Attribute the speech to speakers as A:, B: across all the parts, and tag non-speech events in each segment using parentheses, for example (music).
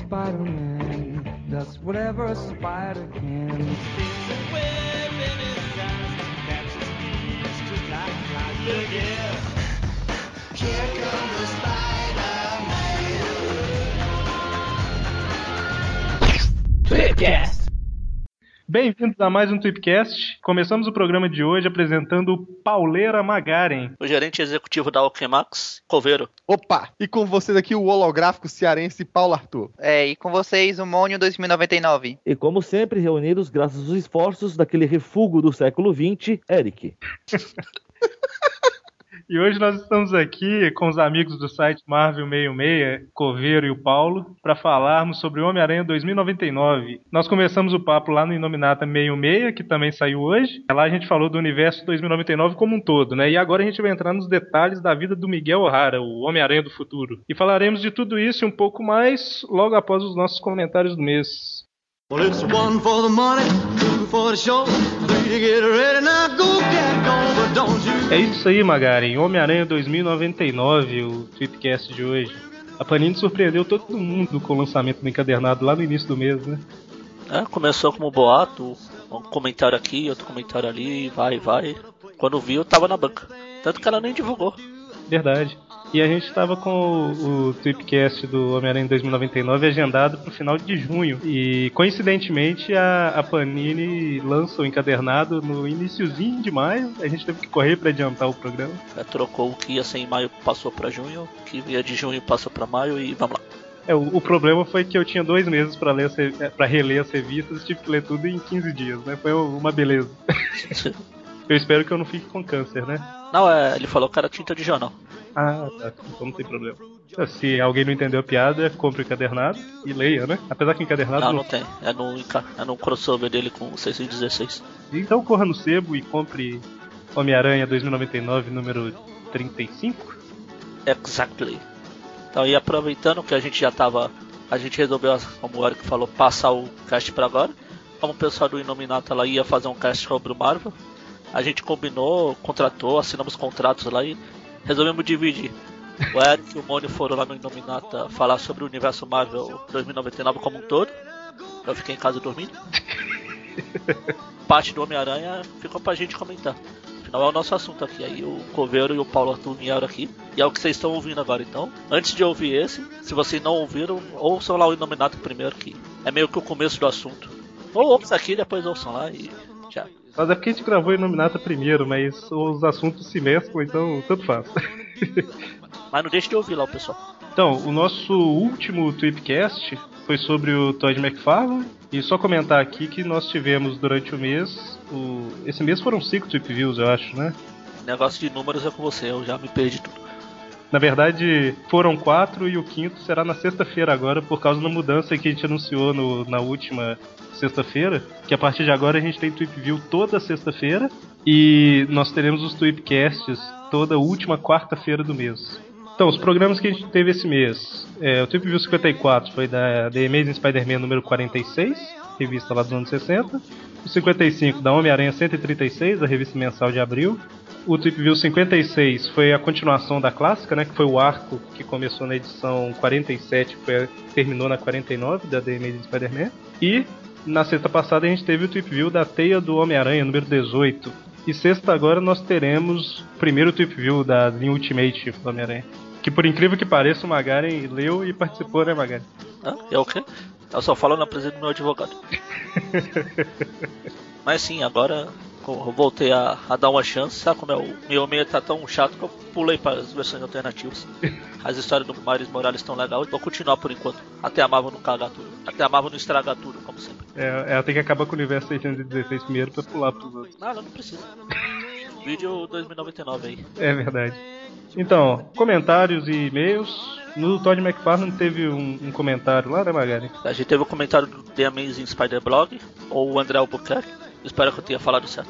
A: Spider Man does whatever a spider can.
B: There's a web in his eyes that just feels just like flies. Look out. Here comes the Spider-Man.
C: Bem-vindos a mais um Tweepcast. Começamos o programa de hoje apresentando o Pauleira Magaren.
D: o gerente executivo da Alquemax, Coveiro.
E: Opa! E com vocês aqui o holográfico cearense Paulo Arthur.
F: É, e com vocês o Mônio 2099.
G: E como sempre, reunidos graças aos esforços daquele refúgio do século XX, Eric.
C: E hoje nós estamos aqui com os amigos do site Marvel 66, Coveiro e o Paulo, para falarmos sobre Homem-Aranha 2099. Nós começamos o papo lá no Inominata 66, que também saiu hoje. Lá a gente falou do universo 2099 como um todo, né? E agora a gente vai entrar nos detalhes da vida do Miguel O'Hara, o Homem-Aranha do futuro. E falaremos de tudo isso e um pouco mais logo após os nossos comentários do mês.
B: Well, it's one for the money, two for the show, three to get ready. Now go get going, but don't you
C: É isso aí, Magaren. Homem-Aranha 2099, o tweetcast de hoje. A Panini surpreendeu todo mundo com o lançamento do encadernado lá no início do mês, né?
D: É, começou como boato, um comentário aqui, outro comentário ali, vai, vai. Quando viu, tava na banca. Tanto que ela nem divulgou.
C: Verdade. E a gente estava com o, o tweetcast do Homem-Aranha 2099 agendado para o final de junho. E, coincidentemente, a, a Panini lança o encadernado no iníciozinho de maio. A gente teve que correr para adiantar o programa.
D: É, trocou o que ia ser em maio, passou pra junho, o que ia de junho, passou pra maio e vamos lá.
C: É, o, o problema foi que eu tinha dois meses para ler as re- eh, pra reler as revistas e tive que ler tudo em 15 dias, né? Foi uma beleza. eu espero que eu não fique com câncer, né?
D: Não, é, ele falou que era tinta de jornal.
C: Ah, tá. Então não tem problema. Se alguém não entendeu a piada, compre o encadernado e leia, né? Apesar que encadernado
D: Não,
C: não.
D: não tem. É no, enca- é no crossover dele com o 616.
C: Então corra no sebo e compre Homem-Aranha 2099, número 35.
D: Exactly. Então, e aproveitando que a gente já tava. A gente resolveu, como o Eric falou, passar o cast pra agora. Como o pessoal do Inominata lá ia fazer um cast sobre o Marvel, a gente combinou, contratou, assinamos contratos lá e resolvemos dividir. O Eric e o Mônio foram lá no Inominata falar sobre o universo Marvel 2099 como um todo. Eu fiquei em casa dormindo. Parte do Homem-Aranha ficou pra gente comentar. Afinal, é o nosso assunto aqui. Aí o Coveiro e o Paulo Arthur vieram aqui. E é o que vocês estão ouvindo agora, então. Antes de ouvir esse, se vocês não ouviram, ouçam lá o Inominato primeiro, que é meio que o começo do assunto. Ou ouçam aqui, depois ouçam lá e já.
C: Mas é porque a gente gravou em Nominata primeiro, mas os assuntos se mesclam, então tanto faz.
D: Mas não deixe de ouvir lá o pessoal.
C: Então, o nosso último Tweepcast foi sobre o Todd McFarlane. E só comentar aqui que nós tivemos durante o mês. O... Esse mês foram cinco Tweep Views, eu acho, né?
D: Negócio de números é com você, eu já me perdi tudo.
C: Na verdade, foram quatro e o quinto será na sexta-feira agora, por causa da mudança que a gente anunciou no- na última sexta-feira. Que a partir de agora a gente tem Tweep View toda sexta-feira. E nós teremos os Tweepcasts toda última quarta-feira do mês. Então, os programas que a gente teve esse mês. É, o Trip View 54 foi da The Amazing Spider-Man número 46, revista lá dos anos 60. O 55 da Homem-Aranha 136, a revista mensal de abril. O Trip View 56 foi a continuação da clássica, né, que foi o arco que começou na edição 47 que foi- terminou na 49 da The Amazing Spider-Man. E na sexta passada a gente teve o Trip View da Teia do Homem-Aranha número 18. E sexta agora nós teremos o primeiro Trip View da linha Ultimate do Homem-Aranha. Que por incrível que pareça, o Magaren leu e participou, né, Magaren?
D: Hã? É o quê? Eu só falo na presença do meu advogado. Mas sim, agora eu voltei a, a dar uma chance, sabe como é? O meu meio tá tão chato que eu pulei para as versões alternativas. As histórias do Miles Morales estão legais, vou continuar por enquanto. Até a Marvel não cagar tudo. Até a Marvel não estragar tudo, como sempre.
C: É, ela tem que acabar com o universo 616 primeiro pra pular pros outros.
D: Nada, não precisa. Vídeo 2099 aí.
C: É verdade. Então, comentários e e-mails. No Todd McFarlane teve um, um comentário lá, né, Magaren?
D: A gente teve o comentário do The Amazing Spider Blog, ou o André Albuquerque. Espero que eu tenha falado certo.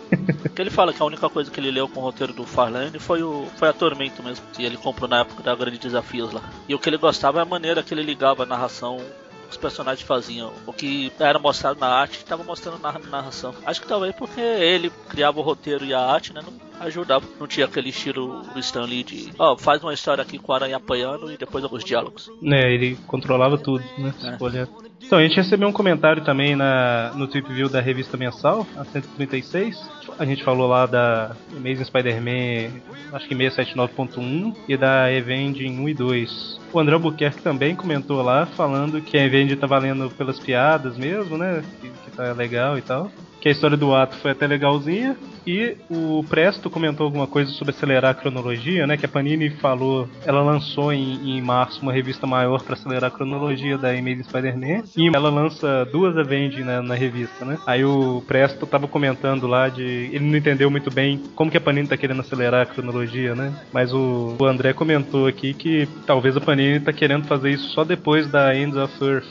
D: que ele fala que a única coisa que ele leu com o roteiro do Farlane foi, o, foi a Tormento mesmo, que ele comprou na época da Grande Desafios lá. E o que ele gostava é a maneira que ele ligava a narração que os personagens faziam. O que era mostrado na arte, estava mostrando na na narração. Acho que talvez porque ele criava o roteiro e a arte, né? Não ajudava. Não tinha aquele estilo do Stan Lee de, ó, faz uma história aqui com o Aranha apanhando e depois alguns diálogos.
C: né, ele controlava tudo, né? se
D: É.
C: for olhar. Então, a gente recebeu um comentário também na, no Trip View da revista mensal, a 136. A gente falou lá da Amazing Spider-Man, acho que 679.1, e da Evanging 1 e 2. O André Albuquerque também comentou lá, falando que a Evanging tá valendo pelas piadas mesmo, né? Que, que tá legal e tal. Que a história do ato foi até legalzinha. E o Presto comentou alguma coisa sobre acelerar a cronologia, né? Que a Panini falou, ela lançou em, em março uma revista maior para acelerar a cronologia da Amazing Spider-Man. E ela lança duas Avengers na, na revista, né? Aí o Presto tava comentando lá de. Ele não entendeu muito bem como que a Panini tá querendo acelerar a cronologia, né? Mas o, o André comentou aqui que talvez a Panini tá querendo fazer isso só depois da Ends of Earth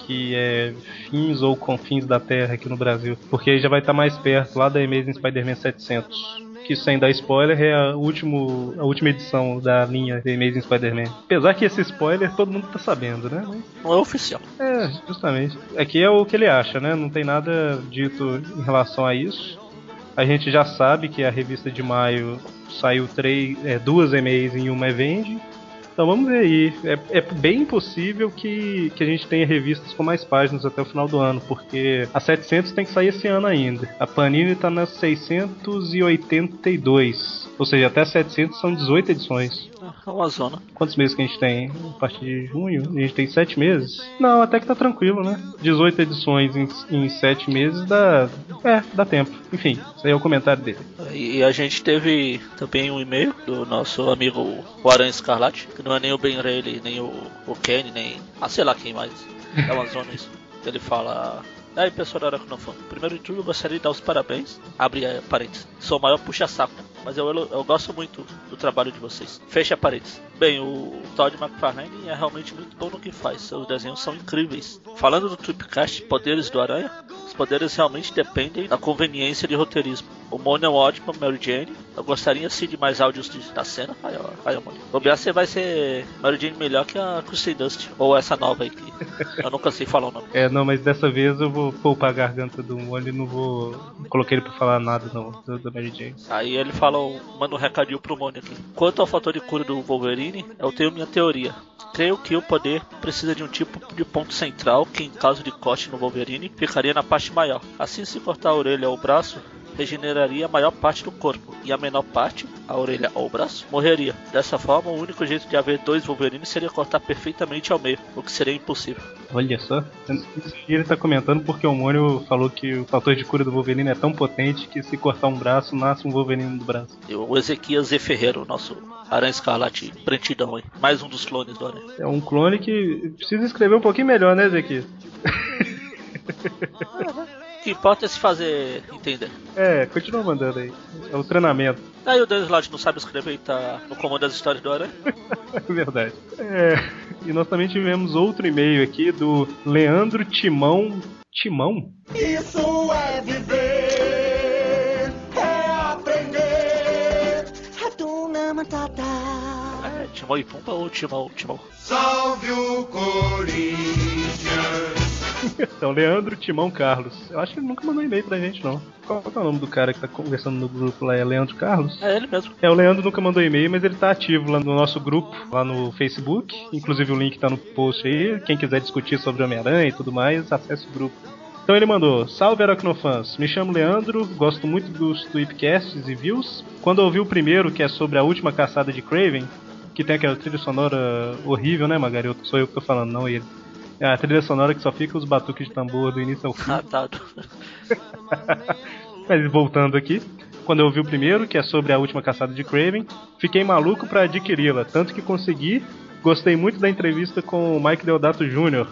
C: que é fins ou confins da Terra aqui no Brasil, porque aí já vai estar mais perto lá da Amazing Spider-Man 700. Que sem dar spoiler é a, último, a última edição da linha The Amazing Spider-Man. Apesar que esse spoiler todo mundo tá sabendo, né?
D: Não é oficial.
C: É, justamente. Aqui é o que ele acha, né? Não tem nada dito em relação a isso. A gente já sabe que a revista de maio saiu três, é, duas e-mails em uma Evend. Então vamos ver aí. É, é bem possível que, que a gente tenha revistas com mais páginas até o final do ano, porque a 700 tem que sair esse ano ainda. A Panini tá na 682. Ou seja, até 700 são 18 edições.
D: É uma zona.
C: Quantos meses que a gente tem? A partir de junho? A gente tem sete meses? Não, até que tá tranquilo, né? 18 edições em, em sete meses dá. É, dá tempo. Enfim, isso aí é o comentário dele.
D: E a gente teve também um e-mail do nosso amigo o Aranha Escarlate, que não é nem o Ben Reilly, nem o, o Kenny, nem. Ah, sei lá quem mais. É uma zona isso. Ele fala. Aí pessoal da Aracnofã, primeiro de tudo eu gostaria de dar os parabéns. Abre eh, parênteses. Sou o maior puxa-saco, mas eu, elo- eu gosto muito do trabalho de vocês. Fecha parênteses. Bem, o Todd McFarlane é realmente muito bom no que faz. Seus desenhos são incríveis. Falando do Tripcast Poderes do Aranha, os poderes realmente dependem da conveniência de roteirismo. O Mono é um ótimo, Mary Jane. Eu gostaria sim de mais áudios de- da cena. Aí, ó, aí, ó, Mono. Bobear você vai ser Mary Jane melhor que a Christine Dust. Ou essa nova aí que eu nunca sei falar o nome.
C: É, não, mas dessa vez eu vou poupar a garganta do molho e não vou. Não coloquei ele pra falar nada, não, do, do Mary Jane.
D: Aí ele fala, um- manda um recadinho pro Mônio aqui. Quanto ao fator de cura do Wolverine, eu tenho minha teoria. Creio que o poder precisa de um tipo de ponto central que, em caso de corte no Wolverine, ficaria na parte maior. Assim, se cortar a orelha ou o braço, regeneraria a maior parte do corpo, e a menor parte, a orelha ou o braço, morreria. Dessa forma, o único jeito de haver dois Wolverines seria cortar perfeitamente ao meio, o que seria impossível.
C: Olha só. E ele tá comentando porque o Mônio falou que o fator de cura do Wolverine é tão potente que se cortar um braço, nasce um Wolverine do braço.
D: E o Ezequias E. Ferreiro, nosso Aranha Escarlate, prentidão aí. Mais um dos clones do Aranha.
C: É um clone que precisa escrever um pouquinho melhor, né, Zequias?
D: O que importa é se fazer entender.
C: É, continua mandando aí. É o treinamento.
D: Aí o Dennis Lodge não sabe escrever e tá no comando das histórias do Aranha.
C: É (laughs) Verdade. É, e nós também tivemos outro e-mail aqui do Leandro Timão. Timão? (laughs)
B: Isso é viver, é aprender. Hakuna Matata.
D: É, Timão e Pumba ou Timão, Timão?
B: Salve o Corinthians.
C: Então, Leandro Timão Carlos. Eu acho que ele nunca mandou e-mail pra gente, não. Qual que é o nome do cara que tá conversando no grupo lá? É Leandro Carlos?
D: É ele mesmo.
C: É, o Leandro nunca mandou e-mail, mas ele tá ativo lá no nosso grupo, lá no Facebook. Inclusive o link tá no post aí. Quem quiser discutir sobre Homem-Aranha e tudo mais, acesse o grupo. Então ele mandou: Salve Aracnofãs, me chamo Leandro, gosto muito dos tweepcasts e views. Quando eu ouvi o primeiro, que é sobre a última caçada de Craven, que tem aquela trilha sonora horrível, né, Magari? Eu- Sou eu que tô falando, não ele. É a trilha sonora que só fica os batuques de tambor do início ao fim.
D: Ratado.
C: Mas voltando aqui, quando eu vi o primeiro, que é sobre a última caçada de Craven, fiquei maluco pra adquiri-la, tanto que consegui. Gostei muito da entrevista com o Mike Deodato Jr.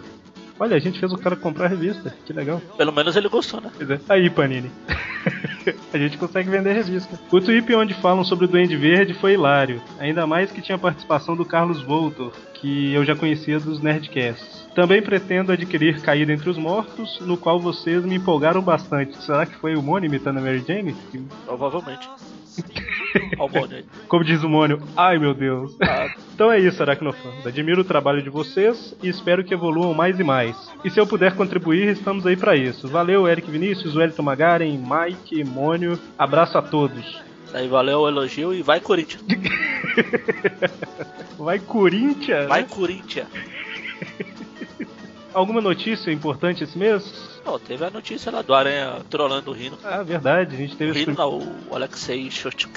C: Olha, a gente fez o cara comprar a revista, que legal.
D: (laughs) Pelo menos ele gostou, né?
C: Pois é. Aí, Panini. (laughs) a gente consegue vender revista. O tweet onde falam sobre o Duende Verde foi hilário. Ainda mais que tinha a participação do Carlos Voltor, que eu já conhecia dos Nerdcasts. Também pretendo adquirir Caída Entre os Mortos, no qual vocês me empolgaram bastante. Será que foi o Moni imitando a Mary Jane?
D: Provavelmente. Olha o Bonnie aí.
C: Como diz o Mônio, ai meu Deus.
D: Ah,
C: (laughs) Então é isso, Aracnofãs. Admiro o trabalho de vocês e espero que evoluam mais e mais. E se eu puder contribuir, estamos aí pra isso. Valeu, Eric Vinícius, Wellington Magaren, Mike, Mônio. Abraço a todos.
D: Aí valeu o elogio e vai Corinthians.
C: Vai Corinthians?
D: Vai
C: né?
D: Corinthians.
C: Alguma notícia importante esse mês?
D: Não, teve a notícia lá do Aranha trolando o Rino.
C: Ah, verdade, a gente
D: O
C: teve
D: Rino
C: esse-
D: não, o Alexei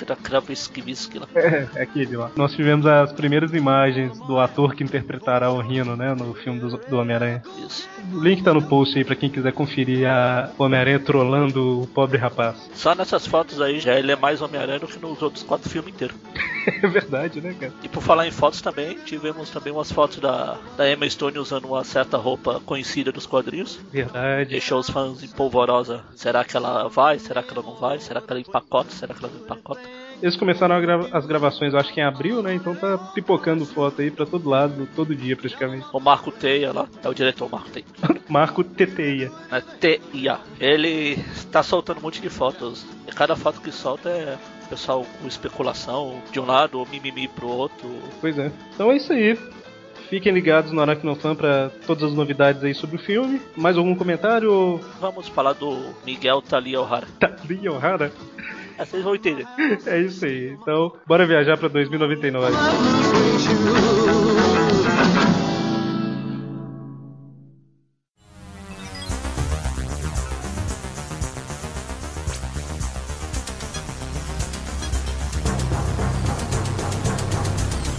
D: Shotkravskivski lá.
C: (laughs) É, aquele lá. Nós tivemos as primeiras imagens do ator que interpretará o Rino, né, no filme do, do Homem-Aranha.
D: Isso.
C: O link tá no post aí pra quem quiser conferir a Homem-Aranha trolando o pobre rapaz.
D: Só nessas fotos aí já ele é mais Homem-Aranha do que nos outros quatro filmes inteiros.
C: (laughs) É verdade, né, cara?
D: E por falar em fotos também, tivemos também umas fotos da, da Emma Stone usando uma certa roupa conhecida dos quadrinhos.
C: Verdade.
D: Deixou os fãs em polvorosa. Será que ela vai? Será que ela não vai? Será que ela empacota? Será que ela não empacota?
C: Eles começaram a grava- as gravações, eu acho que em abril, né? Então tá pipocando foto aí pra todo lado, todo dia praticamente.
D: O Marco Teia lá, é o diretor Marco Teia.
C: Marco Teteia.
D: né? TIA. Ele tá soltando um monte de fotos. E cada foto que solta é o pessoal com especulação de um lado, ou mimimi pro outro.
C: Pois é. Então é isso aí. Fiquem ligados no Aracnofan pra todas as novidades aí sobre o filme. Mais algum comentário?
D: Vamos falar do Miguel Thalia O'Hara.
C: Tá ali, O'Hara?
D: É, Vocês vão entender.
C: É isso aí. Então, bora viajar pra 2099.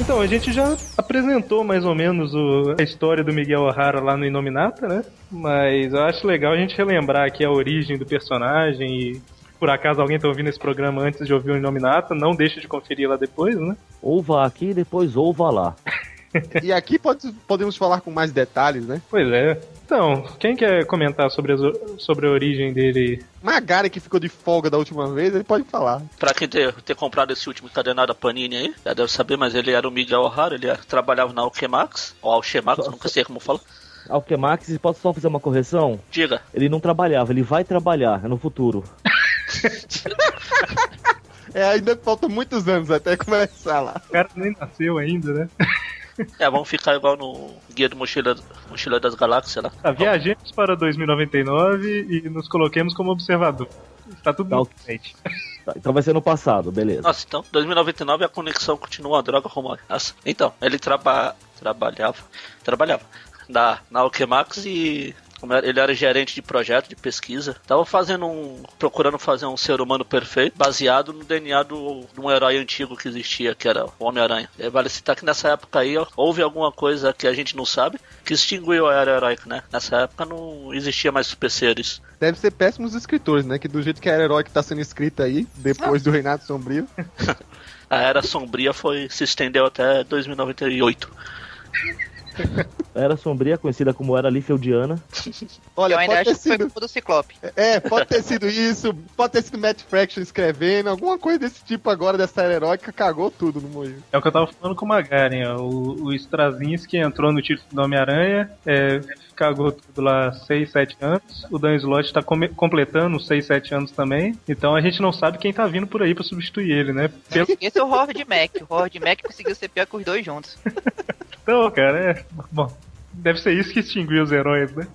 C: Então, a gente já apresentou mais ou menos o- a história do Miguel O'Hara lá no Inominata, né? Mas eu acho legal a gente relembrar aqui a origem do personagem e se por acaso alguém tá ouvindo esse programa antes de ouvir o Inominata, não deixa de conferir lá depois, né?
G: Ou vá aqui e depois ou vá lá.
E: E aqui pode- podemos falar com mais detalhes, né?
C: Pois é. Então, quem quer comentar sobre, as o- sobre a origem dele?
E: Magari que ficou de folga da última vez, ele pode falar.
D: Pra quem ter, ter comprado esse último encadernado da Panini aí, já deve saber, mas ele era um o Miguel O'Hara, ele era- trabalhava na Alchemax, ou Alchemax,
G: Só-
D: nunca sei como fala.
G: Alquemax, e posso só fazer uma correção?
D: Diga,
G: Ele não trabalhava, ele vai trabalhar, é no futuro.
E: É, ainda falta muitos anos até (laughs) começar lá.
C: O cara nem nasceu ainda, né?
D: é, vamos ficar igual no Guia do Mochila, Mochila das Galáxias lá.
C: Tá, viajemos para 2099 e nos coloquemos como observador. Está tudo
G: Tá,
C: bem,
G: ok.
C: gente.
G: Tá, então vai ser no passado, beleza.
D: Nossa, então, 2099 a conexão continua uma droga romântica. Nossa, Então, ele traba, trabalhava, trabalhava na, na Alchemax e como era- ele era gerente de projeto, de pesquisa. Tava fazendo um, procurando fazer um ser humano perfeito, baseado no DNA do, de um herói antigo que existia, que era o Homem-Aranha. É, Vale citar que nessa época aí ó, houve alguma coisa que a gente não sabe, que extinguiu a era heróica, né? Nessa época não existia mais super seres.
E: Deve ser péssimos escritores, né? Que do jeito que a herói que tá sendo escrita aí, depois do Reinado Sombrio.
D: A era sombria foi se estendeu até 2098.
G: Era sombria, conhecida como Era Lifeldiana.
E: Olha,
F: eu ainda
E: pode ter,
F: acho que foi
E: sido,
F: culpa do Ciclope.
E: é, pode ter sido isso, pode ter sido Matt Fraction escrevendo, alguma coisa desse tipo agora dessa era heróica, cagou tudo no moinho.
C: É o que eu tava falando com o Magaren, ó. O, o Strazinski entrou no título do Homem-Aranha, é, cagou tudo lá 6, 7 anos. O Dan Slott tá come- completando 6, 7 anos também. Então a gente não sabe quem tá vindo por aí pra substituir ele, né? Pelo
F: Esse é o Howard Mac. O Howard Mac conseguiu ser pior que os dois juntos.
C: então, cara, é. Bom, deve ser isso que extinguiu os heróis, né?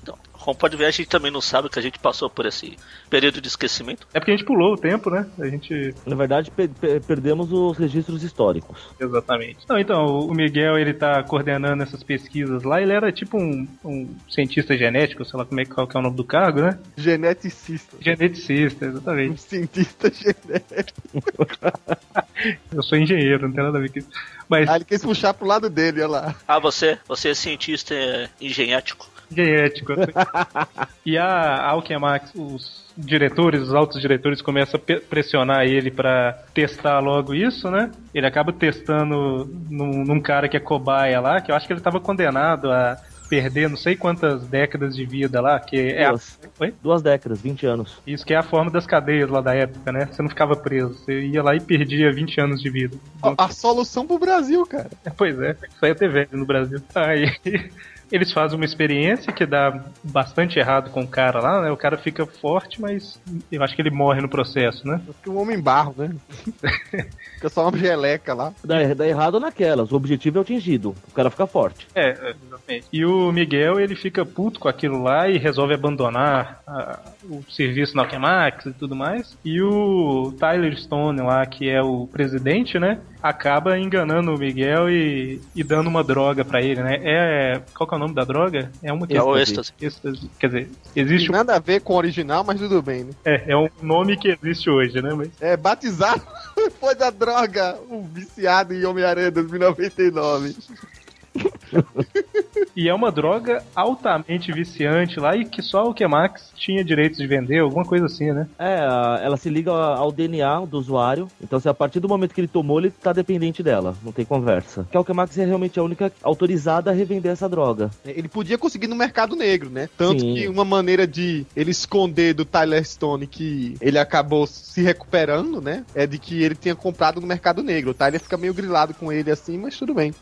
D: Então, como pode ver, a gente também não sabe que a gente passou por esse período de esquecimento.
C: É porque a gente pulou o tempo, né? A gente
G: Na verdade, pe- pe- perdemos os registros históricos.
C: Exatamente. Não, então, o Miguel, ele tá coordenando essas pesquisas lá. Ele era tipo um, um cientista genético, sei lá como é, que- qual que é o nome do cargo, né?
E: Geneticista.
C: Geneticista,
E: Um
C: exatamente.
E: cientista genético.
C: Eu sou engenheiro, não tem nada a ver com isso. Mas,
E: Ah, ele quis puxar pro lado dele, olha lá.
D: Ah, você, você é cientista é, engenhético.
C: genético. assim. e a Alchemax, os diretores, os altos diretores começam a pe- pressionar ele pra testar logo isso, né? Ele acaba testando num, num cara que é cobaia lá, que eu acho que ele tava condenado a perder não sei quantas décadas de vida lá, que é a
G: Duas,
C: Oi?
G: duas décadas, 20 anos.
C: Isso que é a forma das cadeias lá da época, né? Você não ficava preso, você ia lá e perdia 20 anos de vida.
E: Ó, A solução pro Brasil, cara.
C: Pois é, só ia ter velho no Brasil. Aí (laughs) Eles fazem uma experiência que dá bastante errado com o cara lá, né? O cara fica forte, mas eu acho que ele morre no processo, né?
E: Acho que o homem barro, né? (laughs) Fica só uma geleca lá.
G: Dá, dá errado naquelas. O objetivo é atingido. O cara fica forte.
C: É, exatamente. E o Miguel, ele fica puto com aquilo lá e resolve abandonar a- o serviço na Alchemax e tudo mais. E o Tyler Stone lá, que é o presidente, né? Acaba enganando o Miguel e, e dando uma droga pra ele, né? É. Qual que é o nome da droga? É uma que.
D: É o
G: êxtase.
D: êxtase.
C: êxtase- Quer dizer,
E: Tem
C: existe. um-
E: nada a ver com o original, mas tudo bem, né?
C: É, é um nome que existe hoje, né? Mas
E: É, batizado (laughs) foi da droga, o viciado em Homem-Aranha 2099.
C: E é uma droga altamente viciante lá e que só a Alchemax tinha direitos de vender, alguma coisa assim, né?
G: É, a- ela se liga ao DNA do usuário. Então, se a partir do momento que ele tomou, ele tá dependente dela. Não tem conversa. Que a Alchemax é realmente a única autorizada a revender essa droga.
E: Ele podia conseguir no mercado negro, né? Tanto
G: Sim.
E: que uma maneira de ele esconder do Tyler Stone que ele acabou se recuperando, né? É de que ele tinha comprado no mercado negro. O Tyler fica meio grilado com ele assim, mas tudo bem.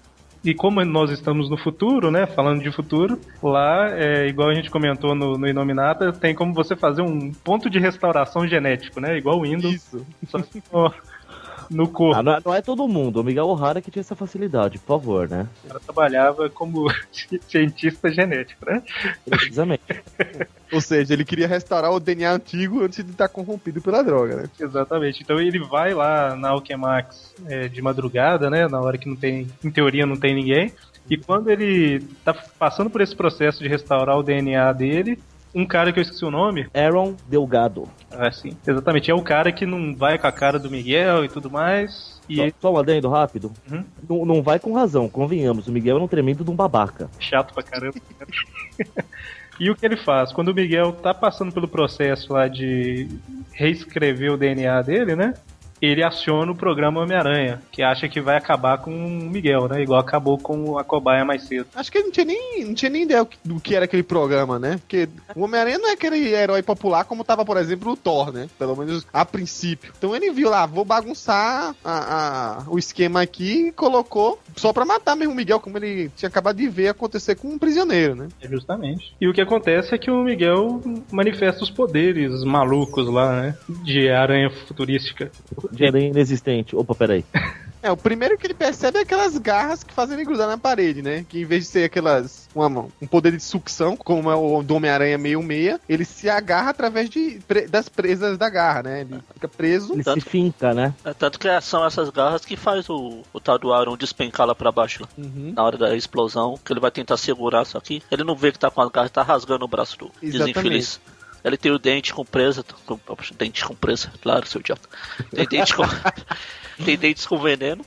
C: E como nós estamos no futuro, né? Falando de futuro, lá, é, igual a gente comentou no, no Inominata, tem como você fazer um ponto de restauração genético, né? Igual o Windows
E: Isso.
C: no, no corpo.
G: Ah, não, é, não é todo mundo. O Miguel O'Hara que tinha essa facilidade, por favor, né?
C: O cara trabalhava como (laughs) cientista genético, né?
G: Precisamente. (laughs)
E: Ou seja, ele queria restaurar o DNA antigo antes de estar corrompido pela droga, né?
C: Exatamente. Então ele vai lá na Alchemax é, de madrugada, né? Na hora que não tem, em teoria não tem ninguém. E quando ele tá passando por esse processo de restaurar o DNA dele, um cara que eu esqueci o nome,
G: Aaron Delgado.
C: ah, sim, exatamente, é o cara que não vai com a cara do Miguel e tudo mais. E
G: Só,
C: é
G: só um adendo rápido.
C: Uhum.
G: Não, não vai com razão, convenhamos. O Miguel é um tremendo de um babaca.
C: chato pra caramba. né? (laughs) E o que ele faz? Quando o Miguel tá passando pelo processo lá de reescrever o DNA dele, né? Ele aciona o programa Homem-Aranha, que acha que vai acabar com o Miguel, né? Igual acabou com a cobaia mais cedo.
E: Acho que ele não tinha nem, não tinha nem ideia o que- do que era aquele programa, né? Porque o Homem-Aranha não é aquele herói popular como tava, por exemplo, o Thor, né? Pelo menos a princípio. Então ele viu lá, vou bagunçar a- a- o esquema aqui e colocou só pra matar mesmo o Miguel, como ele tinha acabado de ver acontecer com um prisioneiro, né?
C: É justamente. E o que acontece é que o Miguel manifesta os poderes malucos lá, né? De aranha futurística.
G: De aranha inexistente. Opa, peraí.
E: É, o primeiro que ele percebe é aquelas garras que fazem ele grudar na parede, né? Que em vez de ser aquelas. uma- um poder de sucção, como é o do Homem-Aranha 66, ele se agarra através de, pre- das presas da garra, né? Ele fica preso.
G: Ele
D: Tanto-
G: se finca, né?
D: É, tanto que são essas garras que faz o, o tal do Aaron despencar lá pra baixo lá,
E: Uhum.
D: na hora da explosão, que ele vai tentar segurar, só que ele não vê que tá com as garras, tá rasgando o braço do
E: Exatamente.
D: desinfeliz. Ele tem o dente com presa, tá, com, dente com presa, (laughs) claro, seu idiota. Tem dente com, (laughs) tem dentes com veneno.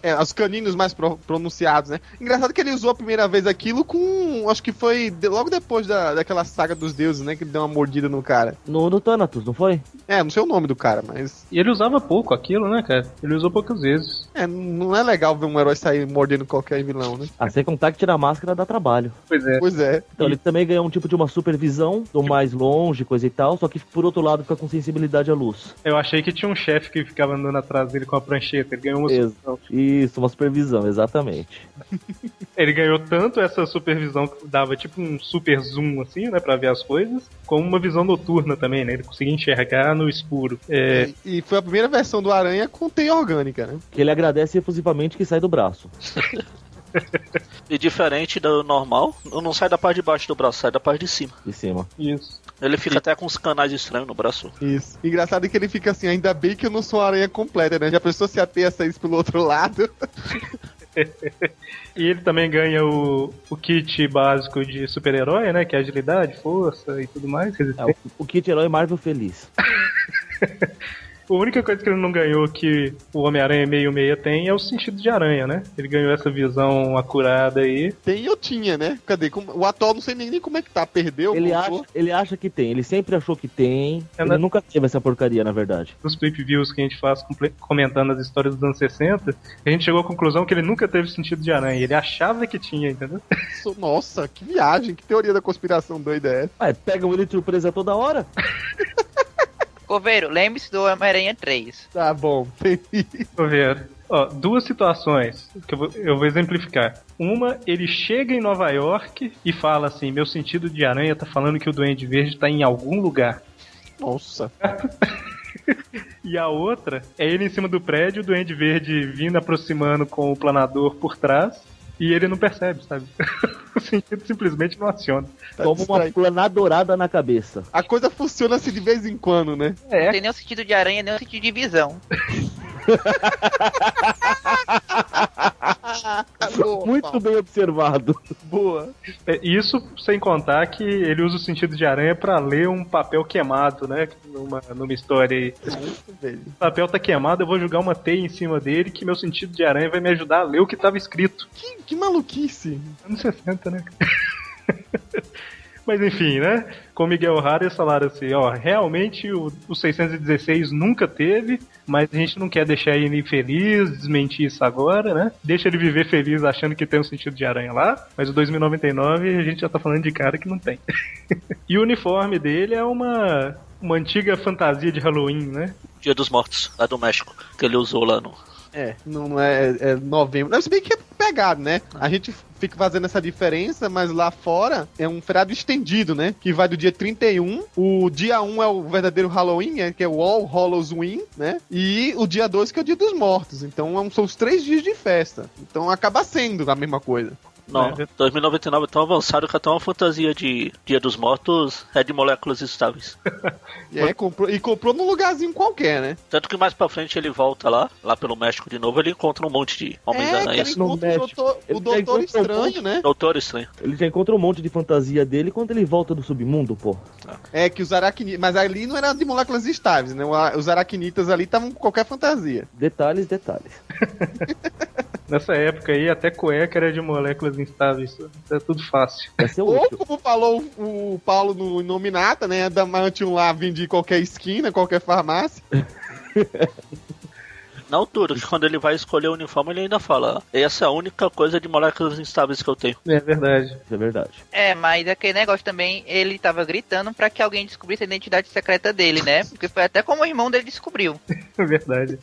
E: É, os caninos mais pro- pronunciados, né? Engraçado que ele usou a primeira vez aquilo com. Acho que foi de- logo depois da, daquela saga dos deuses, né? Que ele deu uma mordida no cara.
G: No, no Thanatos, não foi?
E: É, não sei o nome do cara, mas.
C: E ele usava pouco aquilo, né, cara? Ele usou poucas vezes.
E: É, não é legal ver um herói sair mordendo qualquer vilão, né?
G: Ah, sem contar que tirar a máscara dá trabalho.
C: Pois é.
E: Pois é.
G: Então ele também ganha um tipo de uma supervisão, do mais longe, coisa e tal, só que por outro lado fica com sensibilidade à luz.
C: Eu achei que tinha um chefe que ficava andando atrás dele com a prancheta. Ele ganhou, uma su-
G: Ex- Isso, uma supervisão, exatamente.
C: ele ganhou tanto essa supervisão que dava tipo um super zoom, assim, né, pra ver as coisas, como uma visão noturna também, né? Ele conseguia enxergar no escuro. É,
E: E, e foi a primeira versão do Aranha com teia orgânica, né?
G: Que ele agradece efusivamente que sai do braço.
D: E diferente do normal, não sai da parte de baixo do braço, sai da parte de cima.
G: De cima.
C: isso.
D: Ele fica até com uns canais estranhos no braço.
E: Isso. Engraçado é que ele fica assim, ainda bem que eu não sou uma aranha completa, né? Já pensou se a teia saísse pelo outro lado? (laughs)
C: E ele também ganha o, o kit básico de super-herói, né? Que é agilidade, força e tudo mais,
G: É,
C: resistência.
G: o, o kit herói Marvel feliz.
C: A única coisa que ele não ganhou que o Homem-Aranha 66 tem é o sentido de aranha, né? Ele ganhou essa visão acurada aí.
E: Tem eu tinha, né? Cadê? Como- O atual não sei nem, nem como é que tá. Perdeu?
G: Ele
E: voltou?
G: acha, ele acha que tem, ele sempre achou que tem.
C: É,
G: ele
C: né?
G: nunca teve essa porcaria, na verdade.
C: Nos flip views que a gente faz comple- comentando as histórias dos anos 60, a gente chegou à conclusão que ele nunca teve sentido de aranha. Ele achava que tinha, entendeu?
E: Isso, Nossa, que viagem, que teoria da conspiração doida é essa?
G: Ué, pegam ele de surpresa toda hora?
F: Coveiro, lembre-se do Homem-Aranha 3.
E: Tá bom, (laughs) tem
C: Ô, Vera, Ó, duas situações que eu vou, eu vou exemplificar. Uma, ele chega em Nova York e fala assim: meu sentido de aranha tá falando que o Duende Verde tá em algum lugar.
E: Nossa.
C: E a outra é ele em cima do prédio, o Duende Verde vindo aproximando com o planador por trás. E ele não percebe, sabe? (laughs) o sentido simplesmente não aciona.
E: Tá
G: Toma uma
E: distraído.
G: planadourada na cabeça.
E: A coisa funciona assim de vez em quando, né?
F: Não
C: É,
F: tem nem o sentido de aranha, nem o sentido de visão.
G: Muito bem observado.
E: boa.
C: É, Isso sem contar que ele usa o sentido de aranha pra ler um papel queimado, né? Numa, numa história aí.
E: Velho.
C: O papel tá queimado, eu vou jogar uma teia em cima dele que meu sentido de aranha vai me ajudar a ler o que tava escrito.
E: Que, que maluquice.
C: Anos 60, né? (laughs) Mas enfim, né? Com Miguel O'Hara eles falaram assim, ó, realmente o, o 616 nunca teve, mas a gente não quer deixar ele infeliz, desmentir isso agora, né? Deixa ele viver feliz achando que tem um sentido de aranha lá, mas o 2099 a gente já tá falando de cara que não tem. (laughs) e o uniforme dele é uma, uma antiga fantasia de Halloween, né?
D: Dia dos Mortos, lá do México, que ele usou lá no.
E: É, não é, é novembro. Não, se bem que é pegado, né? A gente fica fazendo essa diferença, mas lá fora é um feriado estendido, né? Que vai do dia 31, o dia 1 é o verdadeiro Halloween, né? que é o All Hallows Win, né? E o dia 2 que é o dia dos mortos. Então é um- são os três dias de festa. Então acaba sendo a mesma coisa.
D: Não,
C: É.
D: 2099 é tão avançado que até uma fantasia de Dia dos Mortos é de moléculas estáveis.
E: E, aí comprou, e comprou num lugarzinho qualquer, né?
D: Tanto que mais pra frente ele volta lá, lá pelo México de novo, ele encontra um monte de homens
E: é, que
D: aranhas.
E: ele
G: No
E: encontra o
G: México.
E: doutor, o
G: Ele
E: doutor
G: pegou
E: estranho, né?
D: Doutor Estranho.
G: Ele já encontra um monte de fantasia dele quando ele volta do submundo, pô.
E: (laughs) É, que os aracnitas. Mas ali não era de moléculas estáveis, né? O a- Os aracnitas ali estavam com qualquer fantasia.
G: Detalhes, detalhes.
C: Nessa época aí, até cueca era de moléculas instáveis, é tudo fácil.
G: Vai ser
E: Ou,
G: útil.
E: como falou o o Paulo no Inominata, né? Adamantium lá vende em qualquer esquina, qualquer farmácia.
D: Na altura, que quando ele vai escolher o uniforme, ele ainda fala: Essa é a única coisa de moléculas instáveis que eu tenho.
C: É verdade.
G: Isso é verdade.
F: É, mas aquele negócio também, ele tava gritando pra que alguém descobrisse a identidade secreta dele, né? Porque foi até como o irmão dele descobriu.
C: É verdade.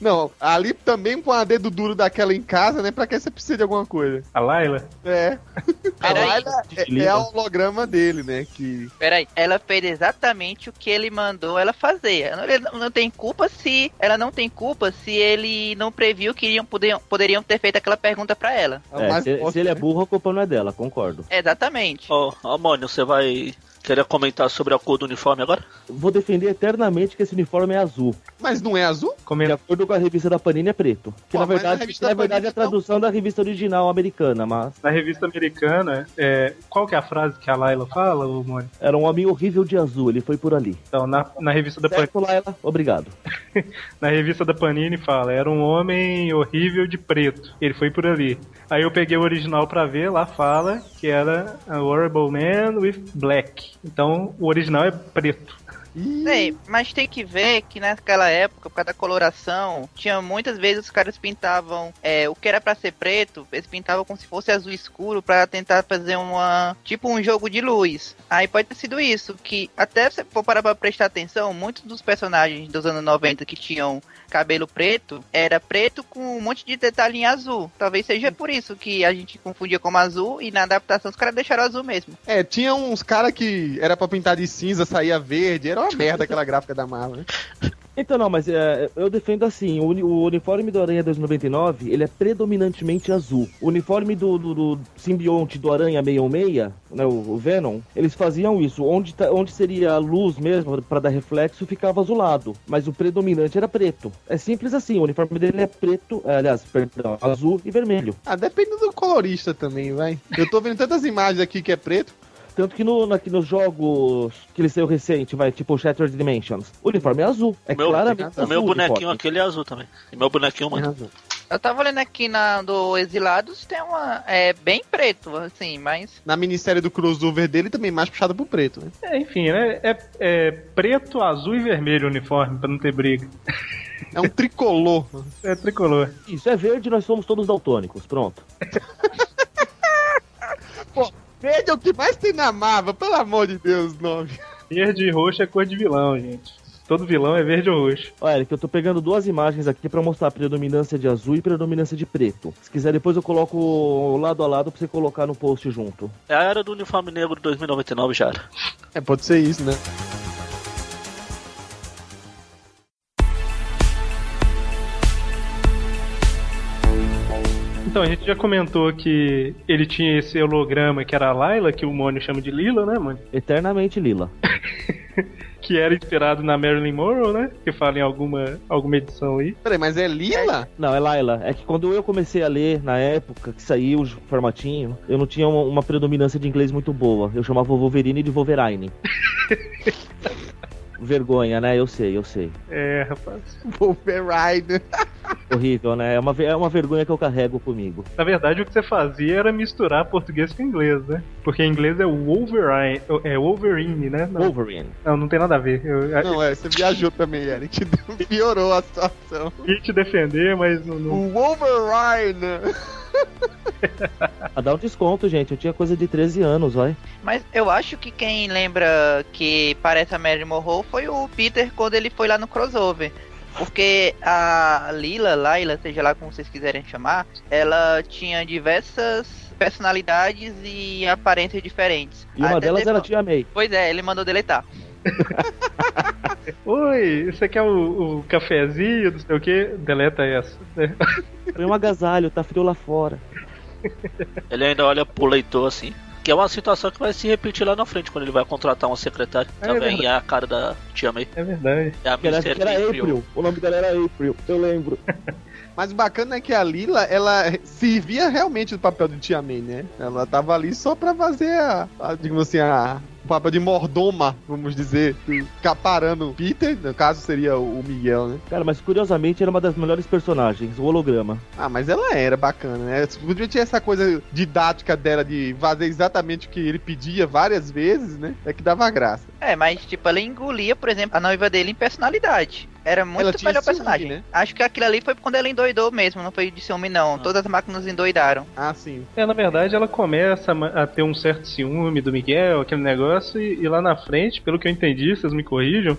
E: Não, ali também com a dedo duro daquela em casa, né? Pra que você precisa de alguma coisa?
C: A Laila?
E: É. A
F: Peraí.
E: Laila é, é o holograma dele, né? Que.
F: Peraí, ela fez exatamente o que ele mandou ela fazer. Ele não não tem culpa se. Ela não tem culpa se ele não previu que iriam, poderiam, poderiam ter feito aquela pergunta pra ela.
E: a
G: É,
E: mais
G: se,
E: forte,
G: se ele é
E: né?
G: burro, a culpa não é dela, concordo.
F: Exatamente.
D: Ó, oh, você vai querer comentar sobre a cor do uniforme agora?
G: Vou defender eternamente que esse uniforme é azul.
E: Mas não é azul?
G: De
C: Comenta.
G: acordo com a revista da Panini é preto.
E: Pô,
G: Que na
E: mas
G: verdade,
E: na
G: que,
E: revista
G: na
E: da
G: verdade é a
E: Panini, tá não.
G: tradução da revista original americana, mas
C: Na revista americana, é, qual que é a frase que a Laila fala, ô Mônica?
G: era um homem horrível de azul, ele foi por ali.
C: Então, na, na revista da Panini,
G: Certo, Laila? Obrigado.
C: na revista da Panini fala, era um homem horrível de preto. Ele foi por ali. Aí eu peguei o original pra ver, lá fala que era a horrible man with black. Então, o original é preto.
E: Ih,
F: Sei, mas tem que ver que naquela época, por causa da coloração, tinha muitas vezes os caras pintavam é, o que era pra ser preto, eles pintavam como se fosse azul escuro pra tentar fazer uma. tipo um jogo de luz. Aí pode ter sido isso, que até se for parar pra prestar atenção, muitos dos personagens dos anos 90 que tinham cabelo preto era preto com um monte de detalhe em azul. Talvez seja por isso que a gente confundia como azul e na adaptação os caras deixaram azul mesmo.
E: É, tinha uns caras que era pra pintar de cinza, saía verde. Era uma merda aquela gráfica da Marvel, né?
G: Então não, mas é, eu defendo assim, o, uni- o uniforme do Aranha 299, ele é predominantemente azul. O uniforme do, do, do simbionte do Aranha 616, né, o, o Venom, eles faziam isso. Onde, tá- onde seria a luz mesmo, pra dar reflexo, ficava azulado. Mas o predominante era preto. É simples assim, o uniforme dele é preto, é, aliás, perdão, azul e vermelho.
E: Ah, depende do colorista também, vai. Eu tô vendo tantas imagens aqui que é preto.
G: Tanto que no, aqui nos jogos que ele saiu recente, vai, tipo Shattered Dimensions, o uniforme é azul. É
D: O meu-
G: claramente
E: o
D: o
G: azul
D: meu bonequinho
G: uniforme.
D: aquele é azul também. E meu bonequinho, mano.
E: razão.
F: Eu tava olhando aqui na do Exilados, tem uma. É bem preto, assim, mas.
E: Na minissérie do crossover dele também é mais puxado pro preto, né?
C: É, enfim, né? É, é preto, azul e vermelho o uniforme, pra não ter briga.
E: É um (laughs) tricolor.
C: É tricolor.
G: Isso é verde, nós somos todos daltônicos, pronto.
E: Verde é o que mais tem na Marvel, pelo amor de Deus, nome.
C: Verde e roxo é cor de vilão, gente. Todo vilão é verde ou roxo.
G: Olha, que eu tô pegando duas imagens aqui pra mostrar a predominância de azul e predominância de preto. Se quiser, depois eu coloco lado a lado pra você colocar no post junto.
D: É a era do uniforme negro de 2099 já era.
E: É, pode ser isso, né?
C: Então, a gente já comentou que ele tinha esse holograma que era a Layla, que o Mônio chama de Lila, né, mano?
G: Eternamente lila.
C: Que era inspirado na Marilyn Monroe, né? Que fala em alguma, alguma edição aí.
E: Peraí, mas é Lila?
G: Não, é Laila. É que quando eu comecei a ler, na época que saiu o formatinho, eu não tinha uma, uma predominância de inglês muito boa. Eu chamava o Wolverine de Wolverine. Vergonha, né? Eu sei, eu sei.
C: É, rapaz.
E: Wolverine.
G: Horrível, né? É uma, ve- é uma vergonha que eu carrego comigo.
C: Na verdade, o que você fazia era misturar português com inglês, né? Porque em inglês é Wolverine, é Wolverine, né? Não,
G: Wolverine.
C: não, não tem nada a ver. Eu, eu
E: Não, é, você viajou também, Eric. (laughs) Piorou a situação.
C: ia te defender, mas não... não-
E: O Wolverine.
G: Ah, dá um desconto, gente. Eu tinha coisa de 13 anos, vai.
F: Mas eu acho que quem lembra que parece a Mary Monroe foi o Peter quando ele foi lá no crossover. Porque a Lila, Laila, seja lá como vocês quiserem chamar, ela tinha diversas personalidades e aparências diferentes.
G: E uma
F: Até
G: delas
F: Ah, então teve-
G: era a Tia May.
F: Pois é, ele mandou deletar.
C: Oi, você quer o, o cafezinho, não sei o quê? Deleta essa. né?
G: Foi um agasalho, tá frio lá fora.
D: Ele ainda olha pro leitor assim. Que é uma situação que vai se repetir lá na frente quando ele vai contratar uma secretária.
C: É
D: Também é a cara da Tia May.
C: É verdade.
D: É a
G: Que era, que
D: Mr.
G: era
D: April.
G: April. O nome dela era April, eu lembro.
E: Mas o bacana é que a Lila, ela (laughs) servia realmente do papel de Tia May, né? Ela tava ali só pra fazer a, a, digamos assim, a, o papel de mordoma, vamos dizer, do- caparando o Peter, no caso seria o o Miguel, né?
G: Cara, mas curiosamente era uma das melhores personagens, o holograma.
E: Ah, mas ela era bacana, né? Podia ter essa coisa didática dela de fazer exatamente o que ele pedia várias vezes, né? É que dava graça.
F: É, mas tipo, ela engolia, por exemplo, a noiva dele em personalidade. Era
E: Ela
F: muito
E: tinha
F: melhor
E: ciúme,
F: personagem.
E: né?
F: Acho que aquilo ali foi quando ela endoidou mesmo, não foi de ciúme não. Todas as máquinas endoidaram.
E: Ah, sim.
C: É, na verdade, ela começa a ma- a ter um certo ciúme do Miguel, aquele negócio, e, e lá na frente, pelo que eu entendi, vocês me corrijam,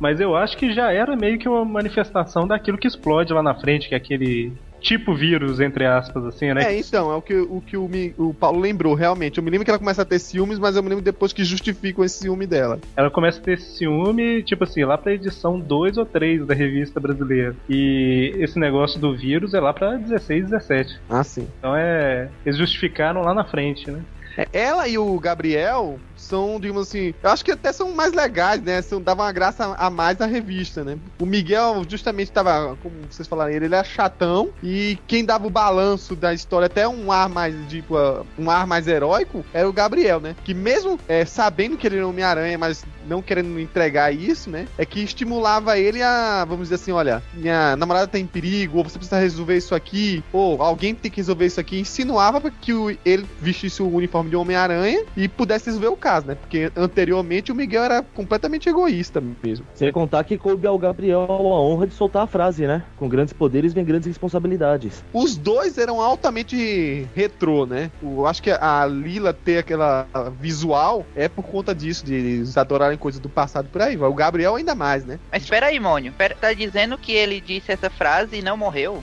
C: mas eu acho que já era meio que uma manifestação daquilo que explode lá na frente, que é aquele tipo vírus, entre aspas, assim, né?
E: É, então, é o que o, que o, Mi- o Paulo lembrou, realmente. Eu me lembro que ela começa a ter ciúmes, mas eu me lembro depois que justificam esse ciúme dela.
C: Ela começa a ter esse ciúme, tipo assim, lá pra edição 2 ou 3 da revista brasileira. E esse negócio do vírus é lá pra 16, 17.
E: Ah, sim.
C: Então é. Eles justificaram lá na frente, né?
E: É, Ela e o Gabriel são, digamos assim, eu acho que até são mais legais, né? São, davam uma graça a mais na revista, né? O Miguel justamente tava, como vocês falaram, ele era chatão e quem dava o balanço da história até um ar mais, tipo, ah, um ar mais heróico era o Gabriel, né? Que mesmo é, sabendo que ele era Homem-Aranha, mas não querendo entregar isso, né? É que estimulava ele a, vamos dizer assim, olha, minha namorada tá em perigo, ou você precisa resolver isso aqui, ou alguém tem que resolver isso aqui. Insinuava pra que o- ele vestisse o uniforme de Homem-Aranha e pudesse resolver o caso, né? Porque anteriormente o Miguel era completamente egoísta mesmo.
G: Sem contar que coube ao Gabriel a honra de soltar a frase, né? Com grandes poderes vem grandes responsabilidades.
E: Os dois eram altamente retrô, né? Eu acho que a Lila ter aquela visual é por conta disso, de eles adorarem coisas do passado por aí. vai. O Gabriel ainda mais, né?
F: Mas espera aí, Mônio. Pera, tá dizendo que ele disse essa frase e não morreu?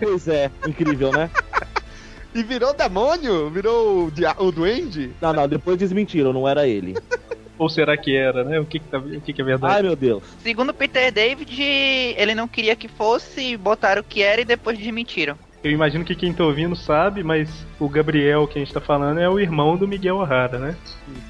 G: Pois é, incrível, né?
E: E virou demônio, virou o, dia- o duende.
G: Não, não, depois desmentiram, não era ele.
C: Ou será que era, né? O que, que, tá- o que, que é verdade?
G: Ai, meu Deus.
F: Segundo Peter David, ele não queria que fosse, botaram o que era e depois desmentiram.
C: Eu imagino que quem tá ouvindo sabe, mas o Gabriel que a gente tá falando é o irmão do Miguel O'Hara, né?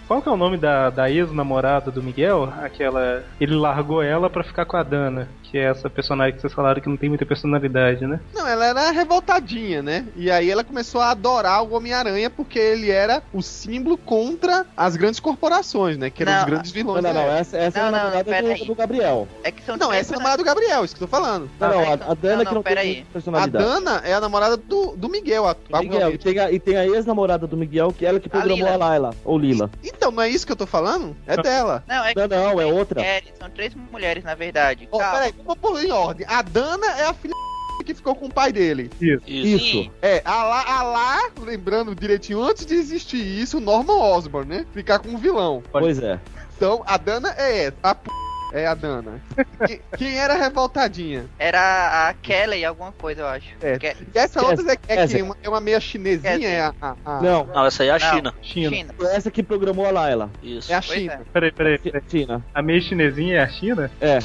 C: Qual que é o nome da, da ex-namorada do Miguel? Aquela. Ele largou ela pra ficar com a Dana, que é essa personagem que vocês falaram que não tem muita personalidade, né?
E: Não, ela era revoltadinha, né? E aí ela começou a adorar o Homem-Aranha porque ele era o símbolo contra as grandes corporações, né? Que eram
F: Não,
E: os grandes
G: Não,
E: vilões.
G: não, não.
E: da época.
G: Essa, essa
F: Não,
G: é a
F: não,
G: namorada
F: pera
G: do,
F: aí.
G: do Gabriel.
F: É que são
E: Não,
F: três
E: essa é a
F: personagens-
E: namorada do Gabriel, isso que eu tô falando.
G: Não,
F: Ah,
G: não, a,
F: então-
G: a Dana
F: não,
G: que não
F: não, pera
G: tem
F: aí.
E: A
G: personalidade.
E: Dana é a namorada do, do Miguel, atualmente.
G: Miguel, e tem a, e tem a ex-namorada do Miguel, que é ela que programou
F: Lila.
G: a, Laila, ou Lila.
E: Então, não é isso que eu tô falando? É dela.
F: Não, é que
G: Não, não, é outra.
F: mulheres, são três mulheres, na verdade.
E: Ó,
F: Calma.
E: peraí, vamos pôr em ordem. A Dana é a filha (laughs) que ficou com o pai dele.
D: Isso.
G: Isso.
F: Sim.
E: É, a lá, a lá, lembrando direitinho, antes de existir isso, Norman Osborn, né? Ficar com o vilão.
C: Pode-
G: Pois é.
E: Então, a Dana é essa. A p... É a Dana. Que- quem era a revoltadinha?
F: Era a Kelly, alguma coisa, eu acho.
E: É.
F: Que-
E: E essa outra é, é,
G: Essa.
E: quem? Uma- é uma meia chinesinha? É a, a- a-
G: Não,
D: Não, essa aí é a
F: Não.
D: China.
C: China.
F: China.
G: essa que programou a Laila.
D: Isso.
E: é a
F: Pois
E: China.
C: Peraí, peraí, peraí.
F: É.
G: Chi- China.
C: A meia chinesinha é a China?
G: É.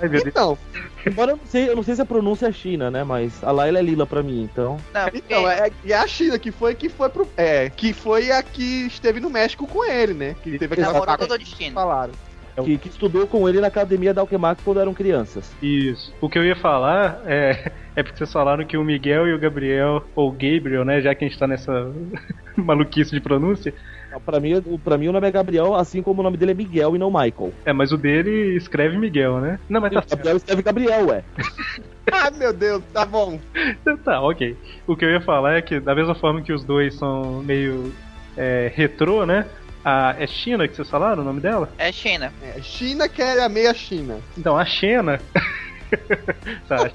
C: Ai, meu Deus.
E: Então,
G: Embora eu não sei, eu não sei se a pronúncia é China, né? Mas a Laila é Lila pra mim, então.
F: Não, porque
E: então é, e a China que foi que foi pro. É, que foi a que esteve no México com ele, né? Que teve aquela
F: namorou
E: faca
F: todo o
E: que
F: destino.
E: falaram.
F: É
G: Que, que estudou com ele na academia da Alquemac quando eram crianças.
C: Isso. O que eu ia falar é, (laughs) é porque vocês falaram que o Miguel e o Gabriel, ou Gabriel, né? Já que a gente tá nessa (laughs) maluquice de pronúncia.
G: Então, Pra mim, o- pra mim o nome é Gabriel, assim como o nome dele é Miguel e não
F: (laughs)
G: Michael.
C: É, mas o dele escreve Miguel, né? Não, mas tá certo.
G: Gabriel escreve Gabriel, ué.
E: Ah, meu Deus, tá bom.
C: Tá, ok. O que eu ia falar é que, da mesma forma que os dois são meio é, retrô, né? A, é China que vocês falaram o nome dela?
F: É China.
E: É, China que era a meia China.
C: Então, a Xena. (laughs) tá,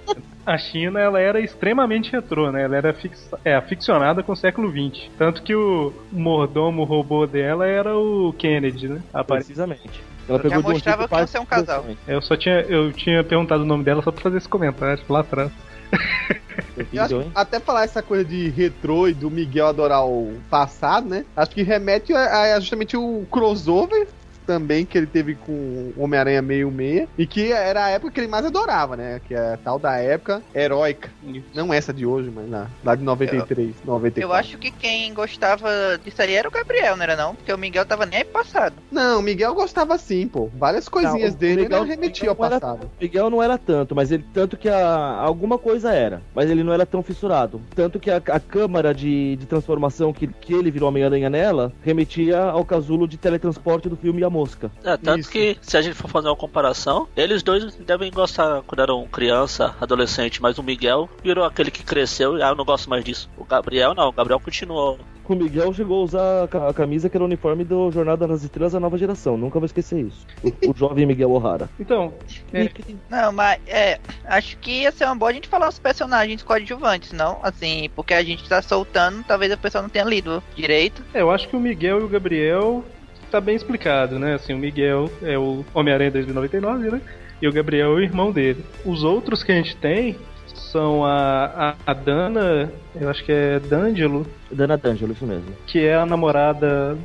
C: a China, ela era extremamente retrô, né? Ela era fix... é, aficionada com o século XX. Tanto que o mordomo robô dela era o Kennedy, né? Apare...
G: Precisamente. Ela pegou de um
F: mostrava
G: jeito
F: que iam ser um casal.
G: precisamente.
C: Eu só tinha, eu tinha perguntado o nome dela só pra fazer esse comentário lá atrás.
E: Eu acho-
G: Terrível, hein?
E: até falar essa coisa de retrô e do Miguel adorar o passado, né? Acho que remete a, a justamente o crossover também que ele teve com o Homem-Aranha meio meia e que era a época que ele mais adorava, né? Que é a tal da época heróica. Não essa de hoje, mas lá, lá de 93, 94.
F: É, Eu acho que quem gostava disso ali era o Gabriel, não era não? Porque o Miguel tava nem aí pro passado.
E: Não, o Miguel gostava sim, pô. Várias coisinhas
G: Não, o
E: dele
G: Miguel-
E: ele remetia ao
G: Miguel era-
E: passado.
G: Miguel não era tanto, mas ele tanto que a, alguma coisa era, mas ele não era tão fissurado. Tanto que a, a câmara de, de transformação que, que ele virou Homem-Aranha nela remetia ao casulo de teletransporte do filme A Mosca.
D: É, tanto
E: Isso.
D: que, se a gente for fazer uma comparação, eles dois devem gostar quando eram criança, adolescente, mas o Miguel virou aquele que cresceu e ah, eu não gosto mais disso. O Gabriel não, o Gabriel continuou.
G: O Miguel chegou a usar a ca- a camisa que era o uniforme do Jornada nas Estrelas da Nova Geração, nunca vou esquecer isso. O, o jovem Miguel O'Hara.
C: Então, É.
G: E que-
F: Não, mas é. Acho que ia ser uma boa a gente falar os personagens coadjuvantes, não? Assim, porque a gente tá soltando, talvez o pessoal não tenha lido direito.
C: é, eu acho que o Miguel e o Gabriel tá bem explicado, né? Assim, o Miguel é o Homem-Aranha 2099, né? E o Gabriel é o irmão dele. Os outros que a gente tem são a, a, a Dana, eu acho que é D'Angelo,
G: Dana D'Angelo, isso mesmo.
C: que é a namorada,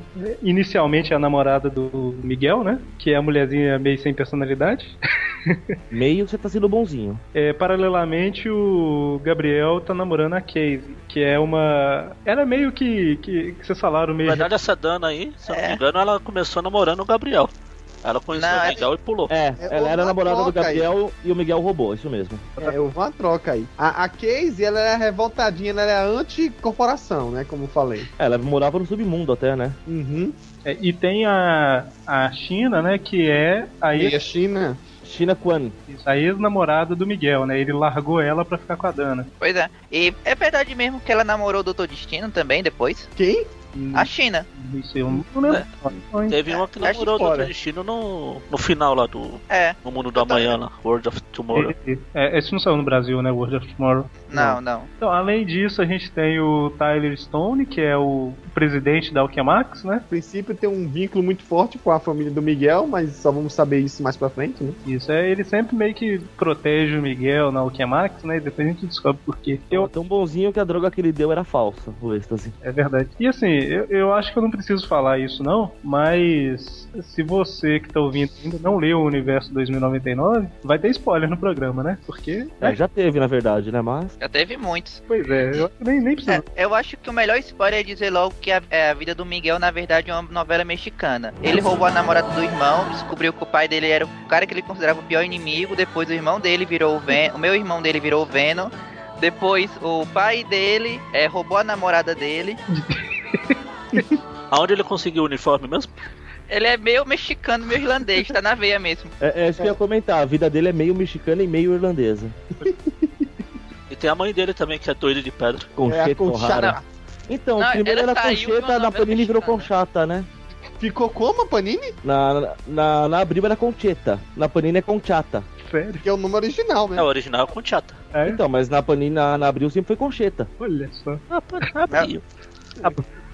C: inicialmente é a namorada do Miguel, né? Que é a mulherzinha meio sem personalidade. (laughs)
G: Meio você tá sendo bonzinho.
C: É, paralelamente, o Gabriel tá namorando a Casey, que é uma. Era meio que. que, que vocês falaram
D: Na
C: meio.
D: verdade, essa Dana aí, se eu não
F: É.
D: me engano, ela começou namorando o Gabriel. Ela conheceu
F: Não,
D: o
F: é-
D: Miguel e pulou.
G: É,
E: É,
G: ela
E: uma
G: era namorada do
E: troca aí.
G: Gabriel e o Miguel roubou, isso mesmo.
E: É, houve uma troca aí. A, a Casey, ela era revoltadinha, ela era anti-corporação, né? Como eu falei.
G: É, Ela morava no submundo até, né?
E: Uhum.
C: É, e tem a, a China, né? Que é a
E: E a
C: ex-
E: China...
G: China Kwan.
C: a ex-namorada do Miguel, né? Ele largou ela pra ficar com a Dana.
F: Pois é. E é verdade mesmo que ela namorou o Doutor Destino também depois?
E: Quem?
C: Hum.
F: A China.
C: Não sei, eu não lembro.
D: É.
C: Não, hein?
D: Teve uma que
F: Acho
D: namorou o
E: fora.
D: Doutor Destino no, no final lá do
F: É.
D: no Mundo do Amanhã, lá, World of Tomorrow.
C: É, esse não saiu no Brasil, né? World of Tomorrow.
F: Não, não.
C: Então, além disso, a gente tem o Tyler Stone, que é o presidente da Alchemax, né?
E: A princípio tem um vínculo muito forte com a família do Miguel, mas só vamos saber isso mais pra frente, né?
C: Isso, é, ele sempre meio que protege o Miguel na Alchemax, né? E depois a gente descobre por quê.
G: Eu...
C: Eu,
G: Tão bonzinho que a droga que ele deu era falsa, o êxtase.
C: é verdade. E assim, eu, eu acho que eu não preciso falar isso não, mas se você que tá ouvindo ainda não leu o Universo 2099, vai ter spoiler no programa, né? Porque,
G: É,
C: né?
G: já teve, na verdade, né? Mas.
F: Já teve muitos.
C: Pois é, eu nem, nem preciso.
F: É, eu acho que o melhor spoiler é dizer logo que a, é, a vida do Miguel, na verdade, é uma novela mexicana. Ele roubou a namorada do irmão, descobriu que o pai dele era o cara que ele considerava o pior inimigo, depois o irmão dele virou o Ven o meu irmão dele virou o Venom, depois o pai dele é, roubou a namorada dele.
D: Aonde ele conseguiu o uniforme mesmo?
F: Ele é meio mexicano, meio irlandês, tá na veia mesmo.
G: É, é isso que eu ia comentar. A vida dele é meio mexicana e meio irlandesa.
E: É,
D: E tem a mãe dele também, que é doido de pedra.
G: Concheta
E: É a Conchata.
G: O'Hara. Então,
F: Não,
G: primeiro
F: ela
G: era
F: saiu de
G: Concheta,
F: uma
G: na
F: novela
G: Panini virou
F: mexicana.
G: Conchata, né?
E: Ficou como a Panini?
G: Na, na, na Abril era Concheta. Na Panini é Conchata.
C: Sério?
E: Que é o nome original,
D: É,
E: né?
D: o original é com Tchata.
C: É?
G: Então, mas na Panini, na, na Abril sempre foi Concheta.
C: Olha só.
E: Ah,
D: Abriu.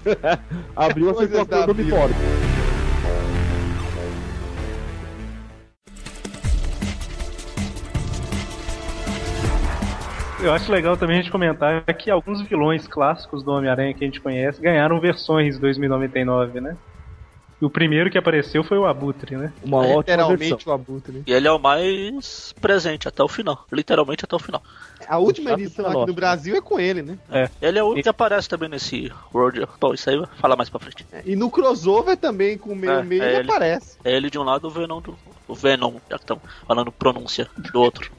E: É
G: Abril eu
E: Coisas
G: sempre colocou
E: da
G: o
E: Abril.
G: uniforme.
C: Eu acho legal também a gente comentar que alguns vilões clássicos do Homem-Aranha que a gente conhece ganharam versões 2099, né? E o primeiro que apareceu foi o Abutre, né?
G: Uma ótima versão.
E: É, Literalmente o Abutre. né?
D: E ele é o mais presente até o final. Literalmente até o final.
E: A última
G: Chato
E: edição
G: da
E: aqui
G: loja.
E: do Brasil é com ele, né?
D: Ele é o único que aparece também nesse World. Bom, isso aí vai falar mais pra frente.
E: E no crossover também, com o meio
D: É,
E: meio,
D: é
E: ele
D: ele.
E: aparece.
D: É ele de um lado, o Venom do. O Venom, já que estão falando pronúncia, do outro.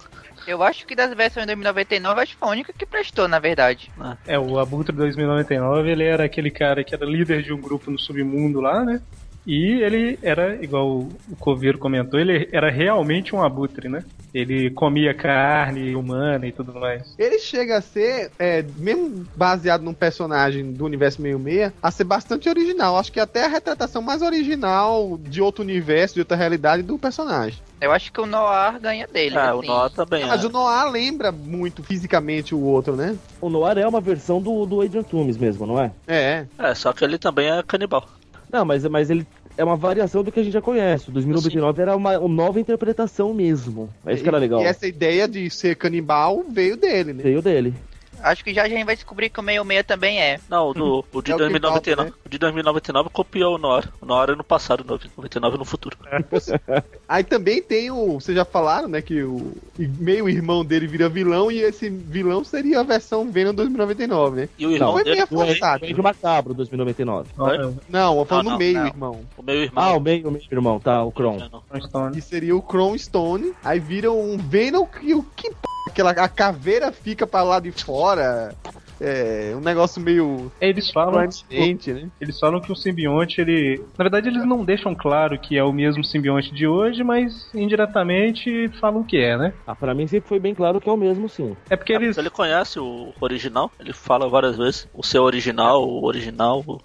F: Eu acho que das versões de 2099, acho que foi a única que prestou, na verdade.
C: É, o Abutre 2099, ele era aquele cara que era líder de um grupo no submundo lá, né? E ele era, igual o Coveiro comentou, ele era realmente um abutre, né? Ele comia carne humana e tudo mais.
E: Ele chega a ser, é, mesmo baseado num personagem do universo meio-meia, a ser bastante original. Acho que até a retratação mais original de outro universo, de outra realidade do personagem.
F: Eu acho que o Noir ganha dele.
D: É, o
F: assim.
D: Noah também. É.
E: Mas o Noah lembra muito fisicamente o outro, né?
G: O Noir é uma versão do, do Adrian Toomes mesmo, não é?
E: É.
D: é, só que ele também é canibal.
G: Não, mas, mas ele é uma variação do que a gente já conhece. O 2099 era uma, uma nova interpretação mesmo. É isso que era legal.
E: E assim essa ideia de ser canibal veio dele, né?
G: Veio dele.
F: Acho que já já a gente vai descobrir que o meio meia também é.
D: Não, o do, o de
E: É o que
D: 2099.
E: falta, né?
D: O de 2099 copiou o Noir. O Noir é no passado, o 99 é no futuro.
E: Aí também tem o. Vocês já falaram, né? Que o meio irmão dele vira vilão e esse vilão seria a versão Venom 2099, né?
D: E o irmão
E: Não, é
D: dele.
E: meio forçado.
G: Veio de Macabro 2099.
C: Olha,
E: Não, eu falo
D: Não,
E: no
D: não,
E: meio
D: não.
E: irmão.
D: O meu irmão.
G: Ah, o meio, o meio irmão, tá, o Kron.
D: Não.
C: o Stone.
E: Que seria o Cronstone. Aí vira um Venom que o que p... aquela a caveira fica pra lá de fora. É um negócio meio
C: Eles
G: Tá
C: falam,
E: transparente, né?
C: eles falam que o simbionte, ele. Na verdade, eles não deixam claro que é o mesmo simbionte de hoje, mas indiretamente falam que é, né?
G: Ah, pra mim sempre foi bem claro que é o mesmo, sim.
C: É porque eles.
D: Ele conhece o original, ele fala várias vezes o seu original, o original. o-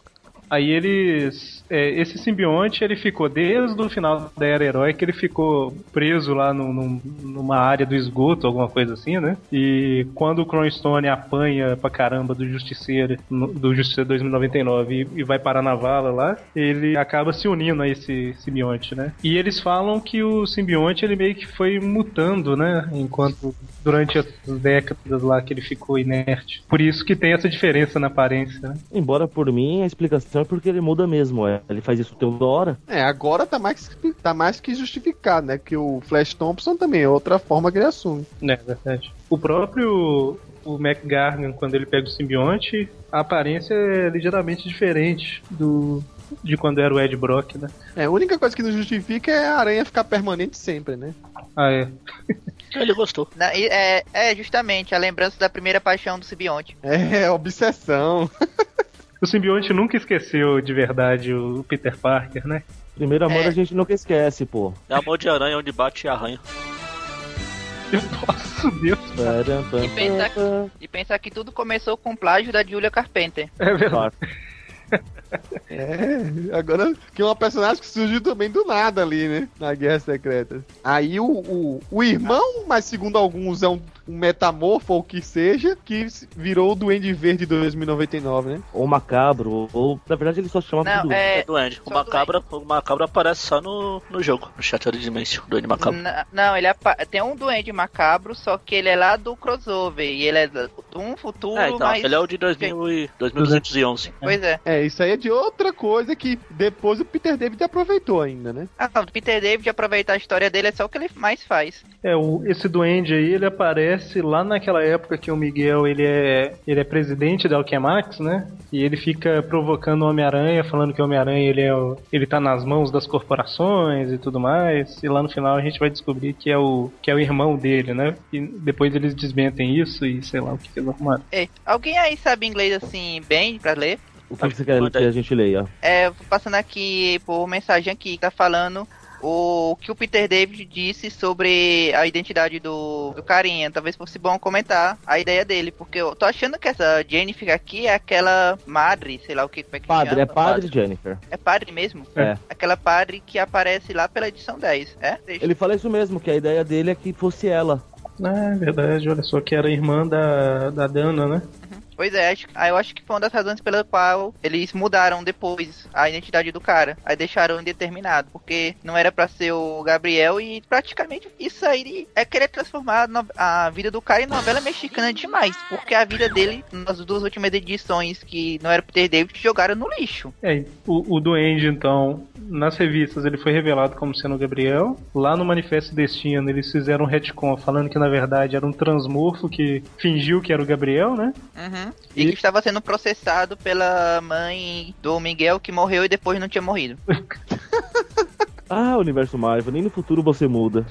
C: Aí eles. é, esse simbionte ele ficou desde o final da era heróica, ele ficou preso lá num- num- numa área do esgoto, alguma coisa assim, né? E quando o Cronstone apanha pra caramba do Justiceiro, no- do Justiceiro 2099 e, e vai parar na vala lá, ele acaba se unindo a esse simbionte, né? E eles falam que o simbionte ele meio que foi mutando, né? Enquanto durante as décadas lá que ele ficou inerte. Por isso que tem essa diferença na aparência, né?
G: Embora por mim a explicação é porque ele muda mesmo, é. Ele faz isso toda hora.
E: É, agora tá mais, que- tá mais que justificado, né? Que o Flash Thompson também é outra forma que ele assume.
C: É, verdade. O próprio o McGargan, quando ele pega o simbionte, a aparência é ligeiramente diferente do de quando era o Ed Brock, né?
E: É, a única coisa que não justifica é a aranha ficar permanente sempre, né?
C: Ah, é.
D: Ele gostou.
F: Na- e- é, é justamente a lembrança da primeira paixão do Sibionte.
E: É, obsessão.
C: O simbionte nunca esqueceu de verdade o Peter Parker, né? (laughs)
G: Primeiro amor
F: É.
G: a gente nunca esquece, pô.
D: É amor de aranha onde bate e arranha.
C: Nossa Deus,
G: Taram, pam,
F: E pensar
G: pam,
F: E pensar que tudo começou com o plágio da Julia Carpenter.
C: é verdade.
G: pam.
E: É, agora que é uma personagem que surgiu também do nada ali, né? Na Guerra Secreta. Aí o, o, o irmão, mas segundo alguns é um, um metamorfo ou o que seja, que se- virou o Duende Verde 2099, né?
G: Ou macabro, ou. Na verdade ele só chama
F: Não,
G: tudo.
F: é-
D: É doente. O
F: só
D: macabra, o macabra aparece só no, no jogo, no Shattered Dimension, doente macabro.
F: Na- não, ele é pa- tem um duende macabro, só que ele é lá do crossover. E ele é do- de um futuro,
D: É, então,
F: mas.
D: ele é o de 2000 e 2211.
F: Pois é.
E: É, isso aí é de outra coisa que depois o Peter David aproveitou ainda, né?
F: Ah, não, o Peter David aproveitar a história dele é só o que ele mais faz.
C: É, o, esse duende aí, ele aparece lá naquela época que o Miguel, ele é, ele é presidente da Alquemax, né? E ele fica provocando o Homem-Aranha, falando que o Homem-Aranha, ele, é o- ele tá nas mãos das corporações e tudo mais. E lá no final a gente vai descobrir que é o, que é o irmão dele, né? E depois eles desmentem isso e sei lá o que que eles arrumaram.
F: É. Alguém aí sabe inglês assim bem pra ler?
G: O que, que você quer
D: Manda
G: que
D: aí.
G: a gente leia?
F: É, vou passando aqui por mensagem aqui, tá falando o que o Peter David disse sobre a identidade do, do carinha. Talvez fosse bom comentar a ideia dele, porque eu tô achando que essa Jennifer aqui é aquela madre, sei lá o que, como é que
G: Padre,
F: chama.
G: é padre,
D: Padre.
G: Jennifer.
F: É padre mesmo?
G: É.
F: Aquela padre que aparece lá pela edição 10, é? Deixa.
G: Ele fala isso mesmo, que a ideia dele é que fosse ela.
C: Ah, é verdade, olha só, que era irmã da, da Dana, né?
F: Pois é, acho, que- aí eu acho que foi uma das razões pela qual eles mudaram depois a identidade do cara. Aí deixaram indeterminado, porque não era pra ser o Gabriel e praticamente isso aí é querer transformar a no- a vida do cara em novela mexicana demais. Porque a vida dele, nas duas últimas edições que não era pro ter David, jogaram no lixo.
C: É, o, o Duende, então, nas revistas ele foi revelado como sendo o Gabriel. Lá no Manifesto Destino eles fizeram um retcon falando que na verdade era um transmorfo que fingiu que era o Gabriel, né?
F: E que estava sendo processado pela mãe do Miguel que morreu e depois não tinha morrido.
G: Ah, universo Marvel, nem no futuro você muda.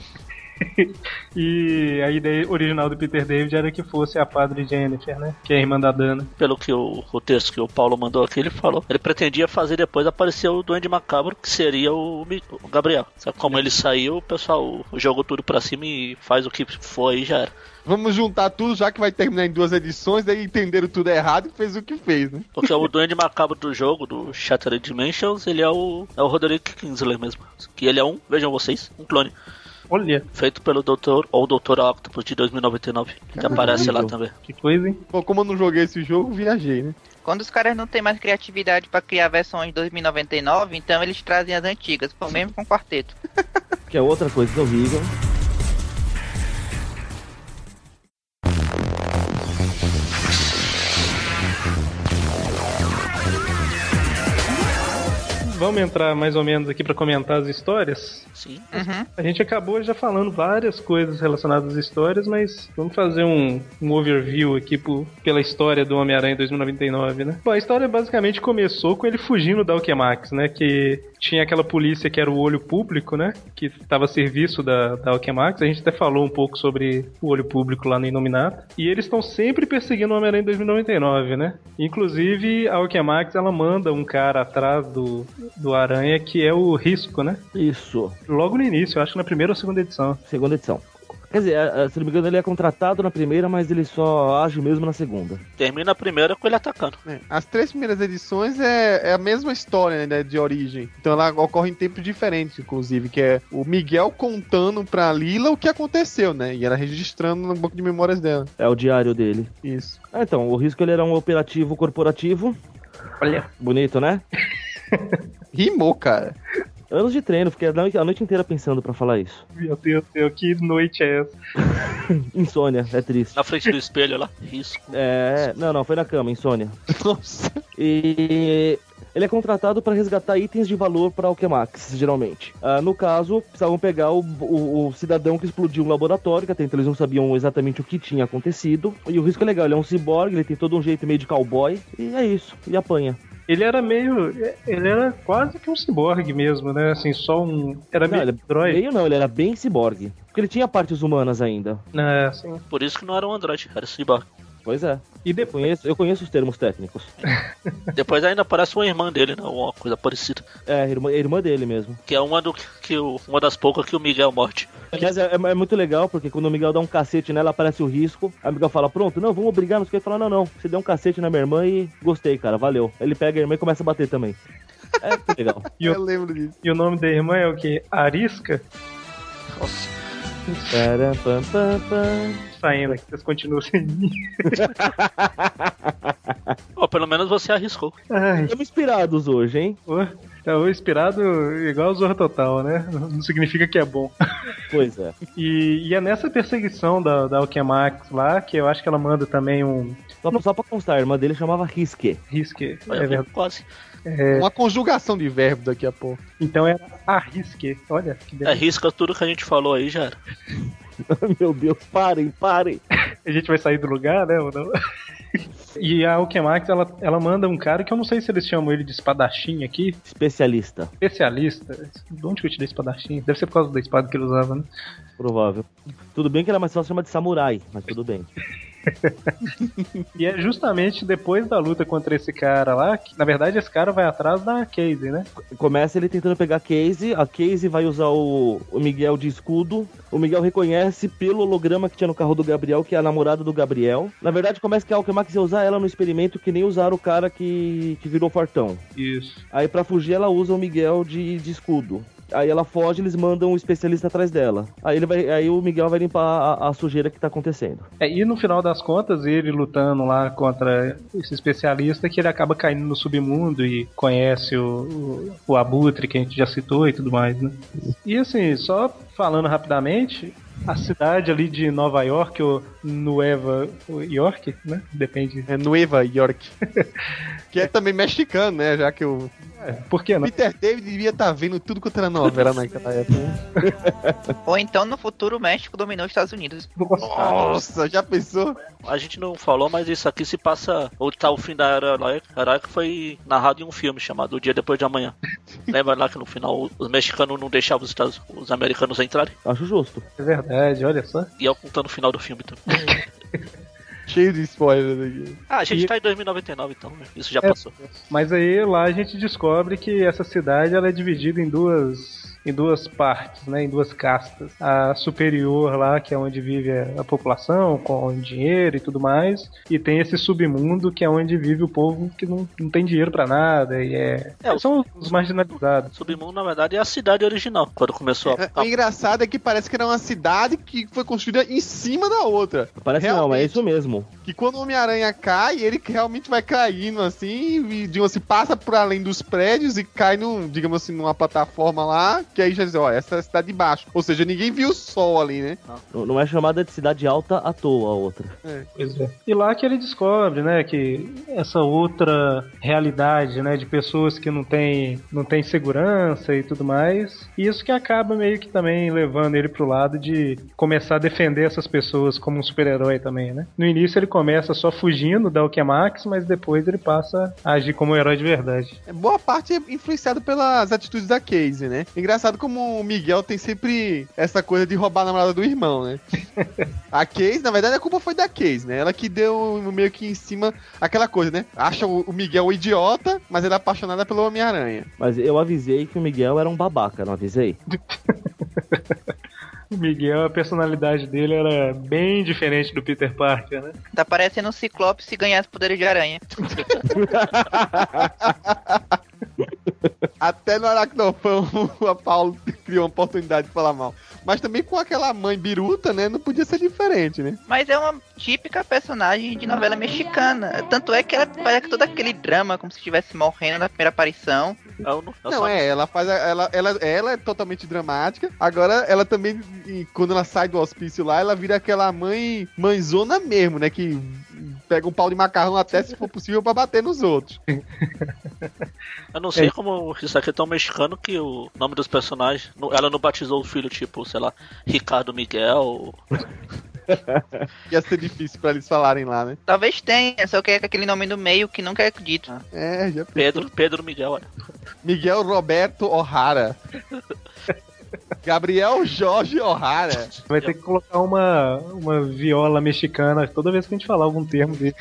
C: E a ideia original do Peter David era que fosse a padre Jennifer, né? Que é a irmã da Dana.
D: Pelo que o, o texto que o Paulo mandou aqui, ele falou. Ele pretendia fazer depois aparecer o Duende Macabro, que seria o, Mi- o Gabriel. Só que como ele saiu, o pessoal jogou tudo pra cima e faz o que for e já era.
E: Vamos juntar tudo, já que vai terminar em duas edições, daí entenderam tudo errado e fez o que fez, né?
D: Porque o Duende Macabro do jogo, do Shattered Dimensions, ele é o, é o Roderick Kingsley mesmo. Que ele é um, vejam vocês, um clone.
C: Olha,
D: Feito pelo Doutor ou Doutor Octopus de 2099, que aparece lá
G: incrível.
D: também.
C: que coisa, hein?
E: Bom, como eu não joguei esse jogo, viajei, né?
F: Quando os caras não têm mais criatividade pra criar versões de 2099, então eles trazem as antigas, pô, mesmo com quarteto.
G: Que é outra coisa horrível.
C: Vamos entrar mais ou menos aqui pra comentar as histórias.
D: Sim.
F: Uhum.
C: A gente acabou já falando várias coisas relacionadas às histórias, mas vamos fazer um, um overview aqui por- pela história do Homem-Aranha em 2099, né? Bom, a história basicamente começou com ele fugindo da Alquemax, né? Que tinha aquela polícia que era o olho público, né? Que estava a serviço da, da Alquemax. A gente até falou um pouco sobre o olho público lá no Inominata. E eles estão sempre perseguindo o Homem-Aranha em 2099, né? Inclusive, a Alquemax, ela manda um cara atrás do, do Aranha, que é o Risco, né?
G: Isso.
C: Logo no início, eu acho que na primeira ou segunda edição.
G: Segunda edição. Quer dizer, a- a- se não me engano, ele é contratado na primeira, mas ele só age mesmo na segunda.
D: Termina a primeira com ele atacando.
E: É, As três primeiras edições é, é a mesma história, né, de origem. Então ela ocorre em tempos diferentes, inclusive, que é o Miguel contando pra Lila o que aconteceu, né? E ela registrando no banco de memórias dela.
G: É o diário dele.
E: Isso.
G: Ah, então, o risco ele era um operativo corporativo.
C: Olha.
G: Bonito, né?
E: Rimou, cara. (laughs)
G: Anos de treino, fiquei a noite, a noite inteira pensando pra falar isso.
C: Meu Deus do céu, que noite é essa?
G: Insônia, é triste.
D: Na frente do espelho lá. Risco.
G: É, não, não, foi na cama, insônia.
E: Nossa.
G: E ele é contratado para resgatar itens de valor para Alquemax, geralmente. Ah, no caso, precisavam pegar o, o- o cidadão que explodiu um laboratório, que até então eles não sabiam exatamente o que tinha acontecido. E o risco é legal, ele é um ciborgue, ele tem todo um jeito meio de cowboy, e é isso, e apanha.
C: Ele era meio. Ele era quase que um ciborgue mesmo, né? Assim, só um. Era
G: Não,
C: meio
G: ele
C: android.
G: Meio não, ele era bem ciborgue. Porque ele tinha partes humanas ainda.
C: né, assim.
D: Por isso que não era um Android, era Cyborg.
G: Pois é,
C: E
G: eu
C: depois.
G: conheço, eu conheço os termos técnicos.
D: Depois ainda aparece uma irmã dele, né? Uma coisa parecida.
G: É, irmã, irmã dele mesmo.
D: Que é uma, do, que o, uma das poucas que o Miguel morte.
G: Aliás, é, é muito legal, porque quando o Miguel dá um cacete nela, aparece o risco. A Miguel fala, pronto, não, vamos brigar, não sei o que. Ele fala, não, não, você deu um cacete na minha irmã e gostei, cara, valeu. Ele pega a irmã e começa a bater também. É muito legal.
C: Eu-
E: Eu lembro disso.
C: E o nome da irmã é o quê? Arisca?
D: Nossa.
G: Taram, pam, pam, pam.
C: Saindo aqui, vocês continuam (laughs) sem mim.
D: Ó, pelo menos você arriscou.
C: Ai,
G: Estamos inspirados hoje, hein?
C: pô. Então, inspirado igual o Zorro Total, né? Não significa que é bom.
G: Pois é.
C: E, e é nessa perseguição da, da Alquemax lá, que eu acho que ela manda também um
G: Só, pra- só pra constar, a irmã dele chamava Risque. (laughs)
C: risque.
D: Olha,
C: É verdade.
D: quase.
C: É.
E: Uma conjugação de verbo daqui a pouco.
C: Então era a risque. Olha que
G: É,
C: beleza.
D: Arrisca tudo que a gente falou aí, já era.
G: Meu Deus, parem, parem.
C: a gente vai sair do lugar, né? ou não? E a Alquemax, ela, ela manda um cara que eu não sei se eles chamam ele de espadachim aqui,
G: Especialista,
C: especialista. De onde que eu tirei espadachim? Deve ser por causa da espada que ele usava, né?
G: provável. Tudo bem que era mais fácil chamar de samurai, mas tudo bem.
C: E é justamente depois da luta contra esse cara lá, que na verdade esse cara vai atrás da Casey, né?
G: Começa ele tentando pegar a Casey, a Casey vai usar o, o Miguel de escudo. O Miguel reconhece pelo holograma que tinha no carro do Gabriel, que é a namorada do Gabriel. Na verdade, começa que a Alchemax ia usar ela no experimento que nem usaram o cara que, que virou fortão.
C: Isso.
G: Aí pra fugir ela usa o Miguel de, de escudo. Aí ela foge, eles mandam um especialista atrás dela. Aí ele vai, aí o Miguel vai limpar a, a sujeira que tá acontecendo.
C: É, e no final das contas, ele lutando lá contra esse especialista, que ele acaba caindo no submundo e conhece o, o, o Abutre, que a gente já citou e tudo mais, né? E assim, só falando rapidamente, a cidade ali de Nova York, ou Nueva York, né? Depende.
E: É
C: (laughs)
E: Nueva York. que é também mexicano, né? Já que o
C: É, por que não?
E: Peter David devia estar vendo tudo quanto era novela naquela época.
F: Ou então no futuro o México dominou os Estados Unidos.
E: Nossa, já pensou?
D: A gente não falou, mas isso aqui se passa. Ou tá o fim da Era Heróica Heróica foi narrado em um filme chamado O Dia Depois
C: (laughs)
D: de Amanhã. Lembra lá que no final os mexicanos não deixavam os, Estados- os americanos entrarem?
G: Acho justo.
C: É verdade, olha só.
D: E eu contando o final do filme também.
E: Cheio de spoilers aqui.
D: Ah, a gente
C: E-
D: tá em 2099 então, né? Isso já
C: É.
D: passou.
C: Mas aí lá a gente descobre que essa cidade ela é dividida em duas em duas partes, né, em duas castas. A superior lá, que é onde vive a a população, com dinheiro e tudo mais, e tem esse submundo que é onde vive o povo que não, não tem dinheiro pra nada e é, um
D: É, o-
C: são os marginalizados.
D: Submundo, na verdade, é a cidade original, quando começou a.
E: O engraçado é que parece que era uma cidade que foi construída em cima da outra.
G: Parece não, mas é
E: Realmente.
G: isso mesmo.
E: Que quando o Homem-Aranha cai, ele realmente vai caindo assim, e digamos assim, passa por além dos prédios e cai num, digamos assim, numa plataforma lá, que aí já diz, ó, essa é a cidade de baixo. Ou seja, ninguém viu o sol ali, né?
G: Não- Não é chamada de cidade alta à toa a outra.
C: Pois é. E lá que ele descobre, né, que essa outra realidade, né, de pessoas que não tem, não tem segurança e tudo mais, e isso que acaba meio que também levando ele pro lado de começar a defender essas pessoas como um super-herói também, né? No início ele começa só fugindo da Okemax, mas depois ele passa a agir como um herói de verdade.
E: É, Boa parte é influenciado pelas atitudes da Casey, né? Engraçado como o Miguel tem sempre essa coisa de roubar a namorada do irmão, né? A Casey, na verdade, a culpa foi da Casey, né? Ela que deu meio que em cima aquela coisa, né? Acha o o Miguel um idiota, mas ela é apaixonada pelo Homem-Aranha.
G: Mas eu avisei que o Miguel era um babaca, não avisei?
C: O Miguel, a personalidade dele era bem diferente do Peter Parker, né?
F: Tá parecendo um ciclope se ganhasse poderes de aranha.
E: Até no Aracnofão, (laughs) a Paulo criou uma oportunidade de falar mal. Mas também com aquela mãe biruta, né? Não podia ser diferente, né?
F: Mas é uma típica personagem de novela mexicana. Tanto é que ela faz todo aquele drama como se estivesse morrendo na primeira aparição.
D: Eu não, eu
E: Não,
D: só-
E: é, ela faz. a- ela, ela, ela é totalmente dramática. Agora, ela também, e quando ela sai do hospício lá, ela vira aquela mãe. mãezona mesmo, né? Que pega um pau de macarrão até, se for possível, pra bater nos outros.
D: eu não sei
C: É.
D: como isso aqui é tão mexicano que o nome dos personagens. não- Ela não batizou o filho, tipo, sei lá, Ricardo Miguel.
E: Ia ser difícil pra eles falarem lá, né?
F: Talvez tenha, só que é aquele nome do meio que nunca é dito.
E: É, já pensou.
D: Pedro, Pedro Miguel, olha.
E: Miguel Roberto O'Hara. Gabriel Jorge O'Hara.
C: Vai ter que colocar uma, uma viola mexicana toda vez que a gente falar algum termo dele.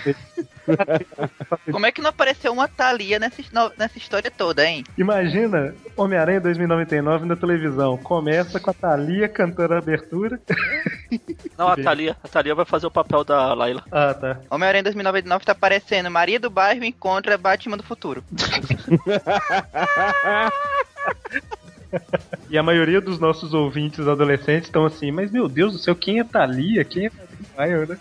F: Como é que não apareceu uma Thalia nessa, no- nessa história toda, hein?
C: Imagina Homem-Aranha 2099 na televisão. Começa com a Thalia cantando a abertura.
D: Não, a
C: Bem.
D: Thalia, a Thalia vai fazer o papel da Laila.
C: (laughs) Ah, tá.
F: Homem-Aranha 2099 tá aparecendo. Maria do Bairro encontra Batman do Futuro.
C: E a maioria dos nossos ouvintes adolescentes estão assim, mas meu Deus do céu, quem é Thalia? Quem é Thalia Maia, né?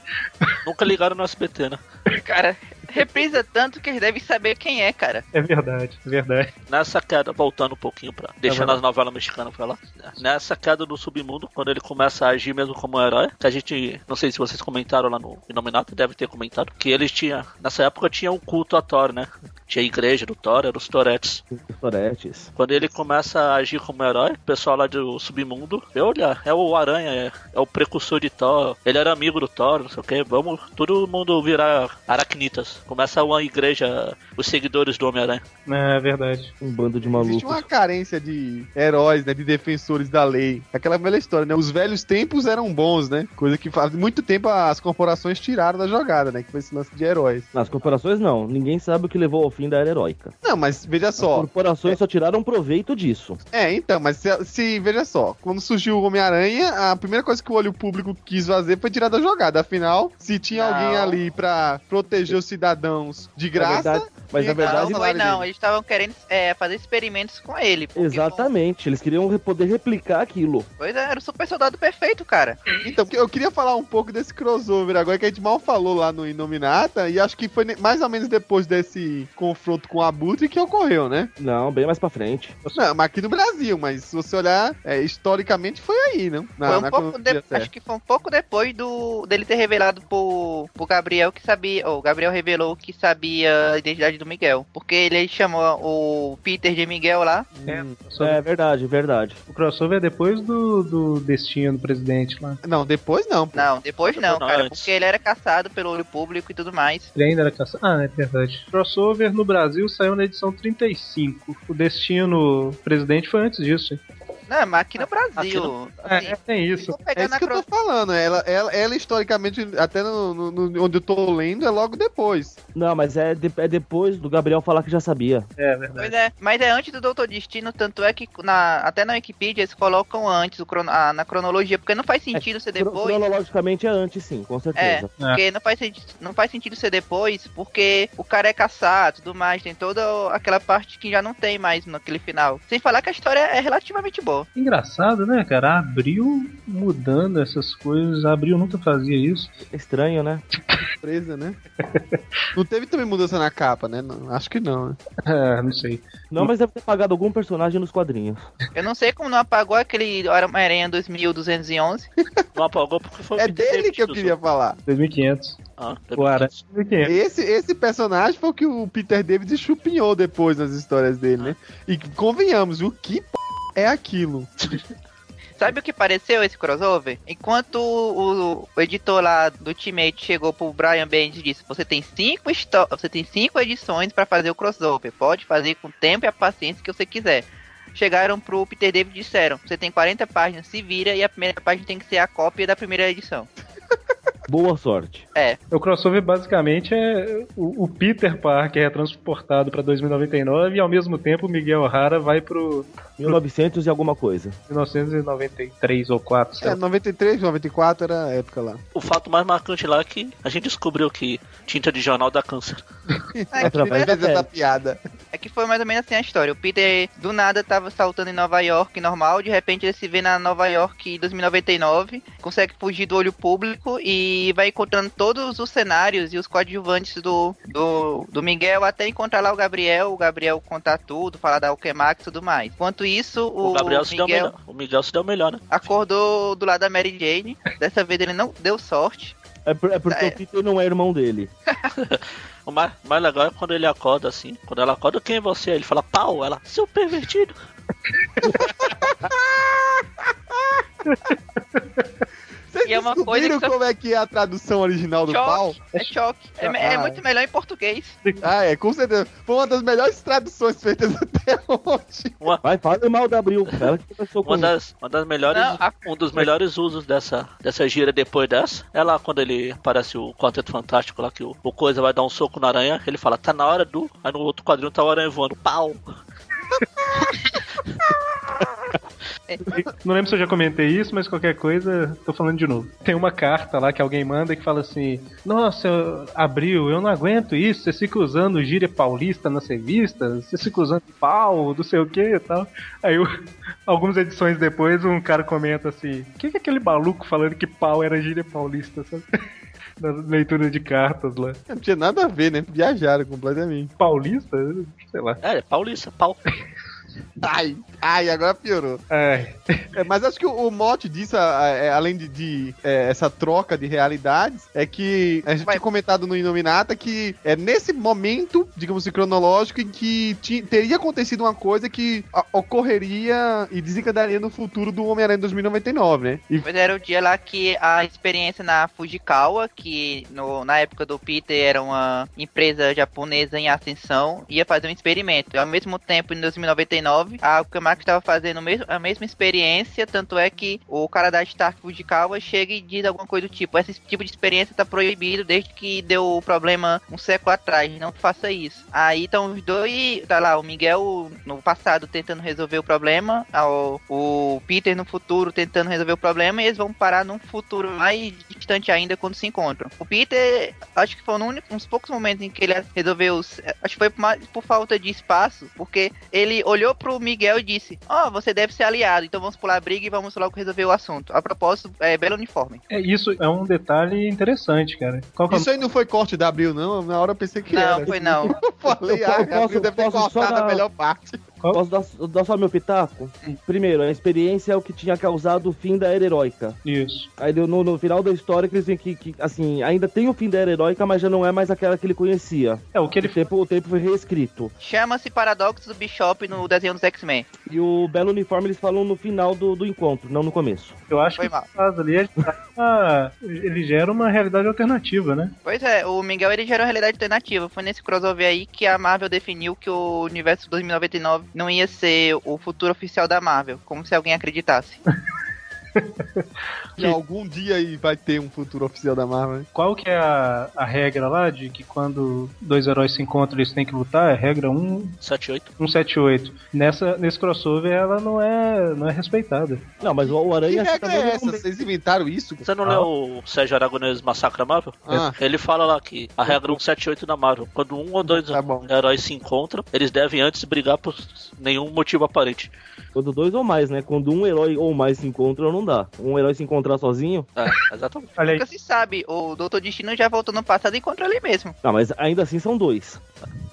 D: Nunca ligaram no SBT, né?
F: Cara, reprisa tanto que eles devem saber quem é, cara.
C: É verdade, é verdade.
D: Nessa queda, voltando um pouquinho pra deixando
C: bom.
D: as novelas mexicanas pra lá. Nessa queda do submundo, quando ele começa a agir mesmo como um herói, que a gente, não sei se vocês comentaram lá no Inominato, deve ter comentado, que eles tinham, nessa época tinha um culto a Thor, né? Tinha a igreja do Thor, era os Toretes.
G: Os Toretes.
D: Quando ele começa a agir como um herói, o pessoal lá do submundo, vê, olha, é o Aranha, é, é o precursor de Thor, ele era amigo do Thor, não sei o que, vamos todo mundo virar aracnitas. Começa uma igreja, os seguidores do Homem-Aranha.
C: É verdade.
G: Um bando de
E: Existe
G: malucos.
E: uma carência de heróis, né? De defensores da lei. Aquela velha história, né? Os velhos tempos eram bons, né? Coisa que faz muito tempo as corporações tiraram da jogada, né? Que foi esse lance de heróis.
G: Nas corporações, não. Ninguém sabe o que levou ao fim da era heróica.
E: Não, mas veja
G: As
E: só.
G: corporações só tiraram proveito disso.
E: É, então, mas se, se- veja só. Quando surgiu o Homem-Aranha, a primeira coisa que o olho público quis fazer foi tirar da jogada. Afinal, se tinha
F: Não.
E: alguém ali pra proteger os cidadãos de graça,
G: Na verdade, Mas na
E: Não,
G: verdade.
F: não
E: não
F: foi
E: falaram
F: não,
E: dele.
F: eles estavam querendo é, fazer experimentos com ele. porque,
G: Exatamente, eles queriam re- poder replicar aquilo.
F: pô, Pois é, era o super soldado perfeito, cara.
E: Então, eu queria falar um pouco desse crossover agora que a gente mal falou lá no Inominata, e acho que foi ne- mais ou menos depois desse confronto com a Abutre que ocorreu, né?
G: Não, bem mais pra frente.
E: Não, mas aqui no Brasil, mas se você olhar, é, historicamente foi aí, Ah, não? é Na,
F: foi um
E: na
F: pouco de-
E: cronologia certa.
F: Acho que foi um pouco depois do dele ter revelado pro, pro Gabriel que sabia. Ou o Gabriel revelou que sabia a identidade do Miguel. Porque ele chamou o Peter de Miguel lá.
E: Hum.
G: É verdade, verdade.
C: O crossover é depois do, do destino do presidente lá.
E: Não, depois não. pô.
F: Não, depois não,
D: Não,
F: cara.
D: antes.
F: Porque ele era caçado pelo olho público e tudo mais.
C: Ele ainda era caça... Ah, é verdade. Crossover no Brasil saiu na edição 35. O destino presidente foi antes disso. hein?
F: Não, mas aqui no
D: aqui
F: Brasil. assim,
C: É, é, tem
F: se
C: isso.
F: for pegar
E: É isso
F: na
E: que eu tô
F: cro-
E: falando. Ela, ela, ela historicamente, até no, no- no- onde eu tô lendo, é logo depois.
G: Não, mas é, de- é depois do Gabriel falar que já sabia.
C: É verdade.
F: Pois é, mas é antes do Doutor Destino, tanto é que na- até na Wikipedia eles colocam antes o crono- a- na cronologia, porque não faz sentido ser
G: Cro-
F: depois.
G: Cronologicamente é antes, sim, com certeza.
F: Porque não faz, sen- não faz sentido ser depois, porque o cara é caçado tudo mais, tem toda aquela parte que já não tem mais naquele final. Sem falar que a história é relativamente boa.
C: Engraçado, né, cara? Abril mudando essas coisas. Abril nunca fazia isso. (laughs)
E: É.
G: Estranho, né?
E: Presa, né? não teve também mudança na capa, né? Não, acho que não, né?
C: Ah, não sei.
G: Não, mas deve ter pagado algum personagem nos quadrinhos.
F: Eu não sei como não apagou aquele Homem-Aranha 2211.
D: Não apagou porque foi o
E: É
D: Peter
E: dele
D: David
E: que eu
D: usou.
E: queria falar.
C: 2500.
D: Ah,
C: O Aranha. 2500.
E: Esse, esse personagem foi o que o Peter David chupinhou depois nas histórias dele, né? E convenhamos, o que p... é aquilo?
F: Sabe o que pareceu esse crossover? Enquanto o, o editor lá do Ultimate chegou pro Brian Bendis e disse: "Você tem cinco histó- você tem cinco edições pra fazer o crossover. Pode fazer com o tempo e a paciência que você quiser." Chegaram pro Peter David e disseram: "Você tem 40 páginas, se vira e a primeira página tem que ser a cópia da primeira edição."
G: Boa sorte.
C: O crossover basicamente é o, o Peter Parker é transportado pra 2099 e ao mesmo tempo o Miguel O'Hara vai pro
G: 1900 e alguma coisa.
C: 1993 ou 4, sei
E: É,
C: lá.
E: 93, 94 era a época lá.
D: O fato mais marcante lá é que a gente descobriu que tinta de jornal dá câncer.
F: É, que-
G: Através
E: Primeira
G: da
E: vez essa
G: pele.
E: piada.
F: é que foi mais ou menos assim a história. O Peter do nada tava saltando em Nova York normal, de repente ele se vê na Nova York 2099, consegue fugir do olho público e vai encontrando todos os cenários e os coadjuvantes do, do, do Miguel até encontrar lá o Gabriel, o Gabriel contar tudo, falar da Alquemax e tudo mais. Enquanto isso, o,
D: O, Gabriel se deu
F: Miguel
D: melhor. O Miguel se deu melhor, né?
F: acordou do lado da Mary Jane. Dessa vez ele não deu sorte.
G: É, por- é porque
F: É.
G: o Peter não é irmão dele.
D: O mais, mais legal é quando ele acorda assim. Quando ela acorda, quem é você? Ele fala, pau. Ela, seu pervertido.
E: Vocês
F: E é uma coisa
E: descobriram
F: que só-
E: como é que é a tradução original do pau?
F: Choque, é choque. É, me- é
E: Ah.
F: muito melhor em português.
E: Ah, é, com certeza. Foi uma das melhores traduções feitas (laughs) até hoje.
G: Vai, fala mal da Abril. (laughs) Ela que começou com
D: Uma das, uma das melhores,
F: Não, a-
D: um dos melhores usos dessa, dessa gira depois dessa é lá quando ele aparece o Quarteto Fantástico lá que o, o Coisa vai dar um soco na aranha, ele fala, tá na hora do. Aí no outro quadrinho tá o aranha voando, pau!
C: Não lembro se eu já comentei isso, mas qualquer coisa, tô falando de novo. Tem uma carta lá que alguém manda que fala assim: Nossa, eu- Abril, eu não aguento isso, você fica usando gíria paulista nas revistas, você fica usando pau, não sei o que e tal. Aí, o- (laughs) algumas edições depois, um cara comenta assim: O que, que é aquele maluco falando que pau era gíria paulista? sabe? (laughs) Na leitura de cartas lá.
E: Não tinha nada a ver, né? Viajaram completamente.
C: Paulista? Sei lá.
D: É, é paulista, pau.
E: Ai, ai, agora piorou.
C: Ai,
E: É, mas acho que o, o mote disso, a- a- é, além de, de, é, essa troca de realidades, é que a gente
F: Vai.
E: tinha comentado no Inominata que é nesse momento, digamos assim, cronológico, em que ti- teria acontecido uma coisa que a- ocorreria e desencadearia no futuro do Homem-Aranha 2099, né? E
F: Mas era o dia lá que a experiência na Fujikawa, que no- na época do Peter era uma empresa japonesa em ascensão, ia fazer um experimento. E ao mesmo tempo, em 2099, a Kamaki estava fazendo o mesmo- a mesma experiência, tanto é que o cara da Stark Fujikawa chega e diz alguma coisa do tipo, esse tipo de experiência está proibido desde que deu o problema um século atrás, não faça isso. Aí estão os dois, tá lá, o Miguel no passado tentando resolver o problema, ah, a- o, o Peter no futuro tentando resolver o problema, e eles vão parar num futuro mais distante ainda quando se encontram. O Peter, acho que foi um único- uns poucos momentos em que ele resolveu. se- Acho que foi por, mais- por falta de espaço, porque ele olhou pro Miguel e disse: Ó, você deve ser aliado, então vamos pular a briga e vamos logo resolver o assunto. A propósito, é belo uniforme.
C: É, isso é um detalhe interessante, cara. Qual que é o
E: Isso aí não foi corte da Abril, não. Na hora eu pensei que
F: não,
E: era.
F: foi não.
E: Eu falei,
G: Eu
E: ah,
G: posso-
E: a Abril deve ter
G: posso só
E: cortado
G: dar-
E: a melhor
G: (laughs)
E: parte.
G: Posso dar, dar só meu pitaco? Primeiro, a experiência é o que tinha causado o fim da era heróica.
C: Isso.
G: Aí deu no, no final da história que eles veem que, que, assim, ainda tem o fim da era heróica, mas já não é mais aquela que ele conhecia.
C: É, o que ele
G: O tempo, o tempo foi reescrito.
F: Chama-se Paradoxo do Bishop no desenho dos X-Men.
G: E o belo uniforme eles falam no final do, do encontro, não no começo.
C: eu acho
F: Foi
C: que
F: mal.
C: faz ali ele tá- ele gera uma realidade alternativa, né?
F: Pois é, o Miguel ele gerou a realidade alternativa. Foi nesse crossover aí que a Marvel definiu que o universo 2099 não ia ser o futuro oficial da Marvel, como se alguém acreditasse.
E: Que algum dia aí vai ter um futuro oficial da Marvel. né?
C: Qual que é a, a regra lá de que quando dois heróis se encontram eles têm que lutar? É regra 1,
D: 78.
C: 178. Nessa, nesse crossover ela não é, não é respeitada.
G: Não, mas o, o
E: Que
G: Aranha
E: regra
G: tá
E: é
G: não É,
E: essa? Vocês inventaram isso?
D: Você não leu o Sérgio Aragonês Massacra Marvel?
E: Ah.
D: Ele fala lá que a regra 178 da Marvel, quando um ou dois
E: Tá bom.
D: heróis se encontram, eles devem antes brigar por nenhum motivo aparente.
G: Quando dois ou mais, né? Quando um herói ou mais se encontram, não dá. Um herói se encontrar sozinho.
D: É, exatamente.
C: Olha aí,
F: Nunca se sabe, o Doutor Destino já voltou no passado e encontrou ele mesmo.
G: Não, mas ainda assim são dois.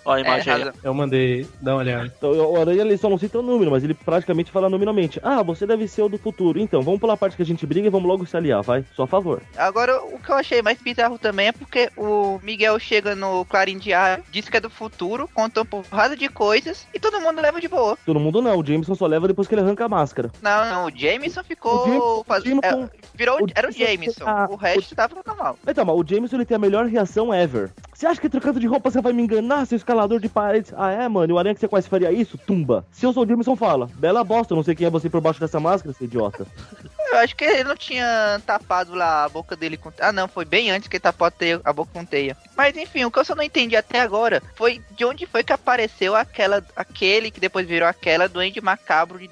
D: Olha a
F: É,
D: imagem aí.
F: razão.
C: eu mandei dar uma olhada.
G: Então, o Aranha ele só não cita o número, mas ele praticamente fala nominalmente. Ah, você deve ser o do futuro. Então, vamos pela parte que a gente briga e vamos logo se aliar, vai. Só a favor.
F: Agora, o que eu achei mais bizarro também é porque o Miguel chega no Clarim Diário, diz que é do futuro, conta um porrada de coisas e todo mundo leva de boa.
G: Todo mundo não. O Jameson só leva depois que ele arranca a máscara.
F: Não, não, o Jameson
G: O Jameson-
F: ficou.
G: o
F: faz-
G: Jameson-
F: é, virou,
G: o
F: era o
G: Jameson-
F: Jameson,
G: ah,
F: o resto tava normal.
G: Então, mas o Jameson ele tem a melhor reação ever. Você acha que trocando de roupa você vai me enganar, seu escalador de paredes? Ah, é, mano? E o Aranha que você quase faria isso? Tumba. Se eu sou o Jameson, fala. Bela bosta, eu não sei quem é você por baixo dessa máscara, seu idiota.
F: Eu acho que ele não tinha tapado lá a boca dele com. Ah, não, foi bem antes que ele tapou a, teia- a boca com teia. Mas enfim, o que eu só não entendi até agora foi de onde foi que apareceu aquela, aquele que depois virou aquela doente macabro de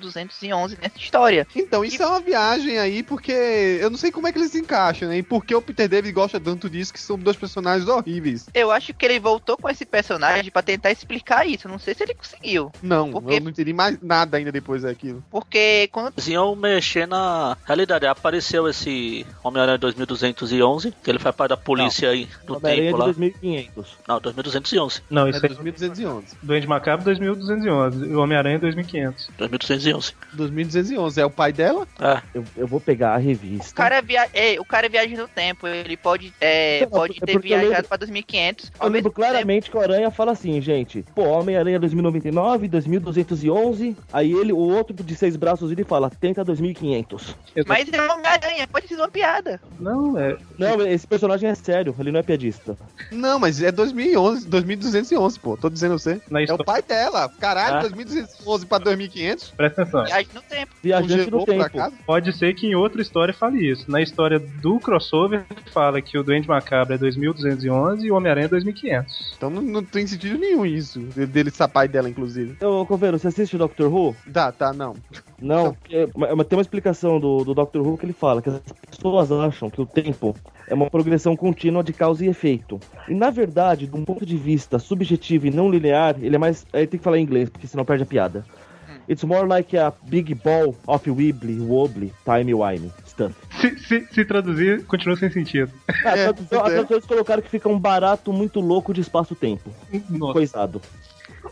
F: 2211 nessa história.
E: Então, isso é uma viagem aí, porque eu não sei como é que eles se encaixam, né? E por que o Peter David gosta tanto disso, que são dois personagens horríveis.
F: Eu acho que ele voltou com esse personagem pra tentar explicar isso. Não sei se ele conseguiu.
E: Não,
F: Por quê?
E: eu não entendi mais nada ainda depois daquilo.
F: Porque quando.
D: Eles iam mexer na realidade. Apareceu esse Homem-Aranha 2211, que ele faz parte da polícia aí do
G: Homem-Aranha é
D: tempo
G: de
D: lá.
G: 2500.
D: Não, 2211.
C: Não,
E: É
C: isso é
E: 2211.
C: Duende Macabro 2211 e o Homem-Aranha 2500.
D: 2211.
E: 2211 é o pai dela?
D: É,
G: Eu, eu vou pegar a
F: O
G: revista.
F: cara, via... é, o cara viaja no tempo, ele pode, é,
G: Não,
F: pode
G: é
F: ter
G: porque eu
F: viajado
G: lembro-
F: pra 2500.
G: Eu
F: ao mesmo
G: lembro claramente que o Aranha fala assim, gente. Pô, Homem-Aranha 2099, 2211. Aí ele, o outro de seis braços, ele fala, tenta 2500.
F: tempo. Mas ele é uma aranha, pode ser uma piada.
C: Não, é.
G: Não, esse personagem é sério, ele não é piadista.
E: Não, mas é 2011, 2211, pô. Tô dizendo a você.
C: Na
E: É
C: história.
E: o pai dela. Caralho,
D: Ah.
E: 2211 pra 2500?
C: Presta atenção.
F: Viaja no tempo.
G: Viajante do
E: Congelou pra
G: tempo.
E: casa?
C: Pode ser que em outra história fale isso. Na história do crossover, fala que o Duende Macabro é 2211 e o Homem-Aranha é 2500.
E: Então não, não tem sentido nenhum isso. de- Dele ser pai dela, inclusive.
G: Ô, Coveiro, você assiste Doctor Who?
E: Tá, tá, não.
G: Não,
E: Então-
G: porque- mas mas tem uma explicação do, do Dr. Who que ele fala que as pessoas acham que o tempo é uma progressão contínua de causa e efeito. E na verdade, de um ponto de vista subjetivo e não linear, ele é mais. Aí tem que falar em inglês, porque senão perde a piada.
E: Hum.
G: It's more like a big ball of wibbly wobbly timey wimey
E: (laughs)
G: stuff.
C: Se, se- se traduzir, continua sem sentido.
G: Ah,
E: É,
G: a tradução- as
E: é.
G: traduções colocaram que fica um barato muito louco de espaço-tempo.
C: Nossa.
G: Coisado.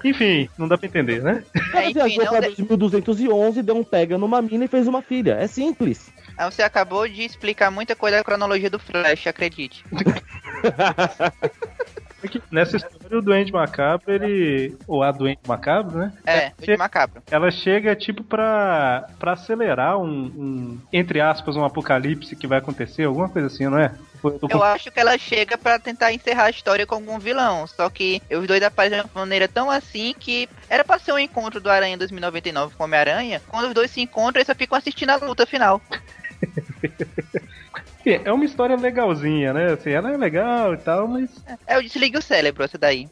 C: Enfim, não dá pra entender, né?
G: O cara
F: É, enfim,
G: viajou
F: não
G: pra
F: de-
G: 2211, deu um pega numa mina e fez uma filha.
E: (laughs)
G: É simples.
F: Ah, Você acabou de explicar muita coisa da cronologia do Flash, acredite.
C: É que nessa história, o Duende Macabro, ele. Ou a Duende Macabro, né?
F: É,
C: che-
F: muito macabro.
C: Ela chega, tipo, pra, pra acelerar um, um- Entre aspas, um apocalipse que vai acontecer, alguma coisa assim, não é? Eu tô
F: Eu acho que ela chega pra tentar encerrar a história com algum vilão. Só que os dois aparecem de uma maneira tão assim que era pra ser um encontro do Aranha 2099 com o Homem-Aranha. Quando os dois se encontram, eles só ficam assistindo a luta final.
C: Enfim, É uma história legalzinha, né? Assim, ela é legal e tal, mas
F: É, eu desligue o cérebro, essa daí.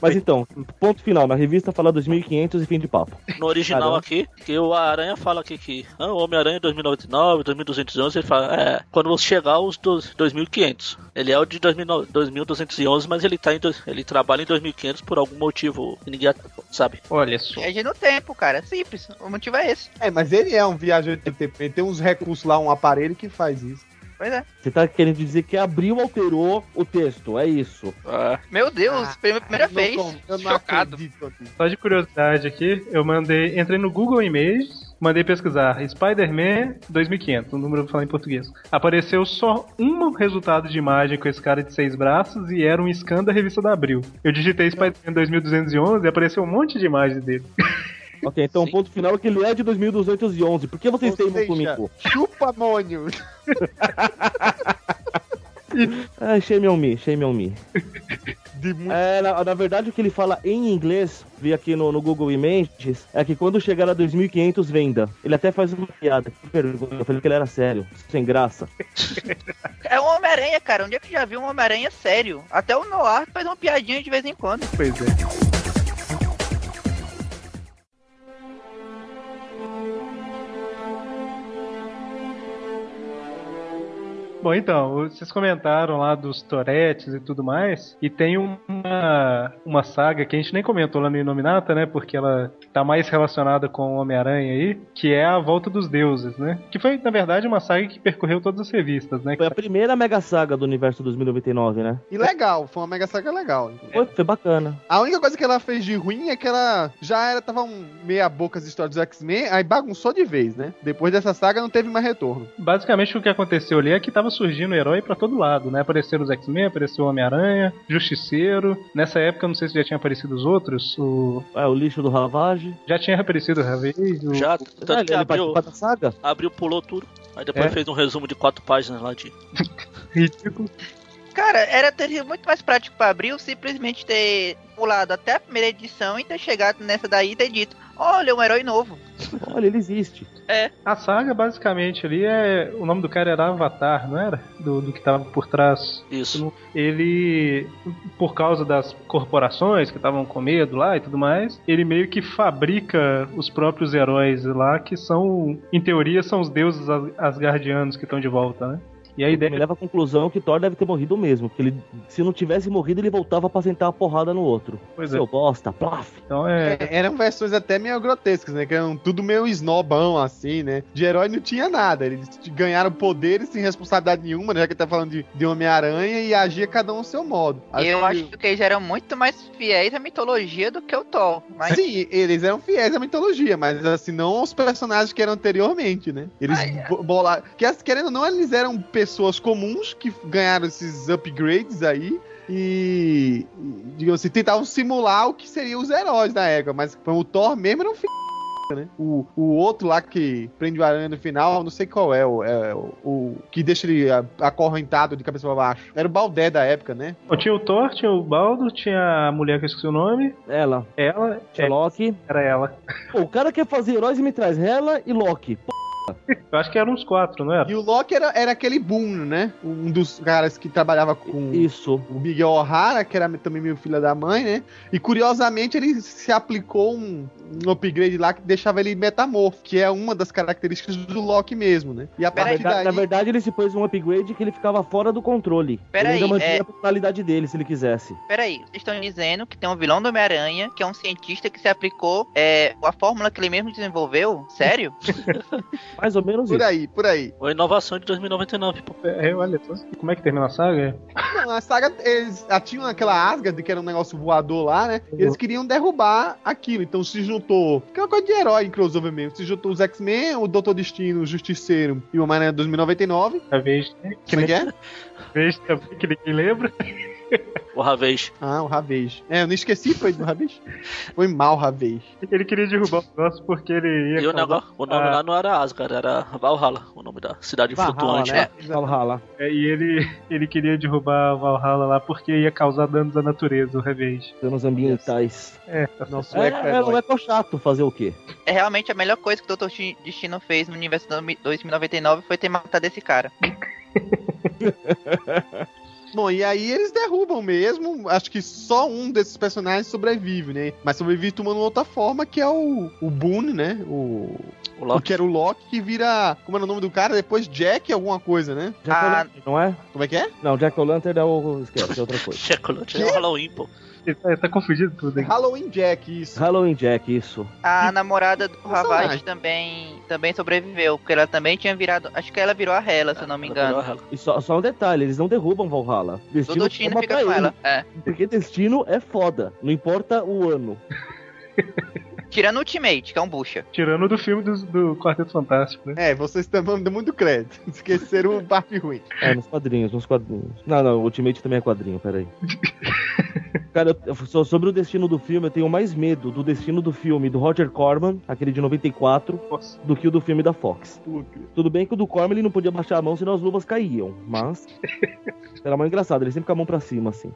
G: Mas então, ponto final. Na revista fala 2500 e fim de papo.
D: No original
G: Caramba.
D: aqui, que o Aranha fala aqui que ah, o Homem-Aranha 2099, 2211, ele fala, é, quando você chegar aos dos- 2500. Ele é o de 2009 2211, mas ele tá em dois- ele trabalha em 2500 por algum motivo que ninguém sabe.
C: Olha só.
F: Viaja no tempo, cara. Simples. O motivo é esse.
E: É, mas ele é um viajante do tempo. Ele tem uns recursos lá, um aparelho que faz isso.
F: Pois é.
G: Você tá querendo dizer que abriu, alterou o texto. É isso.
D: Ah,
F: Meu Deus, prime- primeira
E: Eu não
F: vez.
E: com- eu não
F: Chocado.
E: acredito aqui.
C: Só de curiosidade aqui, eu mandei, entrei no Google Images, mandei pesquisar Spider-Man 2500, o um número pra falar em português. Apareceu só um resultado de imagem com esse cara de seis braços e era um scan da revista da Abril. Eu digitei Spider-Man 2211 e apareceu um monte de imagens dele.
G: Ok, então o
D: Sim.
G: ponto final é que ele é de 2211. Por que vocês
E: Ou
G: têm
E: seja,
G: muito comigo?
E: Chupa, Mônio.
G: Ah, shame on me, shame on me.
E: De muito
G: É, na, na verdade, o que ele fala em inglês, vi aqui no, no Google Images, é que quando chegar a 2500, venda. Ele até faz uma piada. Que vergonha, Eu falei que ele era sério, sem graça.
F: É um Homem-Aranha, cara. Onde é que já viu um Homem-Aranha sério? Até o Noir faz uma piadinha de vez em quando.
C: Pois é. Bom, então, vocês comentaram lá dos Toretes e tudo mais, e tem uma, uma saga que a gente nem comentou lá no Inominata, né, porque ela tá mais relacionada com o Homem-Aranha aí, que é a Volta dos Deuses, né, que foi, na verdade, uma saga que percorreu todas as revistas, né,
G: Foi a primeira mega saga do universo 2099, né?
E: E legal, foi uma mega saga legal.
D: É.
G: Foi, foi bacana.
E: A única coisa que ela fez de ruim é que ela já era, tava um meia boca as histórias dos X-Men, aí bagunçou de vez, né? Depois dessa saga não teve mais retorno.
C: Basicamente o que aconteceu ali é que tava surgindo herói pra todo lado, né? Apareceram os X-Men, apareceu o Homem-Aranha, Justiceiro. Nessa época, eu não sei se já tinha aparecido os outros. O...
G: É, o lixo do Ravage.
C: Já tinha aparecido o Ravage. o-
D: já,
G: Ah,
D: tanto que
G: ele
D: abriu,
G: participa da saga?
D: abriu, pulou tudo. Aí depois
C: É.
D: fez um resumo de quatro páginas lá de.
C: Ridículo.
F: Cara, era ter sido muito mais prático pra abril simplesmente ter pulado até a primeira edição e ter chegado nessa daí e ter dito: Olha, um herói novo.
G: Olha, ele existe.
C: A saga, basicamente, ali é. O nome do cara era Avatar, não era? Do, do que tava por trás.
D: Isso.
C: Ele, por causa das corporações que estavam com medo lá e tudo mais, ele meio que fabrica os próprios heróis lá, que são, em teoria, são os deuses as- asgardianos que estão de volta, né? E a
G: Me
C: ideia
G: leva à conclusão que Thor deve ter morrido mesmo. Que ele, se não tivesse morrido, ele voltava pra sentar a porrada no outro.
C: Pois é.
G: Seu bosta, plaf.
C: Então é.
E: É, eram versões até meio grotescas, né? Que eram tudo meio snobão, assim, né? De herói não tinha nada. Eles t- ganharam poderes sem responsabilidade nenhuma, né? Já que tá falando de, de Homem-Aranha e agia cada um ao seu modo.
F: eu
E: Assim,
F: acho que eles eram muito mais fiéis à mitologia do que o Thor. Mas
E: Sim, eles eram fiéis à mitologia, mas assim, não aos personagens que eram anteriormente, né? Eles
F: Ah, é.
E: bo- bolaram. Que, as- querendo ou não, eles eram pessoas comuns que ganharam esses upgrades aí. E, e, digamos assim, tentavam simular o que seriam os heróis da época, mas foi o Thor mesmo era um f... né? O, o outro lá que prende o aranha no final, não sei qual é, o, é, o, o que deixa ele a- acorrentado de cabeça pra baixo. Era o Baldé da época, né?
C: Bom, tinha o Thor, tinha o Baldo, tinha a mulher que eu esqueci o nome.
G: Ela,
C: Ela,
G: tinha
C: é,
G: Loki.
C: era ela.
G: Pô, o cara quer fazer heróis e me traz ela e Loki. Pô,
C: Eu acho que eram uns quatro, não era?
E: E o Loki era, era aquele Boom, né? Um dos caras que trabalhava com.
G: Isso.
E: o Miguel O'Hara, que era também meu filho da mãe, né? E curiosamente ele se aplicou um, um upgrade lá que deixava ele metamorfo, que é uma das características do Loki mesmo, né? E a
G: Na
E: partir
G: verdade, na
E: daí.
G: verdade, ele se pôs um upgrade que ele ficava fora do controle.
F: Pera
G: ele ainda
F: aí,
G: mantinha
F: é-
G: a personalidade dele, se ele quisesse.
F: peraí, vocês estão dizendo que tem um vilão do Homem-Aranha, que é um cientista que se aplicou é, a fórmula que ele mesmo desenvolveu? Sério?
G: Mais ou menos
E: Por
G: isso.
E: aí, por aí.
D: Foi inovação de 2099, pô.
C: É, olha, só. como é que termina a saga?
E: Não, a saga, eles ah, tinham aquela Asgard, que era um negócio voador lá, né?
G: Uhum.
E: Eles queriam derrubar aquilo. Então se juntou. Que é uma coisa de herói em crossover mesmo. Se juntou os X-Men, o Doutor Destino, o Justiceiro e o Homem-Aranha 2099.
C: A vez né? que,
E: Como é que é?
C: vez (laughs) também que ninguém lembra.
D: O Ravage.
E: Ah, o Ravage. É, eu não esqueci, foi do Ravage. Foi mal, Ravage.
C: Ele queria derrubar o negócio porque ele ia.
D: E o,
C: causar-
D: negócio, o
E: É.
D: nome
C: Ah.
D: lá não era Asgard, era Valhalla, o nome da cidade flutuante.
E: né?
G: Valhalla.
C: É, e ele, ele queria derrubar a Valhalla lá porque ia causar danos à natureza, o Revenge.
G: Danos ambientais.
E: Nosso
G: É,
E: eco
G: é, um eco chato fazer o quê?
F: É realmente a melhor coisa que o Dr. Chi- Destino fez no universo do- 2099 foi ter matado esse cara.
E: Bom, e aí eles derrubam mesmo. Acho que só um desses personagens sobrevive, né? Mas sobrevive tomando outra forma, que é o, o Boone, né? O,
D: O
E: o
D: Loki.
E: que era o Loki, que vira. Como era o nome do cara? Depois Jack, alguma coisa, né?
G: Jack
F: Ah.
G: O'Lantern, não é?
E: Como é que é?
G: Não, Jack O'Lantern é o... Esquece, é outra
D: (laughs)
G: coisa.
D: Chocolate. É o Halloween, pô.
C: Ele tá, ele tá confundindo tudo aqui.
E: Halloween Jack, isso.
G: Halloween Jack, isso.
F: A namorada do
E: Personagem.
F: Ravage também, também sobreviveu, porque ela também tinha virado. Acho que ela virou a Hela, se eu não me engano.
G: E só, só um detalhe, eles não derrubam Valhalla. Destino
F: Todo time
G: toma
F: fica
G: pra
F: com
G: ele,
F: ela. É.
G: Porque destino é foda. Não importa o ano.
F: Tirando o Ultimate, que é um bucha.
C: Tirando do filme do, do Quarteto Fantástico, né?
E: É, vocês também dão muito crédito. (laughs) Esqueceram o parte ruim.
G: É, nos quadrinhos, nos quadrinhos. Não, não, Ultimate também é quadrinho,
F: (laughs)
G: peraí. Cara, eu- eu- so- sobre o destino do filme, eu tenho mais medo do destino do filme do Roger Corman, aquele de 94,
C: Nossa,
G: do que o do filme da Fox. Tudo bem que o do Corman ele não podia baixar a mão senão as luvas caíam,
F: (laughs)
G: mas. Era mais engraçado, ele sempre com a mão pra cima, assim.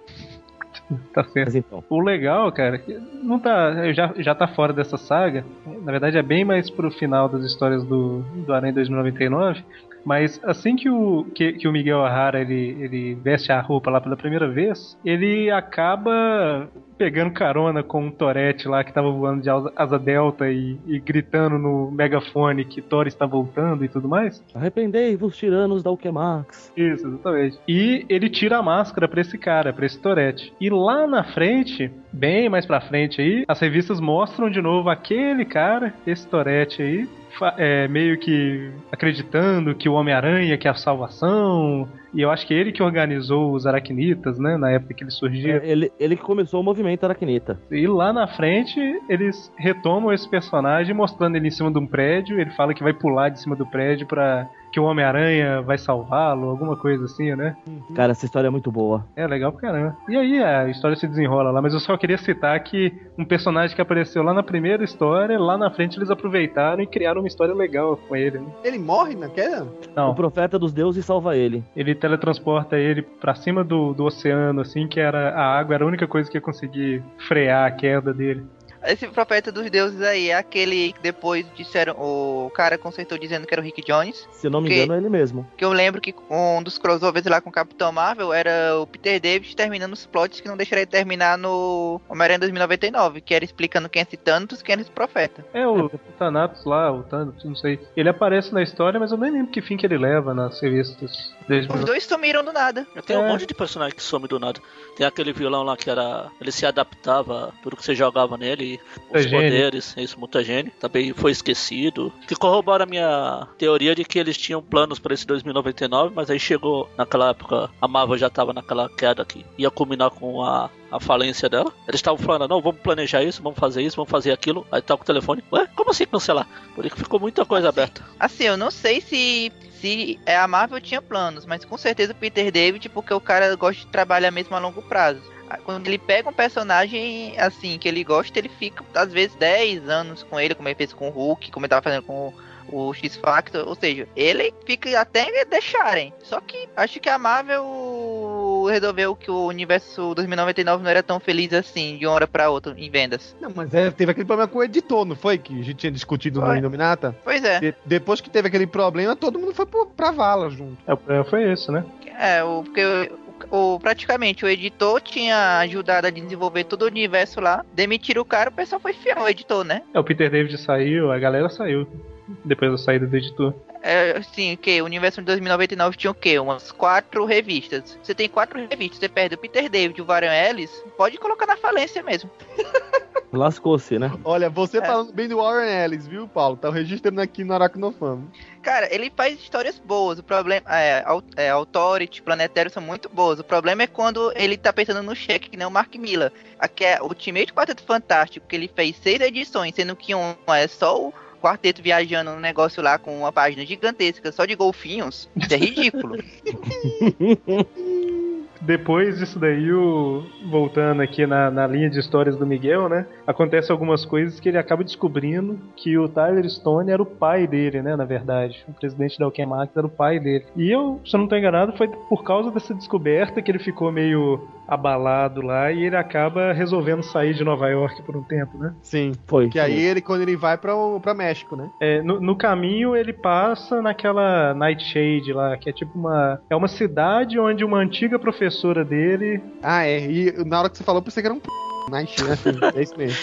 C: tá certo.
G: Mas então.
C: O legal, cara, é que não tá, já, já tá fora dessa saga. Na verdade, é bem mais pro final das histórias do, do Aranha 2099. Mas assim que o, que, que o Miguel O'Hara ele, ele veste a roupa lá pela primeira vez, ele acaba pegando carona com um Torete lá que tava voando de asa, asa delta e, e gritando no megafone que Thor está voltando e tudo mais.
G: Arrependei-vos, tiranos da Ukemax.
C: Isso, exatamente. E ele tira a máscara pra esse cara, pra esse Torete. E lá na frente, bem mais pra frente aí, as revistas mostram de novo aquele cara, esse Torete aí, fa- é, meio que acreditando que o Homem-Aranha que é a salvação. E eu acho que ele que organizou os aracnitas, né, na época que ele surgia.
G: É, Ele, ele que começou o movimento Araquineta.
C: E lá na frente, eles retomam esse personagem, mostrando ele em cima de um prédio. Ele fala que vai pular de cima do prédio pra que o Homem-Aranha vai salvá-lo, alguma coisa assim, né?
G: Cara, essa história é muito boa.
C: É legal pra caramba. E aí a história se desenrola lá, mas eu só queria citar que um personagem que apareceu lá na primeira história, lá na frente eles aproveitaram e criaram uma história legal com ele. Né?
E: Ele morre na queda?
C: Não.
G: O profeta dos deuses salva ele.
C: Ele teletransporta ele pra cima do, do oceano, assim, que era a água era a única coisa que ia conseguir frear a queda dele.
F: Esse profeta dos deuses aí é aquele que depois disseram. O cara consertou dizendo que era o Rick Jones.
G: Se eu não me
F: Que-
G: engano, é ele mesmo.
F: Que eu lembro que um dos crossovers lá com o Capitão Marvel era o Peter David terminando os plots que não deixaria ele terminar no Homem-Aranha 2099, que era explicando quem é esse Thanos e quem é esse profeta.
C: É o Thanatos lá, o Thanos, não sei. Ele aparece na história, mas eu nem lembro que fim que ele leva nas revistas. Desde
F: Os dois sumiram do nada.
D: Tem um
C: É.
D: monte de personagem que some do nada. Tem aquele vilão lá que era. Ele se adaptava a tudo que você jogava nele, os
C: Mutagênio.
D: poderes, é isso, mutagênio. Também foi esquecido. Que corrobora a minha teoria de que eles tinham planos pra esse 2099, mas aí chegou naquela época, a Marvel já tava naquela queda que ia culminar com a. A falência dela. Eles estavam falando, não, vamos planejar isso, vamos fazer isso, vamos fazer aquilo. Aí tá com o telefone. Ué, como assim cancelar? Por isso que ficou muita coisa aberta.
F: Assim, eu não sei se se é, a Marvel tinha planos, mas com certeza o Peter David, porque o cara gosta de trabalhar mesmo a longo prazo. Ah, Quando ele pega um personagem assim que ele gosta, ele fica às vezes 10 anos com ele, como ele fez com o Hulk, como ele tava fazendo com o, o X-Factor, ou seja, ele fica até deixarem. Só que acho que a Marvel resolveu que o universo 2099 não era tão feliz assim de uma hora pra outra em vendas.
E: Não, mas é, teve aquele problema com o editor, não foi? Que a gente tinha discutido no
F: Foi.
E: Indominata?
F: Pois é.
E: De- depois que teve aquele problema, todo mundo foi pro, pra vala junto.
C: É, o problema foi esse, né?
F: É, o, porque o, o- praticamente o editor tinha ajudado a desenvolver todo o universo lá, demitiram o cara, o pessoal foi fiel ao editor, né?
C: É, o Peter David saiu, a galera saiu. Depois da saída do editor.
F: É, assim, que o universo de 2099 tinha o quê? Umas quatro revistas. Você tem quatro revistas, você perde o Peter David, o Warren Ellis, pode colocar na falência mesmo.
G: Lascou-se, né?
E: Olha, você
F: É.
E: falando bem do Warren Ellis, viu, Paulo? Tá registrando aqui no Aracnofam.
F: Cara, ele faz histórias boas, o problema é, Au- é Authority, Planetário são muito boas. O problema é quando ele tá pensando no cheque, que nem o Mark Miller. Aqui é o Ultimate Quarteto Fantástico, que ele fez seis edições, sendo que uma é só o quarteto viajando no negócio lá com uma página gigantesca só de golfinhos. Isso é ridículo.
C: Depois disso daí, o- voltando aqui na, na linha de histórias do Miguel, né? Acontece algumas coisas que ele acaba descobrindo que o Tyler Stone era o pai dele, né? Na verdade, o presidente da Alchemax era o pai dele. E eu, se eu não tô enganado, foi por causa dessa descoberta que ele ficou meio abalado lá e ele acaba resolvendo sair de Nova York por um tempo, né?
E: Sim.
G: Foi.
E: Que aí ele, quando ele vai pra, o- pra México, né?
C: É, no, no caminho ele passa naquela Nightshade lá, que é tipo uma. É uma cidade onde uma antiga professora dele.
E: Ah, é. E na hora que você falou, eu pensei que era um p. Na China, é isso (laughs) mesmo.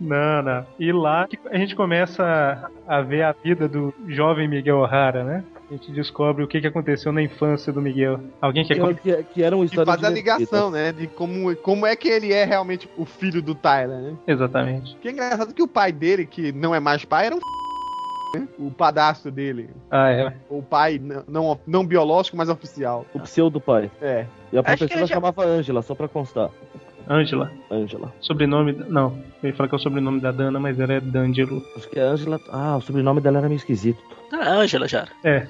C: Não, não. E lá que a gente começa a, a ver a vida do jovem Miguel O'Hara, né? A gente descobre o que, que aconteceu na infância do Miguel. Alguém quer comentar?
G: Que, que era um uma
E: E
G: história
E: faz a
G: divertida.
E: ligação, né? De como, como é que ele é realmente o filho do Tyler, né?
C: Exatamente.
E: Que é engraçado que o pai dele, que não é mais pai, era um p, né? O padastro dele.
C: Ah, é.
E: O pai não, não, não biológico, mas oficial.
G: O pseudo pai.
E: É.
G: E a
F: Acho que
G: professora
F: ele já-
G: chamava Ângela, só pra constar.
C: Ângela.
G: Ângela.
C: Sobrenome. da- Não, eu ia falar que é o sobrenome da Dana, mas ela é D'Angelo.
G: Acho que a Ângela. Ah, o sobrenome dela era meio esquisito.
D: Ah, Ângela já. era.
C: É.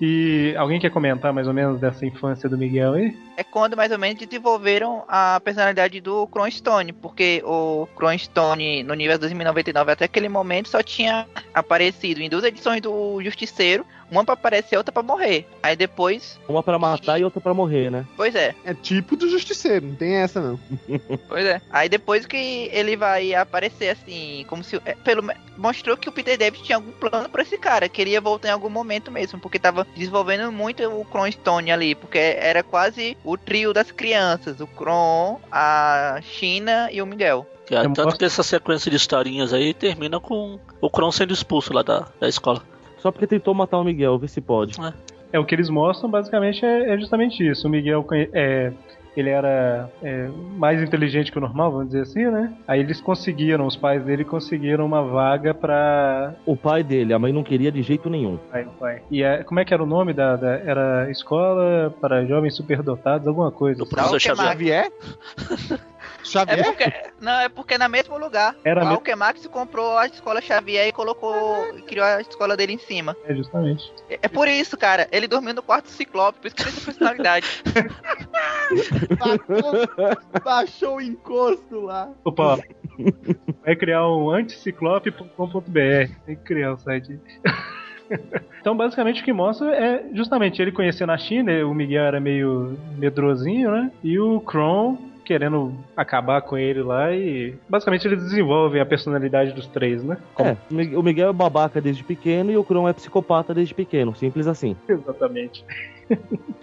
C: E alguém quer comentar mais ou menos dessa infância do Miguel aí?
F: é quando mais ou menos desenvolveram a personalidade do Cronstone, porque o Cronstone no universo 2099 até aquele momento só tinha aparecido em duas edições do Justiceiro, uma pra aparecer, outra pra morrer. Aí depois,
G: Uma pra matar e outra pra morrer, né?
F: pois é,
E: É tipo do justiceiro, não tem essa não.
F: pois é. Aí depois que ele vai aparecer assim, como se é, pelo me- mostrou que o Peter David tinha algum plano pra esse cara, queria voltar em algum momento mesmo, porque tava desenvolvendo muito o Cronstone ali, porque era quase o trio das crianças, o Cron, a China e o Miguel.
D: Que é-
C: Eu
D: tanto
C: gosto-
D: que essa sequência de historinhas aí termina com o Kron sendo expulso lá da, da escola.
G: Só porque tentou matar o Miguel, vê se pode.
C: É, o que eles mostram basicamente é, é justamente isso. O Miguel conhe- é, ele era é, mais inteligente que o normal, vamos dizer assim, né? Aí eles conseguiram, os pais dele conseguiram uma vaga pra.
G: O pai dele, a mãe não queria de jeito nenhum.
C: Ai, pai. E é- como é que era o nome da. da- era Escola para Jovens Superdotados, alguma coisa.
D: Do professor
F: que é
D: Xavier.
E: Xavier?
F: É
E: Xavier?
F: porque, não, é porque é no mesmo lugar.
C: Era
F: o
C: mesmo.
F: Alquemax comprou a escola Xavier e colocou. criou a escola dele em cima.
C: É, justamente.
F: É, é por isso, cara. Ele dormiu no quarto do Ciclope, por isso que ele tem personalidade.
E: Baixou, (laughs) baixou o encosto lá.
C: Ô, Paulo, vai criar um anticiclope.com.br. Tem que criar o site. (laughs) Então, basicamente, o que mostra é justamente ele conhecendo a China. O Miguel era meio medrosinho, né? E o Kron querendo acabar com ele lá. E basicamente, eles desenvolvem a personalidade dos três, né? (laughs)
G: É, o Mi- o Miguel é babaca desde pequeno e o Kron é psicopata desde pequeno. Simples assim.
C: Exatamente.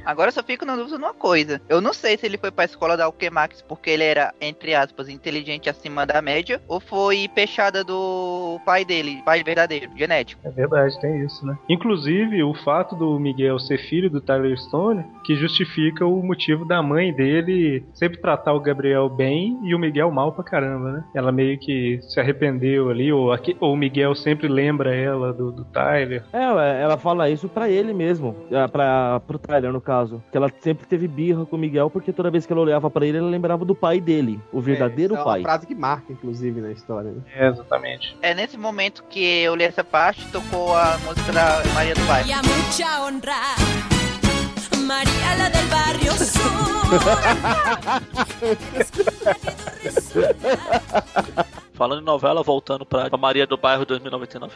F: Agora eu só fico na dúvida numa coisa. Eu não sei se ele foi pra escola da Alquemax porque ele era, entre aspas, inteligente acima da média, ou foi peixada do pai dele, pai verdadeiro, genético.
C: É verdade, tem isso, né? Inclusive, o fato do Miguel ser filho do Tyler Stone que justifica o motivo da mãe dele sempre tratar o Gabriel bem e o Miguel mal pra caramba, né? Ela meio que se arrependeu ali, ou, aque- ou o Miguel sempre lembra ela do, do Tyler.
G: É, ué, ela fala isso pra ele mesmo. é, Pra, pro Tyler, no caso. Que ela sempre teve birra com o Miguel porque toda vez que ela olhava pra ele, ela lembrava do pai dele. O verdadeiro
E: é, essa É
G: pai.
E: uma frase que marca, inclusive, na história. né?
C: É, exatamente.
F: É nesse momento que eu li essa parte, tocou a música da Maria do Bairro.
H: Y a mucha honra, María la del barrio sur.
D: Falando em novela, voltando pra Maria do Bairro 2099.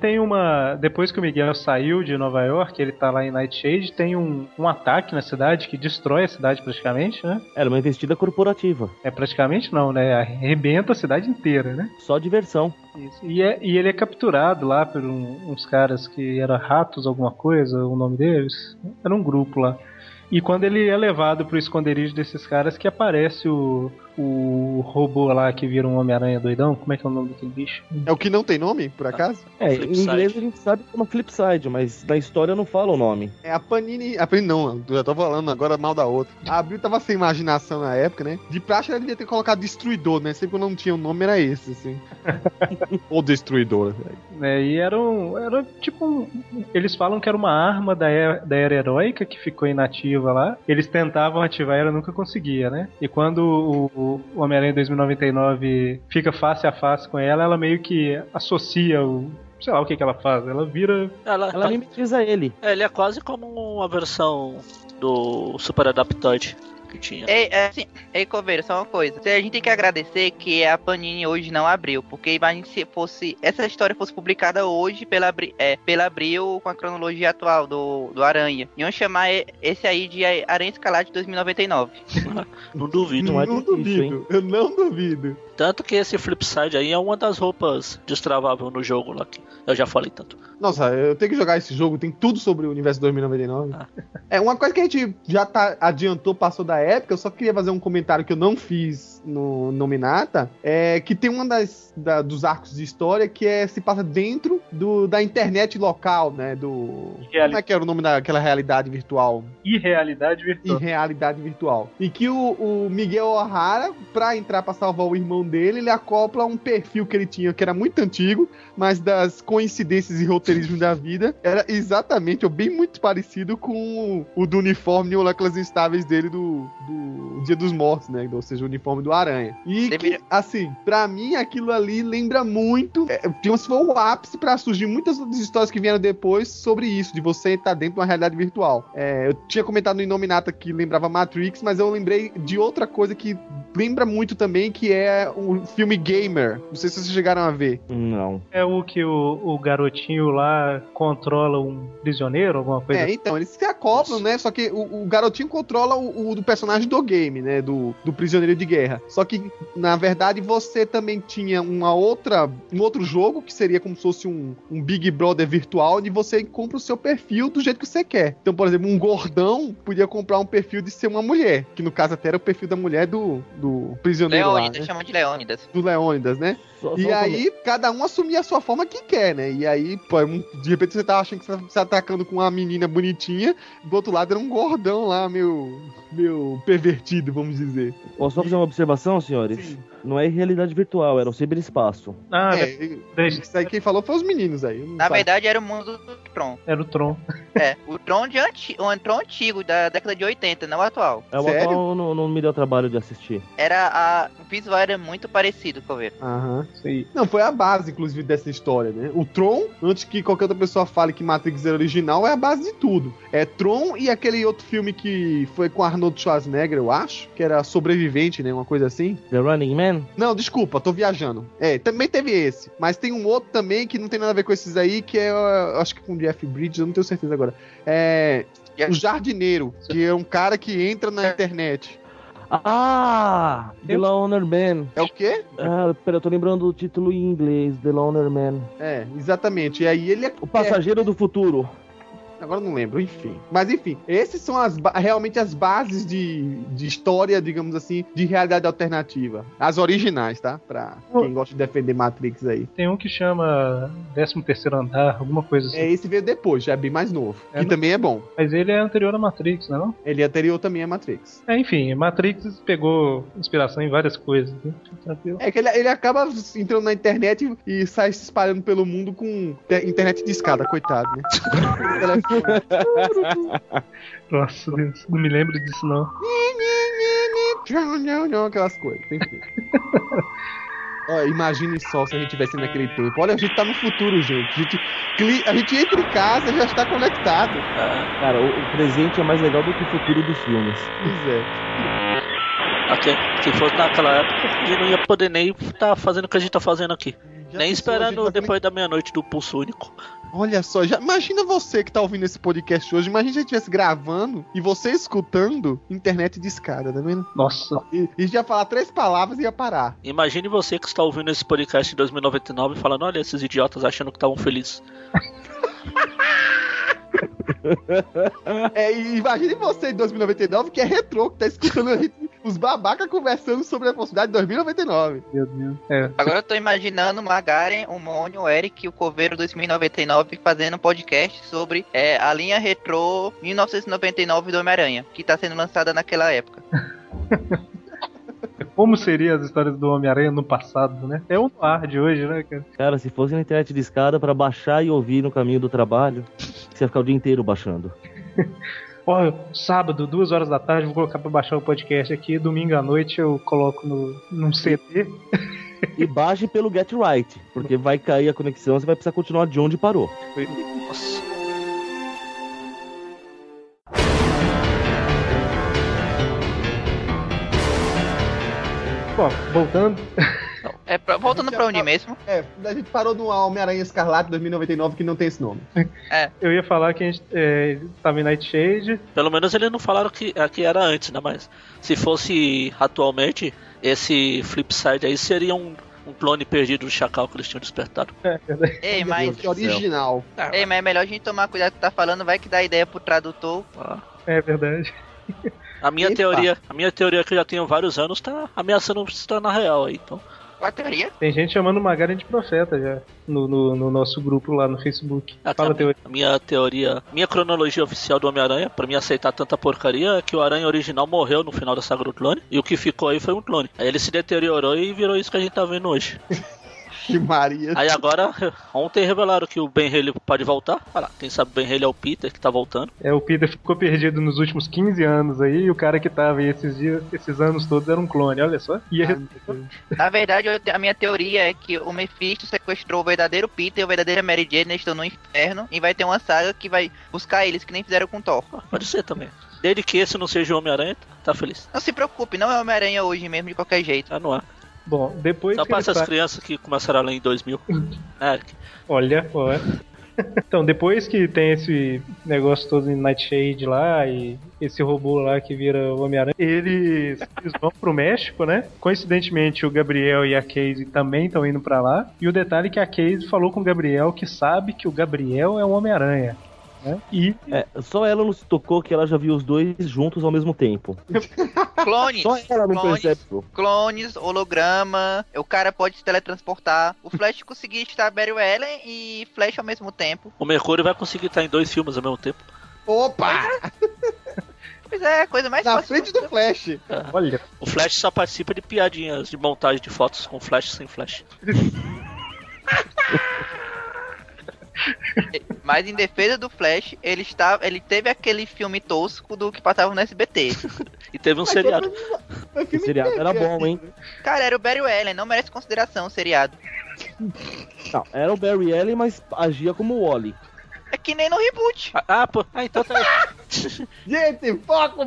C: Tem uma. Depois que o Miguel saiu de Nova York, ele tá lá em Nightshade, tem um, um ataque na cidade que destrói a cidade praticamente, né?
G: Era uma investida corporativa.
C: É praticamente não, né? Arrebenta a cidade inteira, né?
G: Só diversão.
C: Isso. E, é- e ele é capturado lá por um- uns caras que era ratos, alguma coisa, o nome deles. Era um grupo lá. E quando ele é levado pro esconderijo desses caras que aparece o, o robô lá que vira um Homem-Aranha doidão. Como é que é o nome daquele bicho?
E: É o que não tem nome, por acaso?
G: É, em
D: Flipside.
G: inglês a gente sabe como flipside, mas na história não fala o nome.
E: É a Panini. A Panini não, eu já tô falando agora mal da outra. A Abril tava sem imaginação na época, né? De praxe ela devia ter colocado Destruidor, né? Sempre quando não tinha um nome era esse, assim. (laughs) Ou Destruidor. né?
C: né? E era um. Era tipo um. Eles falam que era uma arma da era, da era heróica que ficou inativa lá. Eles tentavam ativar e ela nunca conseguia, né? E quando o, o Homem-Aranha 2099 fica face a face com ela, ela meio que associa o. Sei lá o que, que ela faz. Ela vira.
D: Ela, tá-
E: Tá.
G: Ela mimetiza ele.
D: é, ele é quase como uma versão do Super Adaptoid. que tinha.
F: Ei, é, assim, ei, Coveiro, só uma coisa. A gente tem que agradecer que a Panini hoje não abriu, porque imagine se fosse essa história fosse publicada hoje pela, Abri- é, pela Abril com a cronologia atual do, do Aranha. Iam chamar e- esse aí de Aranha Escalar de 2099.
D: Não duvido.
G: Não é
E: não
G: difícil,
E: duvido, eu não duvido.
D: Tanto que esse Flipside aí é uma das roupas destravável no jogo lá. Que eu já falei tanto.
E: Nossa, eu tenho que jogar esse jogo, tem tudo sobre o universo 2099.
D: Ah.
E: É, uma coisa que a gente já tá, adiantou, passou da época, eu só queria fazer um comentário que eu não fiz no Nominata, é que tem uma das da- dos arcos de história que é se passa dentro do, da internet local, né, do...
C: Reali-
E: Como é que era o nome daquela realidade virtual?
C: Irrealidade
E: e
C: virtual.
E: realidade virtual. E que o, o Miguel O'Hara, pra entrar pra salvar o irmão dele, ele acopla um perfil que ele tinha, que era muito antigo, mas das coincidências e roteirismos da vida, era exatamente, ou bem muito parecido com o, o do uniforme e moléculas instáveis dele do, do Dia dos Mortos, né? Ou seja, o uniforme do Aranha. E que,
F: Deveria-
E: assim, pra mim aquilo ali lembra muito, é, digamos, foi o ápice pra surgir muitas outras histórias que vieram depois sobre isso, de você estar dentro de uma realidade virtual. É, eu tinha comentado no Inominata que lembrava Matrix, mas eu lembrei de outra coisa que lembra muito também, que é o filme Gamer. Não sei se vocês chegaram a ver.
G: Não.
C: É o que o, o garotinho lá controla um prisioneiro, alguma coisa assim?
E: É, então, eles se acoplam, né? Só que o, o garotinho controla o, o do personagem do game, né? Do, do prisioneiro de guerra. Só que, na verdade, você também tinha uma outra, um outro jogo que seria como se fosse um, um Big Brother virtual, onde você compra o seu perfil do jeito que você quer. Então, por exemplo, um gordão podia comprar um perfil de ser uma mulher, que no caso até era o perfil da mulher do, do prisioneiro lá,
F: Leônidas,
E: né?
F: chama de Leônidas.
E: Do Leônidas, né?
G: Só-
E: E
G: só um
E: aí, cada um assumia a sua forma que quer, né? E aí, pô, é um- de repente você tá achando que você tá se atacando com uma menina bonitinha, do outro lado era um gordão lá, meu, meu pervertido, vamos dizer.
G: Posso só fazer uma observação, senhores? Não é realidade virtual, era o ciberespaço.
C: Ah,
E: é, e-
C: deixa-
E: isso aí quem falou foi os meninos aí. não
F: Na
E: sabe.
F: verdade, era o mundo do Tron.
C: era o Tron.
F: É, o Tron, de anti... o Tron antigo, da década de 80, não o atual.
G: É o
E: Sério?
G: qual não, não me deu trabalho de assistir.
F: Era a... O visual era muito parecido, Coveiro.
E: Aham.
C: Sim.
E: Não, foi a base, inclusive, dessa história, né? O Tron, antes que qualquer outra pessoa fale que Matrix era original, é a base de tudo. É Tron e aquele outro filme que foi com Arnold Schwarzenegger, eu acho, que era Sobrevivente, né? Uma coisa assim.
G: The Running Man?
E: Não, desculpa, tô viajando. É, também teve esse. Mas tem um outro também que não tem nada a ver com esses aí, que é, eu acho que com o Jeff Bridges, eu não tenho certeza agora. É. O Jardineiro, que é um cara que entra na internet.
G: Ah! The
C: Eu-
G: Loner Man.
E: É o quê?
G: Ah, pera, eu tô lembrando do título em inglês, The Loner Man.
E: É, exatamente. E aí ele é.
G: O Passageiro do Futuro.
E: Agora eu não lembro, enfim. Mas enfim, esses são as ba- realmente as bases de, de história, digamos assim, de realidade alternativa. As originais, tá? Pra quem gosta de defender Matrix aí.
C: Tem um que chama 13 terceiro andar, alguma coisa assim.
E: É, esse veio depois, já é bem mais novo.
C: É,
E: que
C: não-
E: também é bom.
C: Mas ele é anterior à Matrix, não é não?
E: Ele é anterior também a Matrix.
C: É, enfim, Matrix pegou inspiração em várias coisas. Né? Tranquilo.
E: É que ele, ele acaba entrando na internet e sai se espalhando pelo mundo com te- internet de escada, coitado, né? Telefone.
C: Nossa, Deus, não me lembro disso não.
E: Não, não, não, aquelas coisas. (laughs) Enfim. Ó, imagine só se a gente tivesse naquele tempo. Olha, a gente tá no futuro, gente. A gente, cli- a gente entra em casa e já está conectado.
D: É,
G: Cara, o, o presente é mais legal do que o futuro dos filmes.
E: Pois é.
D: aqui, se fosse naquela época, a gente não ia poder nem estar fazendo o que a gente tá fazendo aqui. nem
E: Já pensou, a gente tá
D: esperando
E: fazendo-
D: depois da meia-noite do pulso único.
E: Olha só, já, imagina você que tá ouvindo esse podcast hoje. Imagina se a gente estivesse gravando e você escutando internet de escada, tá vendo?
C: Nossa,
E: E, e já falar três palavras e ia parar.
D: Imagine você que está ouvindo esse podcast em 2099 falando: olha, esses idiotas achando que estavam felizes.
E: É, e imagine você em 2099, que é retrô, que tá escutando a gente, os babacas conversando sobre a possibilidade de 2099.
C: meu Deus. É,
F: Agora eu tô imaginando o Magaren, o Mônio, o Eric e o Coveiro 2099 fazendo um podcast sobre é, a linha retrô 1999 do Homem-Aranha, que tá sendo lançada naquela época.
C: é como seriam as histórias do Homem-Aranha no passado, né? É o ar de hoje, né, cara?
G: Cara, se fosse na internet de escada pra baixar e ouvir no caminho do trabalho, você ia ficar o dia inteiro baixando.
C: Ó, sábado, duas horas da tarde, vou colocar pra baixar o podcast aqui. Domingo à noite eu coloco no, num CD.
G: E baixe pelo Get Right, porque vai cair a conexão, você vai precisar continuar de onde parou.
D: Nossa.
I: Bom, voltando.
F: Não, É pra- voltando pra onde mesmo?
E: É, a gente parou no Homem-Aranha Escarlate 2099 que não tem esse nome.
C: Eu ia falar que a gente é, tava em Nightshade.
D: Pelo menos eles não falaram que, a que era antes, né? Mas se fosse atualmente, esse Flipside aí seria um, um clone perdido do Chacal que eles tinham despertado.
F: Ei, mas,
E: é Que original.
F: ei, mas é melhor a gente tomar cuidado com o que tá falando, vai que dá ideia pro tradutor.
D: Ah,
C: É verdade.
D: A minha
E: Epa.
D: teoria, a minha teoria que eu já tenho vários anos, tá ameaçando se tornar real aí, então.
F: Qual a teoria?
C: Tem gente chamando o Magaren de profeta já no, no- no nosso grupo lá no Facebook.
D: A,
C: Fala a teoria.
D: a minha teoria, minha cronologia oficial do Homem-Aranha, pra mim aceitar tanta porcaria, é que o Aranha original morreu no final da saga do clone, e o que ficou aí foi um clone. Aí ele se deteriorou e virou isso que a gente tá vendo hoje.
E: Que Maria.
D: Aí agora, (laughs) ontem revelaram que o Ben Haley pode voltar. Olha lá, quem sabe o Ben Haley é o Peter que tá voltando.
C: É, o Peter ficou perdido nos últimos 15 anos aí, e o cara que tava aí esses dias, esses anos todos era um clone, olha só. E ele-
F: Na verdade, eu te- a minha teoria é que o Mephisto sequestrou o verdadeiro Peter e o verdadeiro Mary Jane, eles estão no inferno, e vai ter uma saga que vai buscar eles, que nem fizeram com Thor.
D: Ah, Pode ser também. Desde que esse não seja o Homem-Aranha, tá feliz.
F: Não se preocupe, não é Homem-Aranha hoje mesmo, de qualquer
G: (laughs)
F: jeito.
D: Ah, não é.
C: Bom, depois
D: Só
C: que
D: pra
C: ele
D: essas
C: sai...
D: crianças que começaram a ler em 2000. É,
C: Olha, olha. (laughs) Então, depois que tem esse negócio todo em Nightshade lá e esse robô lá que vira o Homem-Aranha, eles, eles vão pro México, né? Coincidentemente, o Gabriel e a Casey também estão indo pra lá. E o detalhe é que a Casey falou com o Gabriel que sabe que o Gabriel é o Homem-Aranha. Né? E
G: É, só ela não se tocou que ela já viu os dois juntos ao mesmo tempo.
F: Clones,
G: Só ela não
F: clones,
G: percebe. pô.
F: clones, holograma, o cara pode se teletransportar. O Flash (laughs) conseguia estar Barry Allen e Flash ao mesmo tempo.
D: o Mercúrio vai conseguir estar em dois filmes ao mesmo tempo.
E: Opa!
F: Pois é, coisa mais
E: Na
F: fácil.
E: frente do Flash.
C: olha,
D: O Flash só participa de piadinhas de montagem de fotos com Flash sem Flash.
F: Mas em defesa do Flash, ele está, ele teve aquele filme tosco do que passava no
G: (laughs)
F: SBT.
D: E teve um seriado.
E: Mas
G: Esse
E: filme
G: seriado
E: teve,
G: era
E: assim.
G: bom, hein?
F: Cara, era o Barry Allen, não merece consideração o seriado.
G: Não, era o Barry Allen, mas agia como o Wally.
F: É que nem no reboot.
D: Ah, ah, pô, ah, então tá.
E: Gente, foco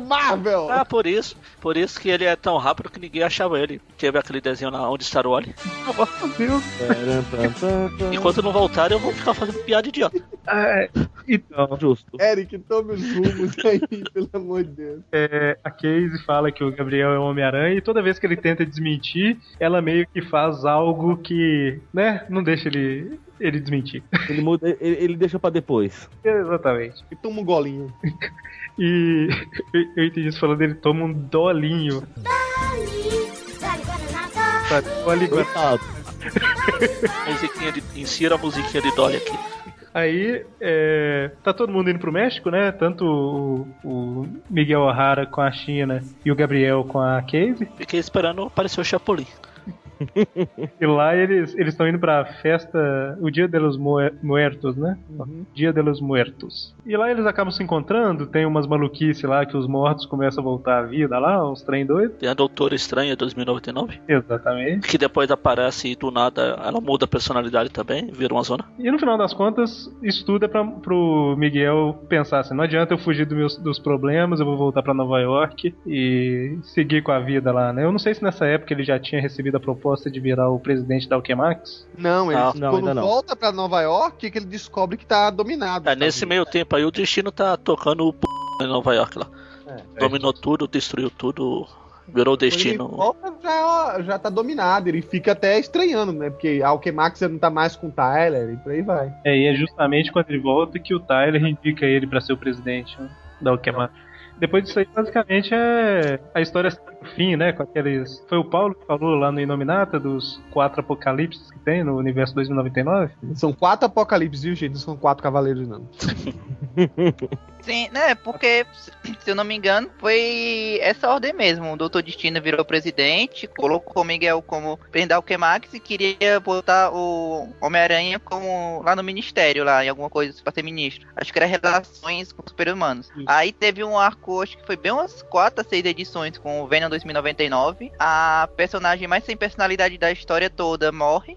D: (laughs)
E: Marvel!
D: Ah, por isso. Por isso que ele é tão rápido que ninguém achava ele. Teve aquele desenho lá onde está o Wally.
G: Taran, tan, tan, tan.
D: Enquanto não voltar, eu vou ficar fazendo piada idiota.
C: ah, então,
G: Justo.
E: Eric, tome os rumos (laughs) aí, pelo amor de Deus.
C: É, a Casey fala que o Gabriel é o Homem-Aranha e toda vez que ele tenta desmentir, ela meio que faz algo que, né, não deixa ele, ele desmentir.
G: Ele, muda, ele, ele deixa pra depois.
C: Exatamente.
E: E toma um golinho.
C: E eu- eu entendi isso falando, ele toma um dolinho. Sabe? Olha, agora.
G: Coitado.
D: Musiquinha de. Insira a musiquinha de Dolly aqui.
C: Aí é, tá todo mundo indo pro México, né? Tanto o, o Miguel O'Hara com a China e o Gabriel com a Casey.
D: Fiquei esperando aparecer o Chapolin.
C: E lá eles eles estão indo pra festa, o Dia de los Mue- Muertos, né? Dia de los Muertos. E lá eles acabam se encontrando, tem umas maluquices lá que os mortos começam a voltar à vida lá, uns trem doido.
D: Tem é a Doutora Estranha 2099,
C: Exatamente.
D: que depois aparece e do nada ela muda a personalidade também, vira uma zona.
C: E no final das contas, isso tudo é pra, pro Miguel pensar assim: não adianta eu fugir do meus- dos problemas, eu vou voltar pra Nova York e seguir com a vida lá, né? Eu não sei se nessa época ele já tinha recebido a proposta de virar o presidente da Alquemax.
E: Não, ele
D: Ah,
G: não,
E: quando
G: ainda não.
E: volta pra Nova York é que ele descobre que tá dominado.
D: É, nesse meio tempo aí o destino tá tocando o p... em Nova York lá. Dominou tudo, destruiu tudo, virou o
E: Quando Ele
D: destino.
E: volta já, já tá dominado, ele fica até estranhando, né? Porque a Alquemax já não tá mais com o Tyler e por aí vai.
C: É, e é justamente quando ele volta que o Tyler indica ele pra ser o presidente né, da Alquemax. Depois disso aí, basicamente, é a história segue o fim, né? Com aqueles. Foi o Paulo que falou lá no Inominata dos quatro apocalipses que tem no universo 2099?
E: São quatro apocalipses, viu, gente? Não são quatro cavaleiros, não.
F: Sim, né? Porque, se se eu não me engano, foi essa ordem mesmo. O Doutor Destino virou presidente, colocou o Miguel como presidente da Alquemax e queria botar o Homem-Aranha como lá no ministério, lá em alguma coisa pra ser ministro. Acho que era relações com super-humanos. Aí teve um arco, acho que foi bem umas 4 a 6 edições com o Venom 2099. A personagem mais sem personalidade da história toda morre.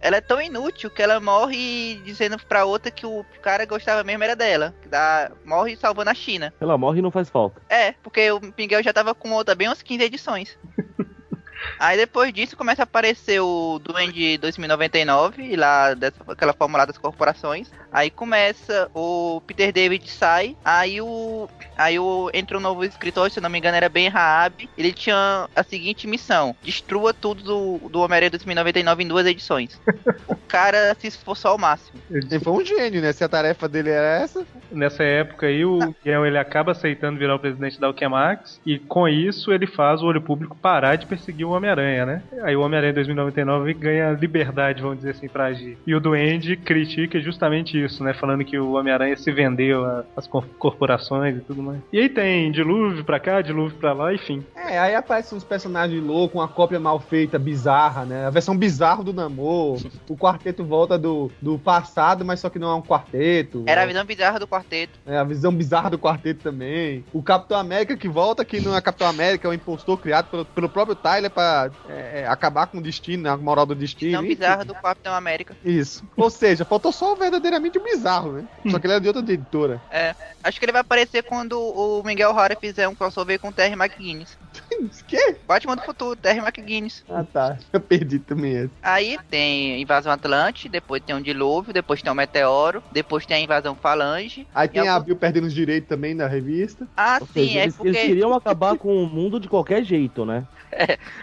F: Ela é tão inútil que ela morre dizendo pra outra que o cara gostava mesmo era dela. Que dá, morre salvando a China.
G: Ela morre e não faz falta.
F: É, porque o Miguel já tava com outra bem umas 15 edições. Aí depois disso começa a aparecer o Duende 2099, e lá dessa, aquela fórmula das corporações. Aí começa, o Peter David sai, aí o. Aí o, entra um novo escritor, se eu não me engano, era Ben Raab. Ele tinha a seguinte missão: destrua tudo do, do Homem-Aranha 2099 em duas edições. o cara se esforçou ao máximo.
J: Ele foi um gênio, né? Se a tarefa dele era essa,
C: Nessa época aí, o Miguel ele acaba aceitando virar o presidente da Alquemax e com isso ele faz o olho público parar de perseguir o Homem-Aranha, né? Aí o Homem-Aranha 2099 ganha liberdade, vamos dizer assim, pra agir. E o Duende critica justamente isso, né? Falando que o Homem-Aranha se vendeu a- às cor- corporações e tudo mais. E aí tem dilúvio pra cá, dilúvio pra lá, enfim. (laughs)
E: É, aí aparecem uns personagens loucos, uma cópia mal feita, bizarra, né? A versão bizarra do Namor. O quarteto volta do, do passado, mas só que não é um quarteto.
F: Era a
E: né?
F: visão bizarra do quarteto.
E: É, a visão bizarra do quarteto também. O Capitão América que volta, que não é Capitão América, é um impostor criado pelo, pelo próprio Tyler pra é, é, acabar com o destino, né? a moral do destino.
F: Visão
E: enfim.
F: bizarra do Capitão América.
E: Isso. Ou seja, faltou só o verdadeiramente o bizarro, né? Só que ele é de outra editora. (laughs)
F: Acho que ele vai aparecer quando o Miguel Hara fizer um crossover com o Terry McGuinness.
E: que?
F: Batman do futuro, Terry McGuinness.
E: Ah, tá. Eu perdi também essa.
F: Aí tem Invasão Atlante, depois tem um Dilúvio, depois tem um Meteoro, depois tem a Invasão Falange.
E: Aí tem
F: E é
E: a
F: algum-
E: Abril perdendo os direitos também na revista.
F: Ah,
G: Ou
F: sim,
G: seja,
F: é
G: eles,
F: porque.
G: eles queriam acabar com o mundo de qualquer jeito, né?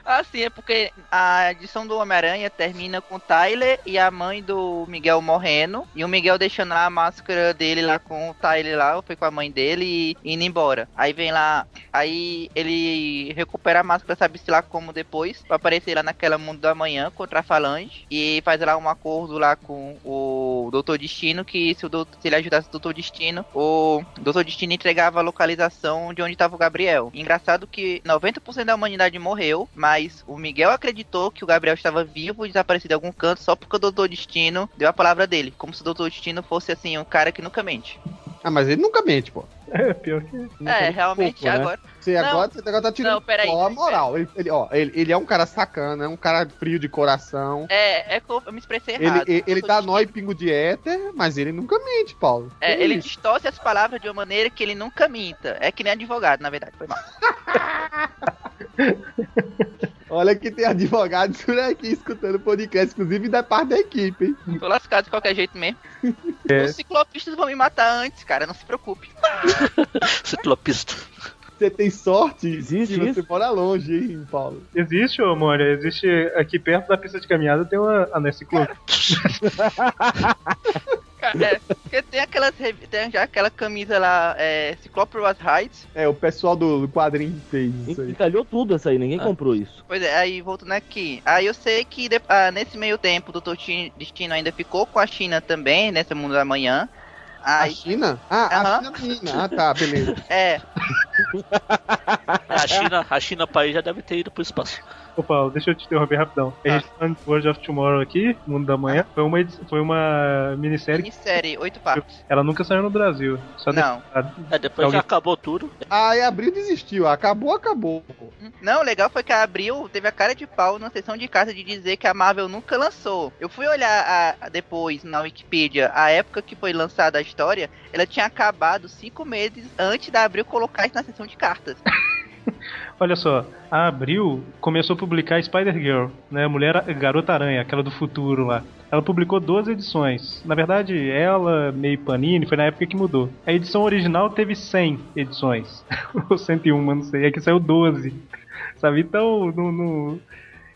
F: Ah, sim, é porque a edição do Homem-Aranha termina com o Tyler e a mãe do Miguel morrendo. E o Miguel deixando lá a máscara dele lá com o Tyler lá, ou foi com a mãe dele e indo embora. Aí vem lá, aí ele recupera a máscara, sabe-se lá como depois, pra aparecer lá naquela Mundo da Manhã contra a Falange. E faz lá um acordo lá com o Doutor Destino, que se, o doutor, se ele ajudasse o Doutor Destino, o Doutor Destino entregava a localização de onde estava o Gabriel. Engraçado que 90% da humanidade morreu, mas o Miguel acreditou que o Gabriel estava vivo e desaparecido em algum canto só porque o Doutor Destino deu a palavra dele, como se o Doutor Destino fosse assim, um cara que nunca mente.
E: Ah, mas ele nunca mente, pô.
C: É, pior que.
F: é, realmente
G: pouco, né?
F: agora.
E: Você
F: Não.
E: agora, você agora tá tirando
F: Não, peraí,
E: ó, a
F: peraí,
E: moral. Ele, ele, ó, ele, ele é um cara sacana, é um cara frio de coração.
F: É, é que eu eu me expressei
E: Ele,
F: errado.
E: ele, ele
F: Doutor
E: dá
F: Destino-
E: nó e pingo de éter, mas ele nunca mente, Paulo.
F: É,
E: Que
F: ele
E: isso?
F: distorce as palavras de uma maneira que ele nunca minta. É que nem advogado, na verdade. Foi mal.
E: Olha que tem advogados por aqui escutando podcast, inclusive da parte da equipe, hein?
F: Tô lascado de qualquer jeito mesmo.
C: É.
F: Os ciclopistas vão me matar antes, cara. Não se preocupe.
D: Ciclopista.
E: Você tem sorte
G: Existe
E: que você
G: isso?
E: mora longe, hein, Paulo?
C: Existe, ô Mônia, existe aqui perto da pista de caminhada tem uma aneciclo.
F: Cara, é, porque tem aquelas revi- tem já aquela camisa lá, é, Ciclopias Heights.
E: É, o pessoal do quadrinho fez isso aí.
G: Encalhou tudo essa aí, ninguém
D: Ah.
G: comprou isso.
F: Pois é, aí voltando aqui. Aí eu sei que de- ah, nesse meio tempo o Doutor Chi- Destino ainda ficou com a China também, nesse mundo da manhã.
E: A
F: Aí,
E: China? Ah,
F: Aham.
E: a China. Ah, tá, beleza.
F: é,
D: A China, a China país já deve ter ido pro espaço.
C: Ô Paulo, deixa eu te interromper rapidão. A gente tá falando de World of Tomorrow aqui, Mundo da Manhã. Foi uma, edi- foi uma minissérie que
F: minissérie, oito partes.
C: ela nunca saiu no Brasil. Só
F: Não.
D: É, depois
C: Alguém-
D: já acabou tudo.
E: Aí abriu e desistiu. Acabou, acabou.
F: Não, o legal foi que a Abril teve a cara de pau na sessão de casa de dizer que a Marvel nunca lançou. Eu fui olhar a- a- depois na Wikipedia a época que foi lançada a história, ela tinha acabado cinco meses antes da Abril colocar isso na sessão de cartas.
C: Olha só, a Abril começou a publicar Spider-Girl, né? Mulher Garota Aranha, aquela do futuro lá. Ela publicou 12 edições. Na verdade, ela, meio Panini, foi na época que mudou. A edição original teve 100 edições. (laughs) Ou 101, não sei. Aqui saiu 12. Sabe? Então, não, não,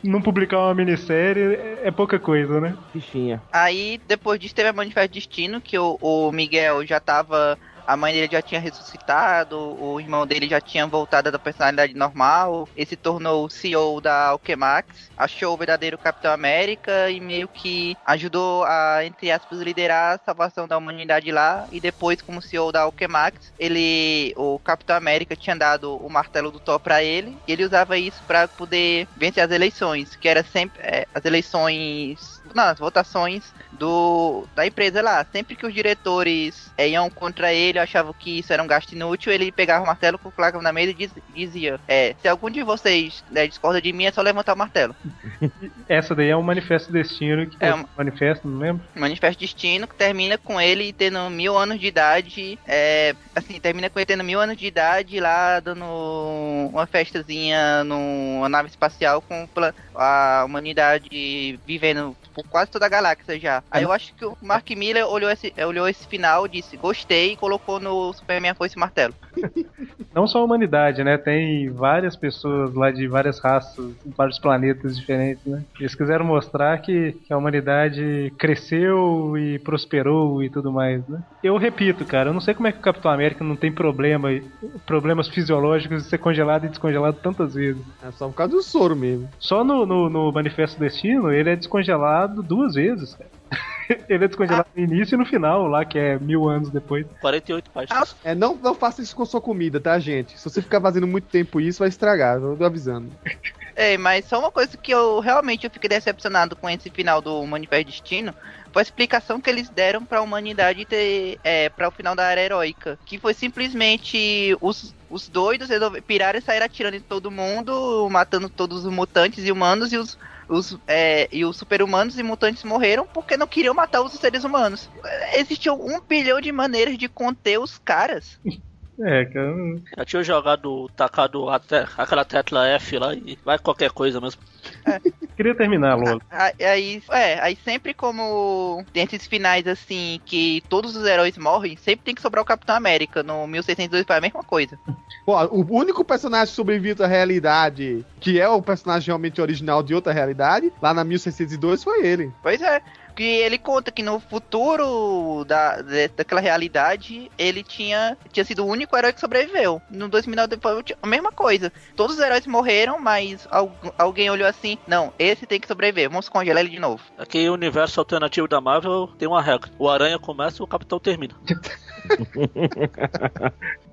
C: não publicar uma minissérie é, é pouca coisa, né?
G: Fichinha.
F: Aí, depois disso, teve a Manifesto Destino, que o, o Miguel já tava. A mãe dele já tinha ressuscitado, o irmão dele já tinha voltado da personalidade normal. Ele se tornou o CEO da Alquemax, achou o verdadeiro Capitão América e meio que ajudou a, entre aspas, liderar a salvação da humanidade lá. E depois, como CEO da Alquemax, ele, o Capitão América tinha dado o martelo do Thor pra ele e ele usava isso pra poder vencer as eleições, que era sempre é, as eleições nas votações do, da empresa lá. Sempre que os diretores eh, iam contra ele, achavam que isso era um gasto inútil, ele pegava o martelo, colocava na mesa e diz- dizia: é, se algum de vocês né, discorda de mim, é só levantar o martelo.
C: Essa daí é o Manifesto Destino, que
F: É
C: é
F: um-
C: manifesto, não lembro?
F: Manifesto Destino, que termina com ele tendo mil anos de idade. É, assim, termina com ele tendo mil anos de idade lá dando uma festazinha numa nave espacial com pla- a humanidade vivendo por quase toda a galáxia já. Aí eu acho que o Mark Miller olhou esse, olhou esse final, disse gostei e colocou no Superman Foi esse martelo.
C: Não só a humanidade, né? Tem várias pessoas lá de várias raças, vários planetas diferentes, né? Eles quiseram mostrar que, que a humanidade cresceu e prosperou e tudo mais, né? Eu repito, cara, eu não sei como é que o Capitão América não tem problema, problemas fisiológicos de ser congelado e descongelado tantas vezes.
E: É só por causa do soro mesmo.
C: Só no, no, no Manifesto Destino, ele é descongelado duas vezes, cara. (laughs) Ele é descongelado no início e no final, lá que é mil anos depois.
D: 48 páginas.
E: É, não, não faça isso com sua comida, tá, gente? Se você ficar fazendo muito tempo isso, vai estragar. Eu tô avisando.
F: É, mas só uma coisa que eu realmente eu fiquei decepcionado com esse final do Manifesto Destino foi a explicação que eles deram pra humanidade ter é, para o final da era heróica, que foi simplesmente os, os doidos resolver pirar e sair atirando em todo mundo, matando todos os mutantes e humanos e os os, é, e os super-humanos e mutantes morreram porque não queriam matar os seres humanos. É, Existiam um bilhão de maneiras de conter os caras.
C: É, cara. hum.
D: Já tinha jogado, tacado a te- aquela tecla F lá e vai qualquer coisa mesmo.
C: Queria terminar logo.
F: A- Aí, é, aí sempre como tem esses finais assim que todos os heróis morrem, sempre tem que sobrar o Capitão América. No 1602 foi a mesma coisa.
E: Pô, o único personagem que sobrevive à realidade, que é o personagem realmente original de outra realidade, lá na 1602 foi ele.
F: Pois é. Que ele conta que no futuro da, de- daquela realidade, ele tinha, tinha sido o único herói que sobreviveu. No 2009 foi a mesma coisa. Todos os heróis morreram, mas al- alguém olhou assim: não, esse tem que sobreviver, vamos congelar ele de novo.
D: Aqui o universo alternativo da Marvel tem uma regra. O Aranha começa e o Capitão termina.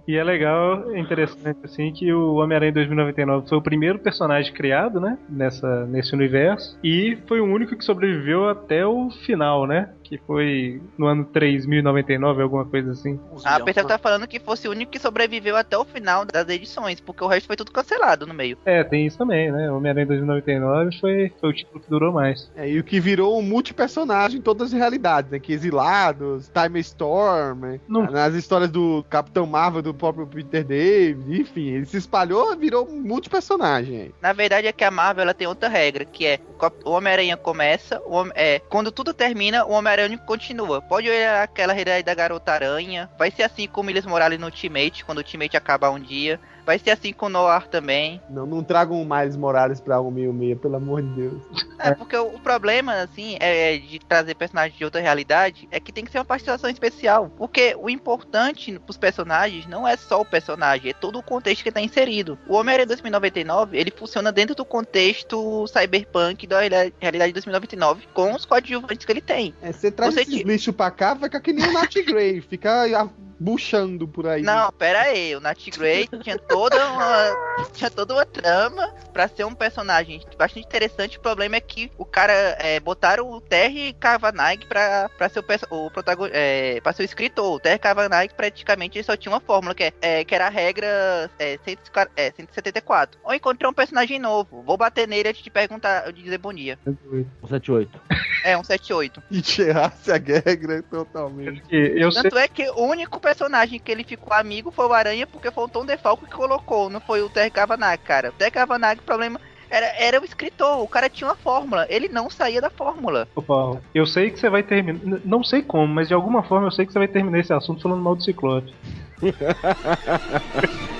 C: E é legal, é interessante assim que o Homem-Aranha 2099 foi o primeiro personagem criado, né, nessa nesse universo e foi o único que sobreviveu até o final, né? Que foi no ano 3099, alguma coisa assim.
D: é um
F: Ah, pensei que tá falando que fosse o único que sobreviveu até o final das edições, porque o resto foi tudo cancelado no meio.
C: É, tem isso também, né? O Homem-Aranha 2099 foi, foi o título que durou mais.
E: É, e o que virou um multipersonagem em todas as realidades, né? Que Exilados, Time Storm, né?
C: Não.
E: nas histórias do Capitão Marvel, do próprio Peter David, enfim, ele se espalhou e virou um multipersonagem. aí.
F: Na verdade é que a Marvel ela tem outra regra, que é o Cap- o Homem-Aranha começa, o Home- é, quando tudo termina, o Homem-Aranha continua. Pode olhar aquela realidade da Garota Aranha, vai ser assim com o Miles Morales no Ultimate, quando o Ultimate acabar um dia. Vai ser assim com o Noir também.
E: Não, não tragam o Miles Morales pra 166, pelo amor de Deus.
F: É, porque o, o problema, assim, é, de trazer personagens de outra realidade é que tem que ser uma participação especial. Porque o importante pros personagens não é só o personagem, é todo o contexto que tá inserido. O Homem-Aranha 2099, ele funciona dentro do contexto cyberpunk da reali- realidade de 2099, com os coadjuvantes que ele tem.
E: É, você traz
F: Você
E: esses
F: que-
E: lixos pra cá, vai ficar que nem o Nat Grey, fica a- buchando por aí.
F: Não, pera aí, o Nat Grey tinha toda uma (laughs) tinha toda uma trama pra ser um personagem bastante interessante. O problema é que o cara é, botaram o Terry Kavanagh pra, pra ser o, perso- o protagon, é, pra ser o escritor. O Terry Kavanagh praticamente ele só tinha uma fórmula que, é, é, que era a regra é, 104 é, 174. Ou encontrei um personagem novo, vou bater nele antes de perguntar, de dizer bom dia.
G: 178.
F: É, 178.
E: E tirasse a regra totalmente.
C: Porque eu sei
F: Tanto é que o único personagem que ele ficou amigo foi o Aranha, porque foi o Tom DeFalco que colocou, não foi o Terry Kavanagh, cara. O Terry Kavanagh, o problema era, era o escritor, o cara tinha uma fórmula, ele não saía da fórmula.
C: Ô, Paulo, eu sei que você vai terminar. n- Não sei como, mas de alguma forma eu sei que você vai terminar esse assunto falando mal do Ciclope. (laughs)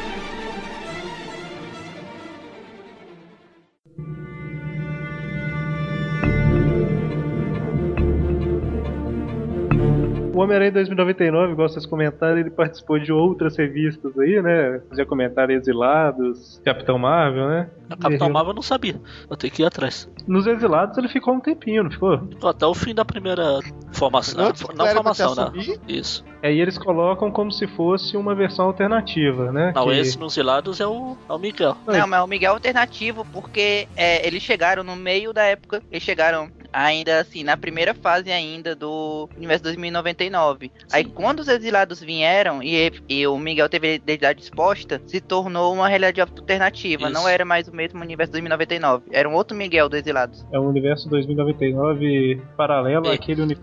C: O Homem-Aranha 2099, igual vocês comentaram, ele participou de outras revistas aí, né? Já comentaram Exilados, Capitão Marvel, né?
D: A Capitão
C: Ele-
D: Marvel não sabia. Eu tenho que ir atrás.
C: Nos Exilados ele ficou um tempinho, não ficou?
D: Ficou até o fim da primeira formação. Ah,
E: Antes
D: Não,
E: da
D: não
E: era tipo, pra
D: formação,
E: se
D: né?
E: assumir?
D: Isso.
C: Aí eles colocam como se fosse uma versão alternativa, né?
D: Não,
C: que...
D: esse nos ilados é o, é o Miguel.
C: Oi.
F: um Não, mas o Miguel é alternativo, porque é, eles chegaram no meio da época, eles chegaram ainda assim, na primeira fase ainda do universo 2099. Aí quando os exilados vieram e, e o Miguel teve a identidade exposta, se tornou uma realidade alternativa.
D: Isso.
F: Não era mais o mesmo universo 2099, era um outro Miguel dos exilados.
C: É um universo 2099 paralelo
D: É.
C: àquele uni-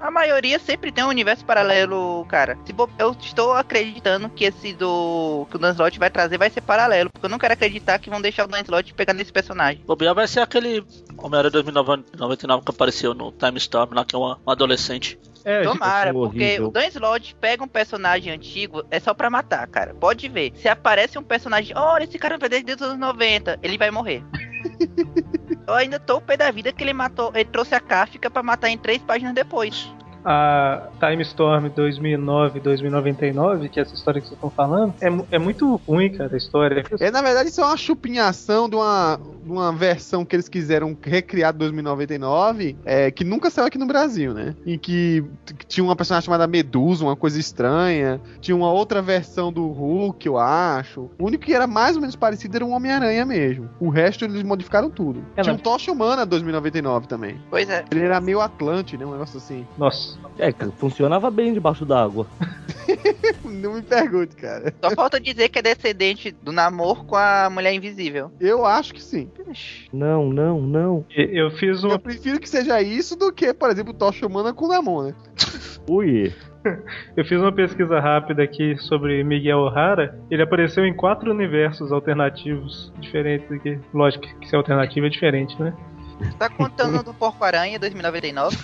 F: A maioria sempre tem um universo paralelo, cara. Se bo- eu estou acreditando que esse do que o Dan Slott vai trazer vai ser paralelo, porque eu não quero acreditar que vão deixar o Dan Slott pegando esse personagem.
D: Bobear vai ser aquele Homem-Aranha 2099 que apareceu no Time Storm lá, que é uma, uma adolescente.
C: É, gente,
F: Tomara,
G: achou
F: porque
G: horrível.
F: o Dan Slott pega um personagem antigo, é só pra matar, cara. Pode ver. Se aparece um personagem, olha, esse cara foi desde os anos 90, ele vai morrer. eu ainda tô o pé da vida que ele matou, ele trouxe a Kafka pra matar em três páginas depois.
C: a Time Storm 2009, 2099, que é essa história que vocês estão falando, é, mu- é muito ruim, cara, a história.
E: É, na verdade, isso é uma chupinhação de uma, de uma versão que eles quiseram recriar de 2099, é, que nunca saiu aqui no Brasil, né? Em que t- que tinha uma personagem chamada Medusa, uma coisa estranha. Tinha uma outra versão do Hulk, eu acho. O único que era mais ou menos parecido era o Homem-Aranha mesmo. O resto eles modificaram tudo.
C: É,
E: tinha um
C: mas-
E: Tocha Humana 2099 também.
F: Pois é.
E: Ele era meio Atlante, né? Um negócio assim. (laughs)
C: Nossa,
G: É, cara, funcionava bem debaixo d'água.
E: Não me pergunte, cara.
F: Só falta dizer que é descendente do namoro com a mulher invisível.
E: Eu acho que sim.
G: Não, não, não.
C: e- eu fiz um,
E: Eu
C: uma.
E: prefiro que seja isso do que, por exemplo, Tocha Humana com Namon, né?
G: Ui.
C: Eu fiz uma pesquisa rápida aqui sobre Miguel O'Hara. Ele apareceu em quatro universos alternativos diferentes aqui. Lógico que se é alternativo é diferente, né?
F: Tá contando do Porco Aranha 2099?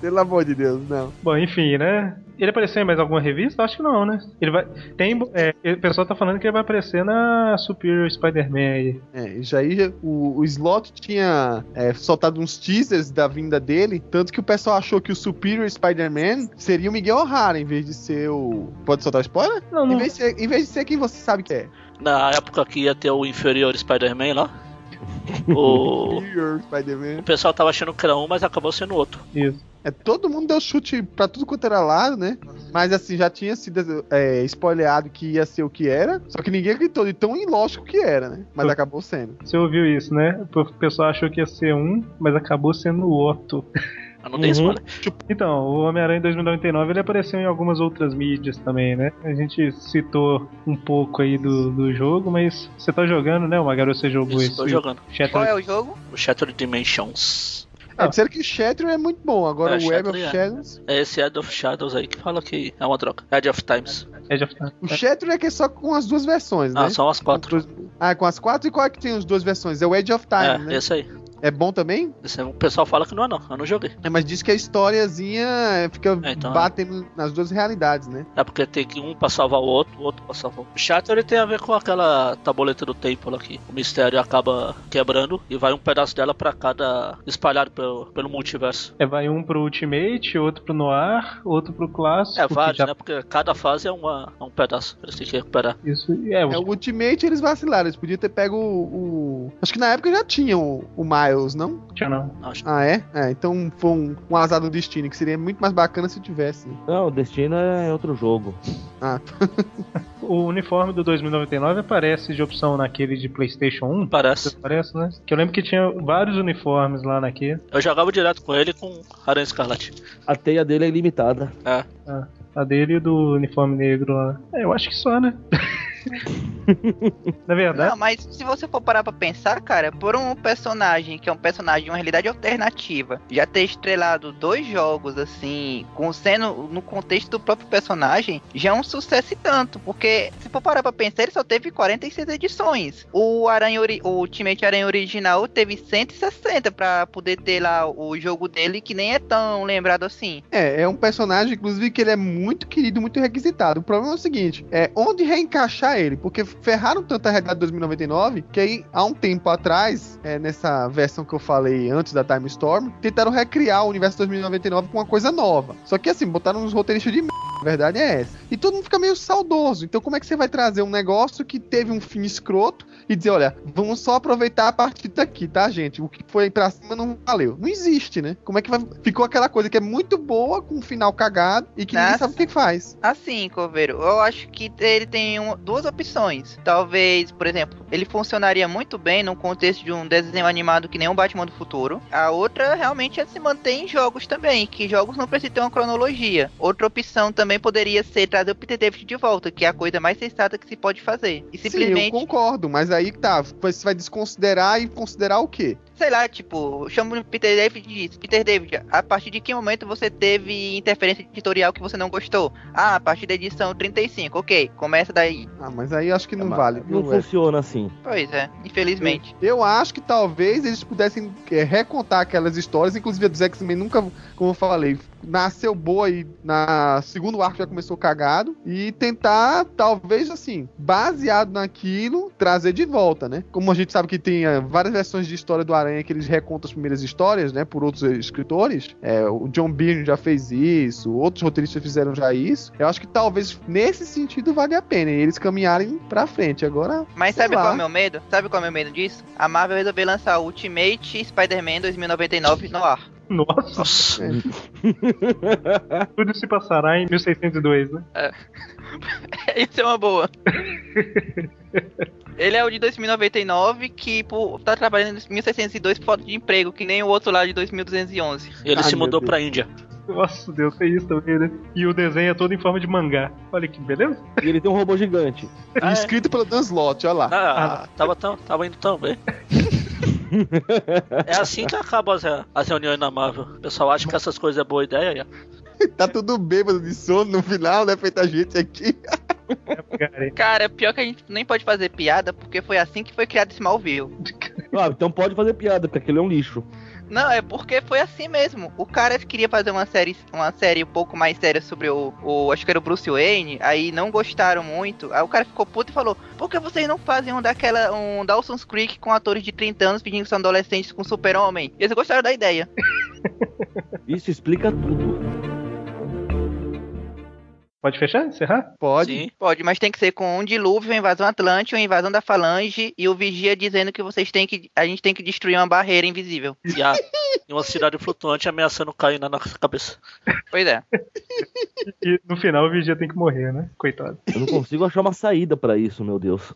E: Pelo amor de Deus, não.
C: Bom, enfim, né? Ele apareceu em mais alguma revista? Acho que não, né? Ele vai. Tem. é, o pessoal tá falando que ele vai aparecer na Superior Spider-Man aí.
E: É, isso aí já- o, o Slot tinha é, soltado uns teasers da vinda dele, tanto que o pessoal achou que o Superior Spider-Man seria o Miguel O'Hara, em vez de ser o. Pode soltar spoiler?
C: Não,
E: Em
C: não.
E: vez, de ser, em vez de ser quem você sabe que é.
D: Na época que ia ter o inferior Spider-Man (laughs) lá, o,
E: Superior
D: o
E: Spider-Man.
D: pessoal tava achando que era um, mas acabou sendo outro.
C: Isso.
E: É, todo mundo deu chute pra tudo quanto era lado, né? Mas assim, já tinha sido é, spoileado que ia ser o que era, só que ninguém acreditou de tão ilógico que era, né? Mas
C: Foi.
E: acabou sendo.
C: Você ouviu isso, né? O pessoal achou que ia ser um, mas acabou sendo o Otto.
D: Eu não dei
G: Uhum.
D: spoiler.
C: Então, o Homem-Aranha em 2099 ele apareceu em algumas outras mídias também, né? A gente citou um pouco aí do, do jogo, mas você tá jogando, né? Uma garota você jogou
D: Isso,
C: isso.
D: tô jogando.
F: Qual é
C: Shattered-
F: o jogo?
D: O Shattered Dimensions.
E: É, disseram que o Shatter é muito bom, agora
D: É,
E: o Web
D: Shattered
E: of
D: é.
E: Shadows.
D: É esse Ed of Shadows aí que fala que é uma droga. Ed of Times.
C: Edge of Time.
E: O Shatter é que é só com as duas versões,
D: Ah,
E: É, né?
D: são as quatro.
E: Ah, com as quatro e qual é que tem as duas versões? É o Edge of Time,
D: é,
E: né?
D: esse aí.
E: É bom também?
D: Esse aí. O pessoal fala que não é não, eu não joguei.
E: É, mas diz que a historiazinha é, fica
D: É, então,
E: batendo nas duas realidades, né?
D: É porque tem que um pra salvar o outro, o outro pra salvar o outro. O Shattered tem a ver com aquela taboleta do tempo lá que o mistério acaba quebrando e vai um pedaço dela pra cada espalhado pelo, pelo multiverso.
C: É, vai um pro Ultimate, outro pro Noir, outro pro Clássico.
D: É
C: que
D: vários,
C: já-
D: né? Porque cada fase é, uma, é um pedaço. Eles têm que recuperar.
C: Isso, é,
E: É, o Ultimate eles vacilaram, eles podiam ter pego o. o- Acho que na época já tinham o, o Miles, não?
C: o... não.
D: Acho.
E: Ah, é? É, então foi um, um azar do destino, que seria muito mais bacana se tivesse. né?
G: Não, o Destino é outro jogo.
E: Ah,
C: O uniforme do 2099 aparece de opção naquele de PlayStation 1.
D: Parece.
C: Parece, né? Que eu lembro que tinha vários uniformes lá naquele.
D: Eu jogava direto com ele e com Aranha Escarlate.
G: A teia dele é ilimitada.
D: É.
C: A dele e do uniforme negro lá. É, eu acho que só, né? Na É verdade,
F: Não, mas se você for parar pra pensar, cara, por um personagem que é um personagem de uma realidade alternativa, já ter estrelado dois jogos assim, com sendo no contexto do próprio personagem, já é um sucesso e tanto, porque se for parar pra pensar, ele só teve 46 edições. O Aranha, ori- o Ultimate Aranha original teve 160 pra poder ter lá o jogo dele que nem é tão lembrado assim.
E: É, é um personagem, inclusive, que ele é muito querido, muito requisitado. O problema é o seguinte: é onde reencaixar ele? Porque ferraram tanto a realidade de 2099 que aí, há um tempo atrás, é, nessa versão que eu falei antes da Time Storm, tentaram recriar o universo 2099 com uma coisa nova. Só que assim, botaram uns roteiristas de m... A verdade é essa. E todo mundo fica meio saudoso. Então, como é que você vai trazer um negócio que teve um fim escroto e dizer, olha, vamos só aproveitar a partir daqui, tá, gente? O que foi pra cima não valeu. Não existe, né? Como é que vai. Ficou aquela coisa que é muito boa, com um final cagado e que ninguém
F: Nossa.
E: sabe o que que faz.
F: Assim, Coveiro, eu acho que ele tem um- duas opções. Talvez, por exemplo, ele funcionaria muito bem no contexto de um desenho animado que nem um Batman do Futuro. A outra realmente é se manter em jogos também, que jogos não precisam ter uma cronologia. Outra opção também poderia ser trazer o Peter David de volta, que é a coisa mais sensata que se pode fazer. E
E: Sim, eu
F: simplesmente,
E: concordo, mas aí tá, você vai desconsiderar e considerar o quê?
F: sei lá, tipo, chama o Peter David e diz, Peter David, a partir de que momento você teve interferência editorial que você não gostou? Ah, a partir da edição 35, ok, começa daí.
E: Ah, mas aí acho que não
G: É,
E: é.
G: mas
E: vale,
G: Não
E: viu, velho?
G: funciona assim.
F: Pois é, infelizmente.
E: Eu acho que talvez eles pudessem é, recontar aquelas histórias, inclusive a dos X-Men nunca, como eu falei, nasceu boa e na segundo arco já começou cagado, e tentar, talvez assim, baseado naquilo, trazer de volta, né? Como a gente sabe que tem é, várias versões de história do Aranha que eles recontam as primeiras histórias, né, por outros escritores, é, o John Byrne já fez isso, outros roteiristas fizeram já isso, eu acho que talvez nesse sentido vale a pena, e eles caminharem pra frente, agora...
F: Mas
E: sei
F: sabe
E: lá.
F: qual é o meu medo? Sabe qual é o meu medo disso? A Marvel resolveu lançar Ultimate Spider-Man 2099 no ar. (laughs)
C: Nossa,
D: Nossa,
C: tudo se passará em 1602, né?
F: Isso é
E: (laughs)
F: uma boa. Ele é o de 2099 que pô, tá trabalhando em 1602 por falta de emprego, que nem o outro lá de 2211.
D: ele
E: Ai,
D: se
E: Ah, meu
D: mudou
E: Deus.
D: pra Índia.
C: Nossa, Deus, tem isso também, né? E o desenho é todo em forma de mangá. Olha que beleza.
G: E ele tem um robô gigante.
D: Ah, é?
E: Escrito pelo Dan Slott, olha lá.
D: Ah, tava, tão, tava indo tão bem. é assim que acabam as, as reuniões na Marvel. O pessoal acha que essas coisas é boa ideia.
E: Tá tudo bêbado de sono no final, né? Feita a gente aqui.
C: Cara,
F: Cara, pior que a gente nem pode fazer piada, porque foi assim que foi criado esse Malville.
G: Ah, então pode fazer piada, porque aquilo é um lixo.
F: Não, é porque foi assim mesmo. O cara queria fazer uma série, uma série um pouco mais séria sobre o, o- Acho que era o Bruce Wayne. Aí não gostaram muito. Aí o cara ficou puto e falou: Por que vocês não fazem um daquela. um Dawson's Creek com atores de 30 anos pedindo que são adolescentes com super-homem? E eles gostaram da ideia.
G: Isso explica tudo.
C: Pode fechar? Encerrar?
E: Pode.
D: Sim.
F: Pode, mas tem que ser com um dilúvio, a invasão atlântica, a invasão da falange e o vigia dizendo que vocês têm que. A gente tem que destruir uma barreira invisível.
D: E, a, e uma cidade flutuante ameaçando cair na nossa cabeça.
F: Pois é.
C: E no final o Vigia tem que morrer, né? Coitado.
G: Eu não consigo achar uma saída pra isso, meu Deus.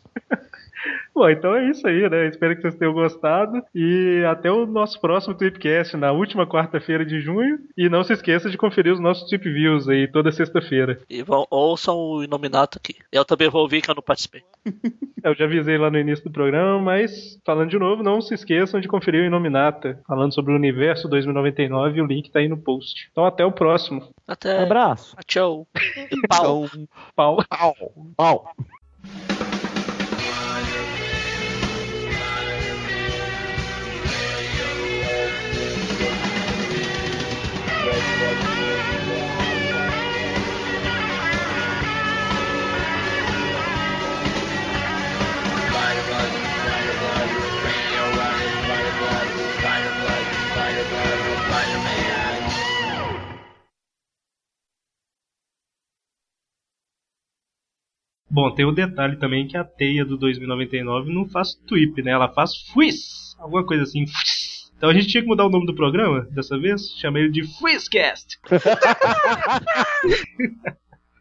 C: Bom, então é isso aí, né? Espero que vocês tenham gostado. E até o nosso próximo Tripcast, na última quarta-feira de junho. E não se esqueça de conferir os nossos Trip Views aí toda sexta-feira.
D: E vão, ouçam o Inominato aqui. Eu também vou ouvir que eu não participei.
C: Eu já avisei lá no início do programa, mas falando de novo, não se esqueçam de conferir o Inominata, falando sobre o Universo 2099, e o link tá aí no post. Então até o próximo.
D: Até.
G: Abraço.
D: Tchau.
E: então.
D: E pau.
C: Pau.
G: Pau.
C: Bom, tem o detalhe também que a teia do 2099 não faz tweep, né? Ela faz fuiz, alguma coisa assim. fuiz. Então a gente tinha que mudar o nome do programa dessa vez. Chamei ele de Fuizcast.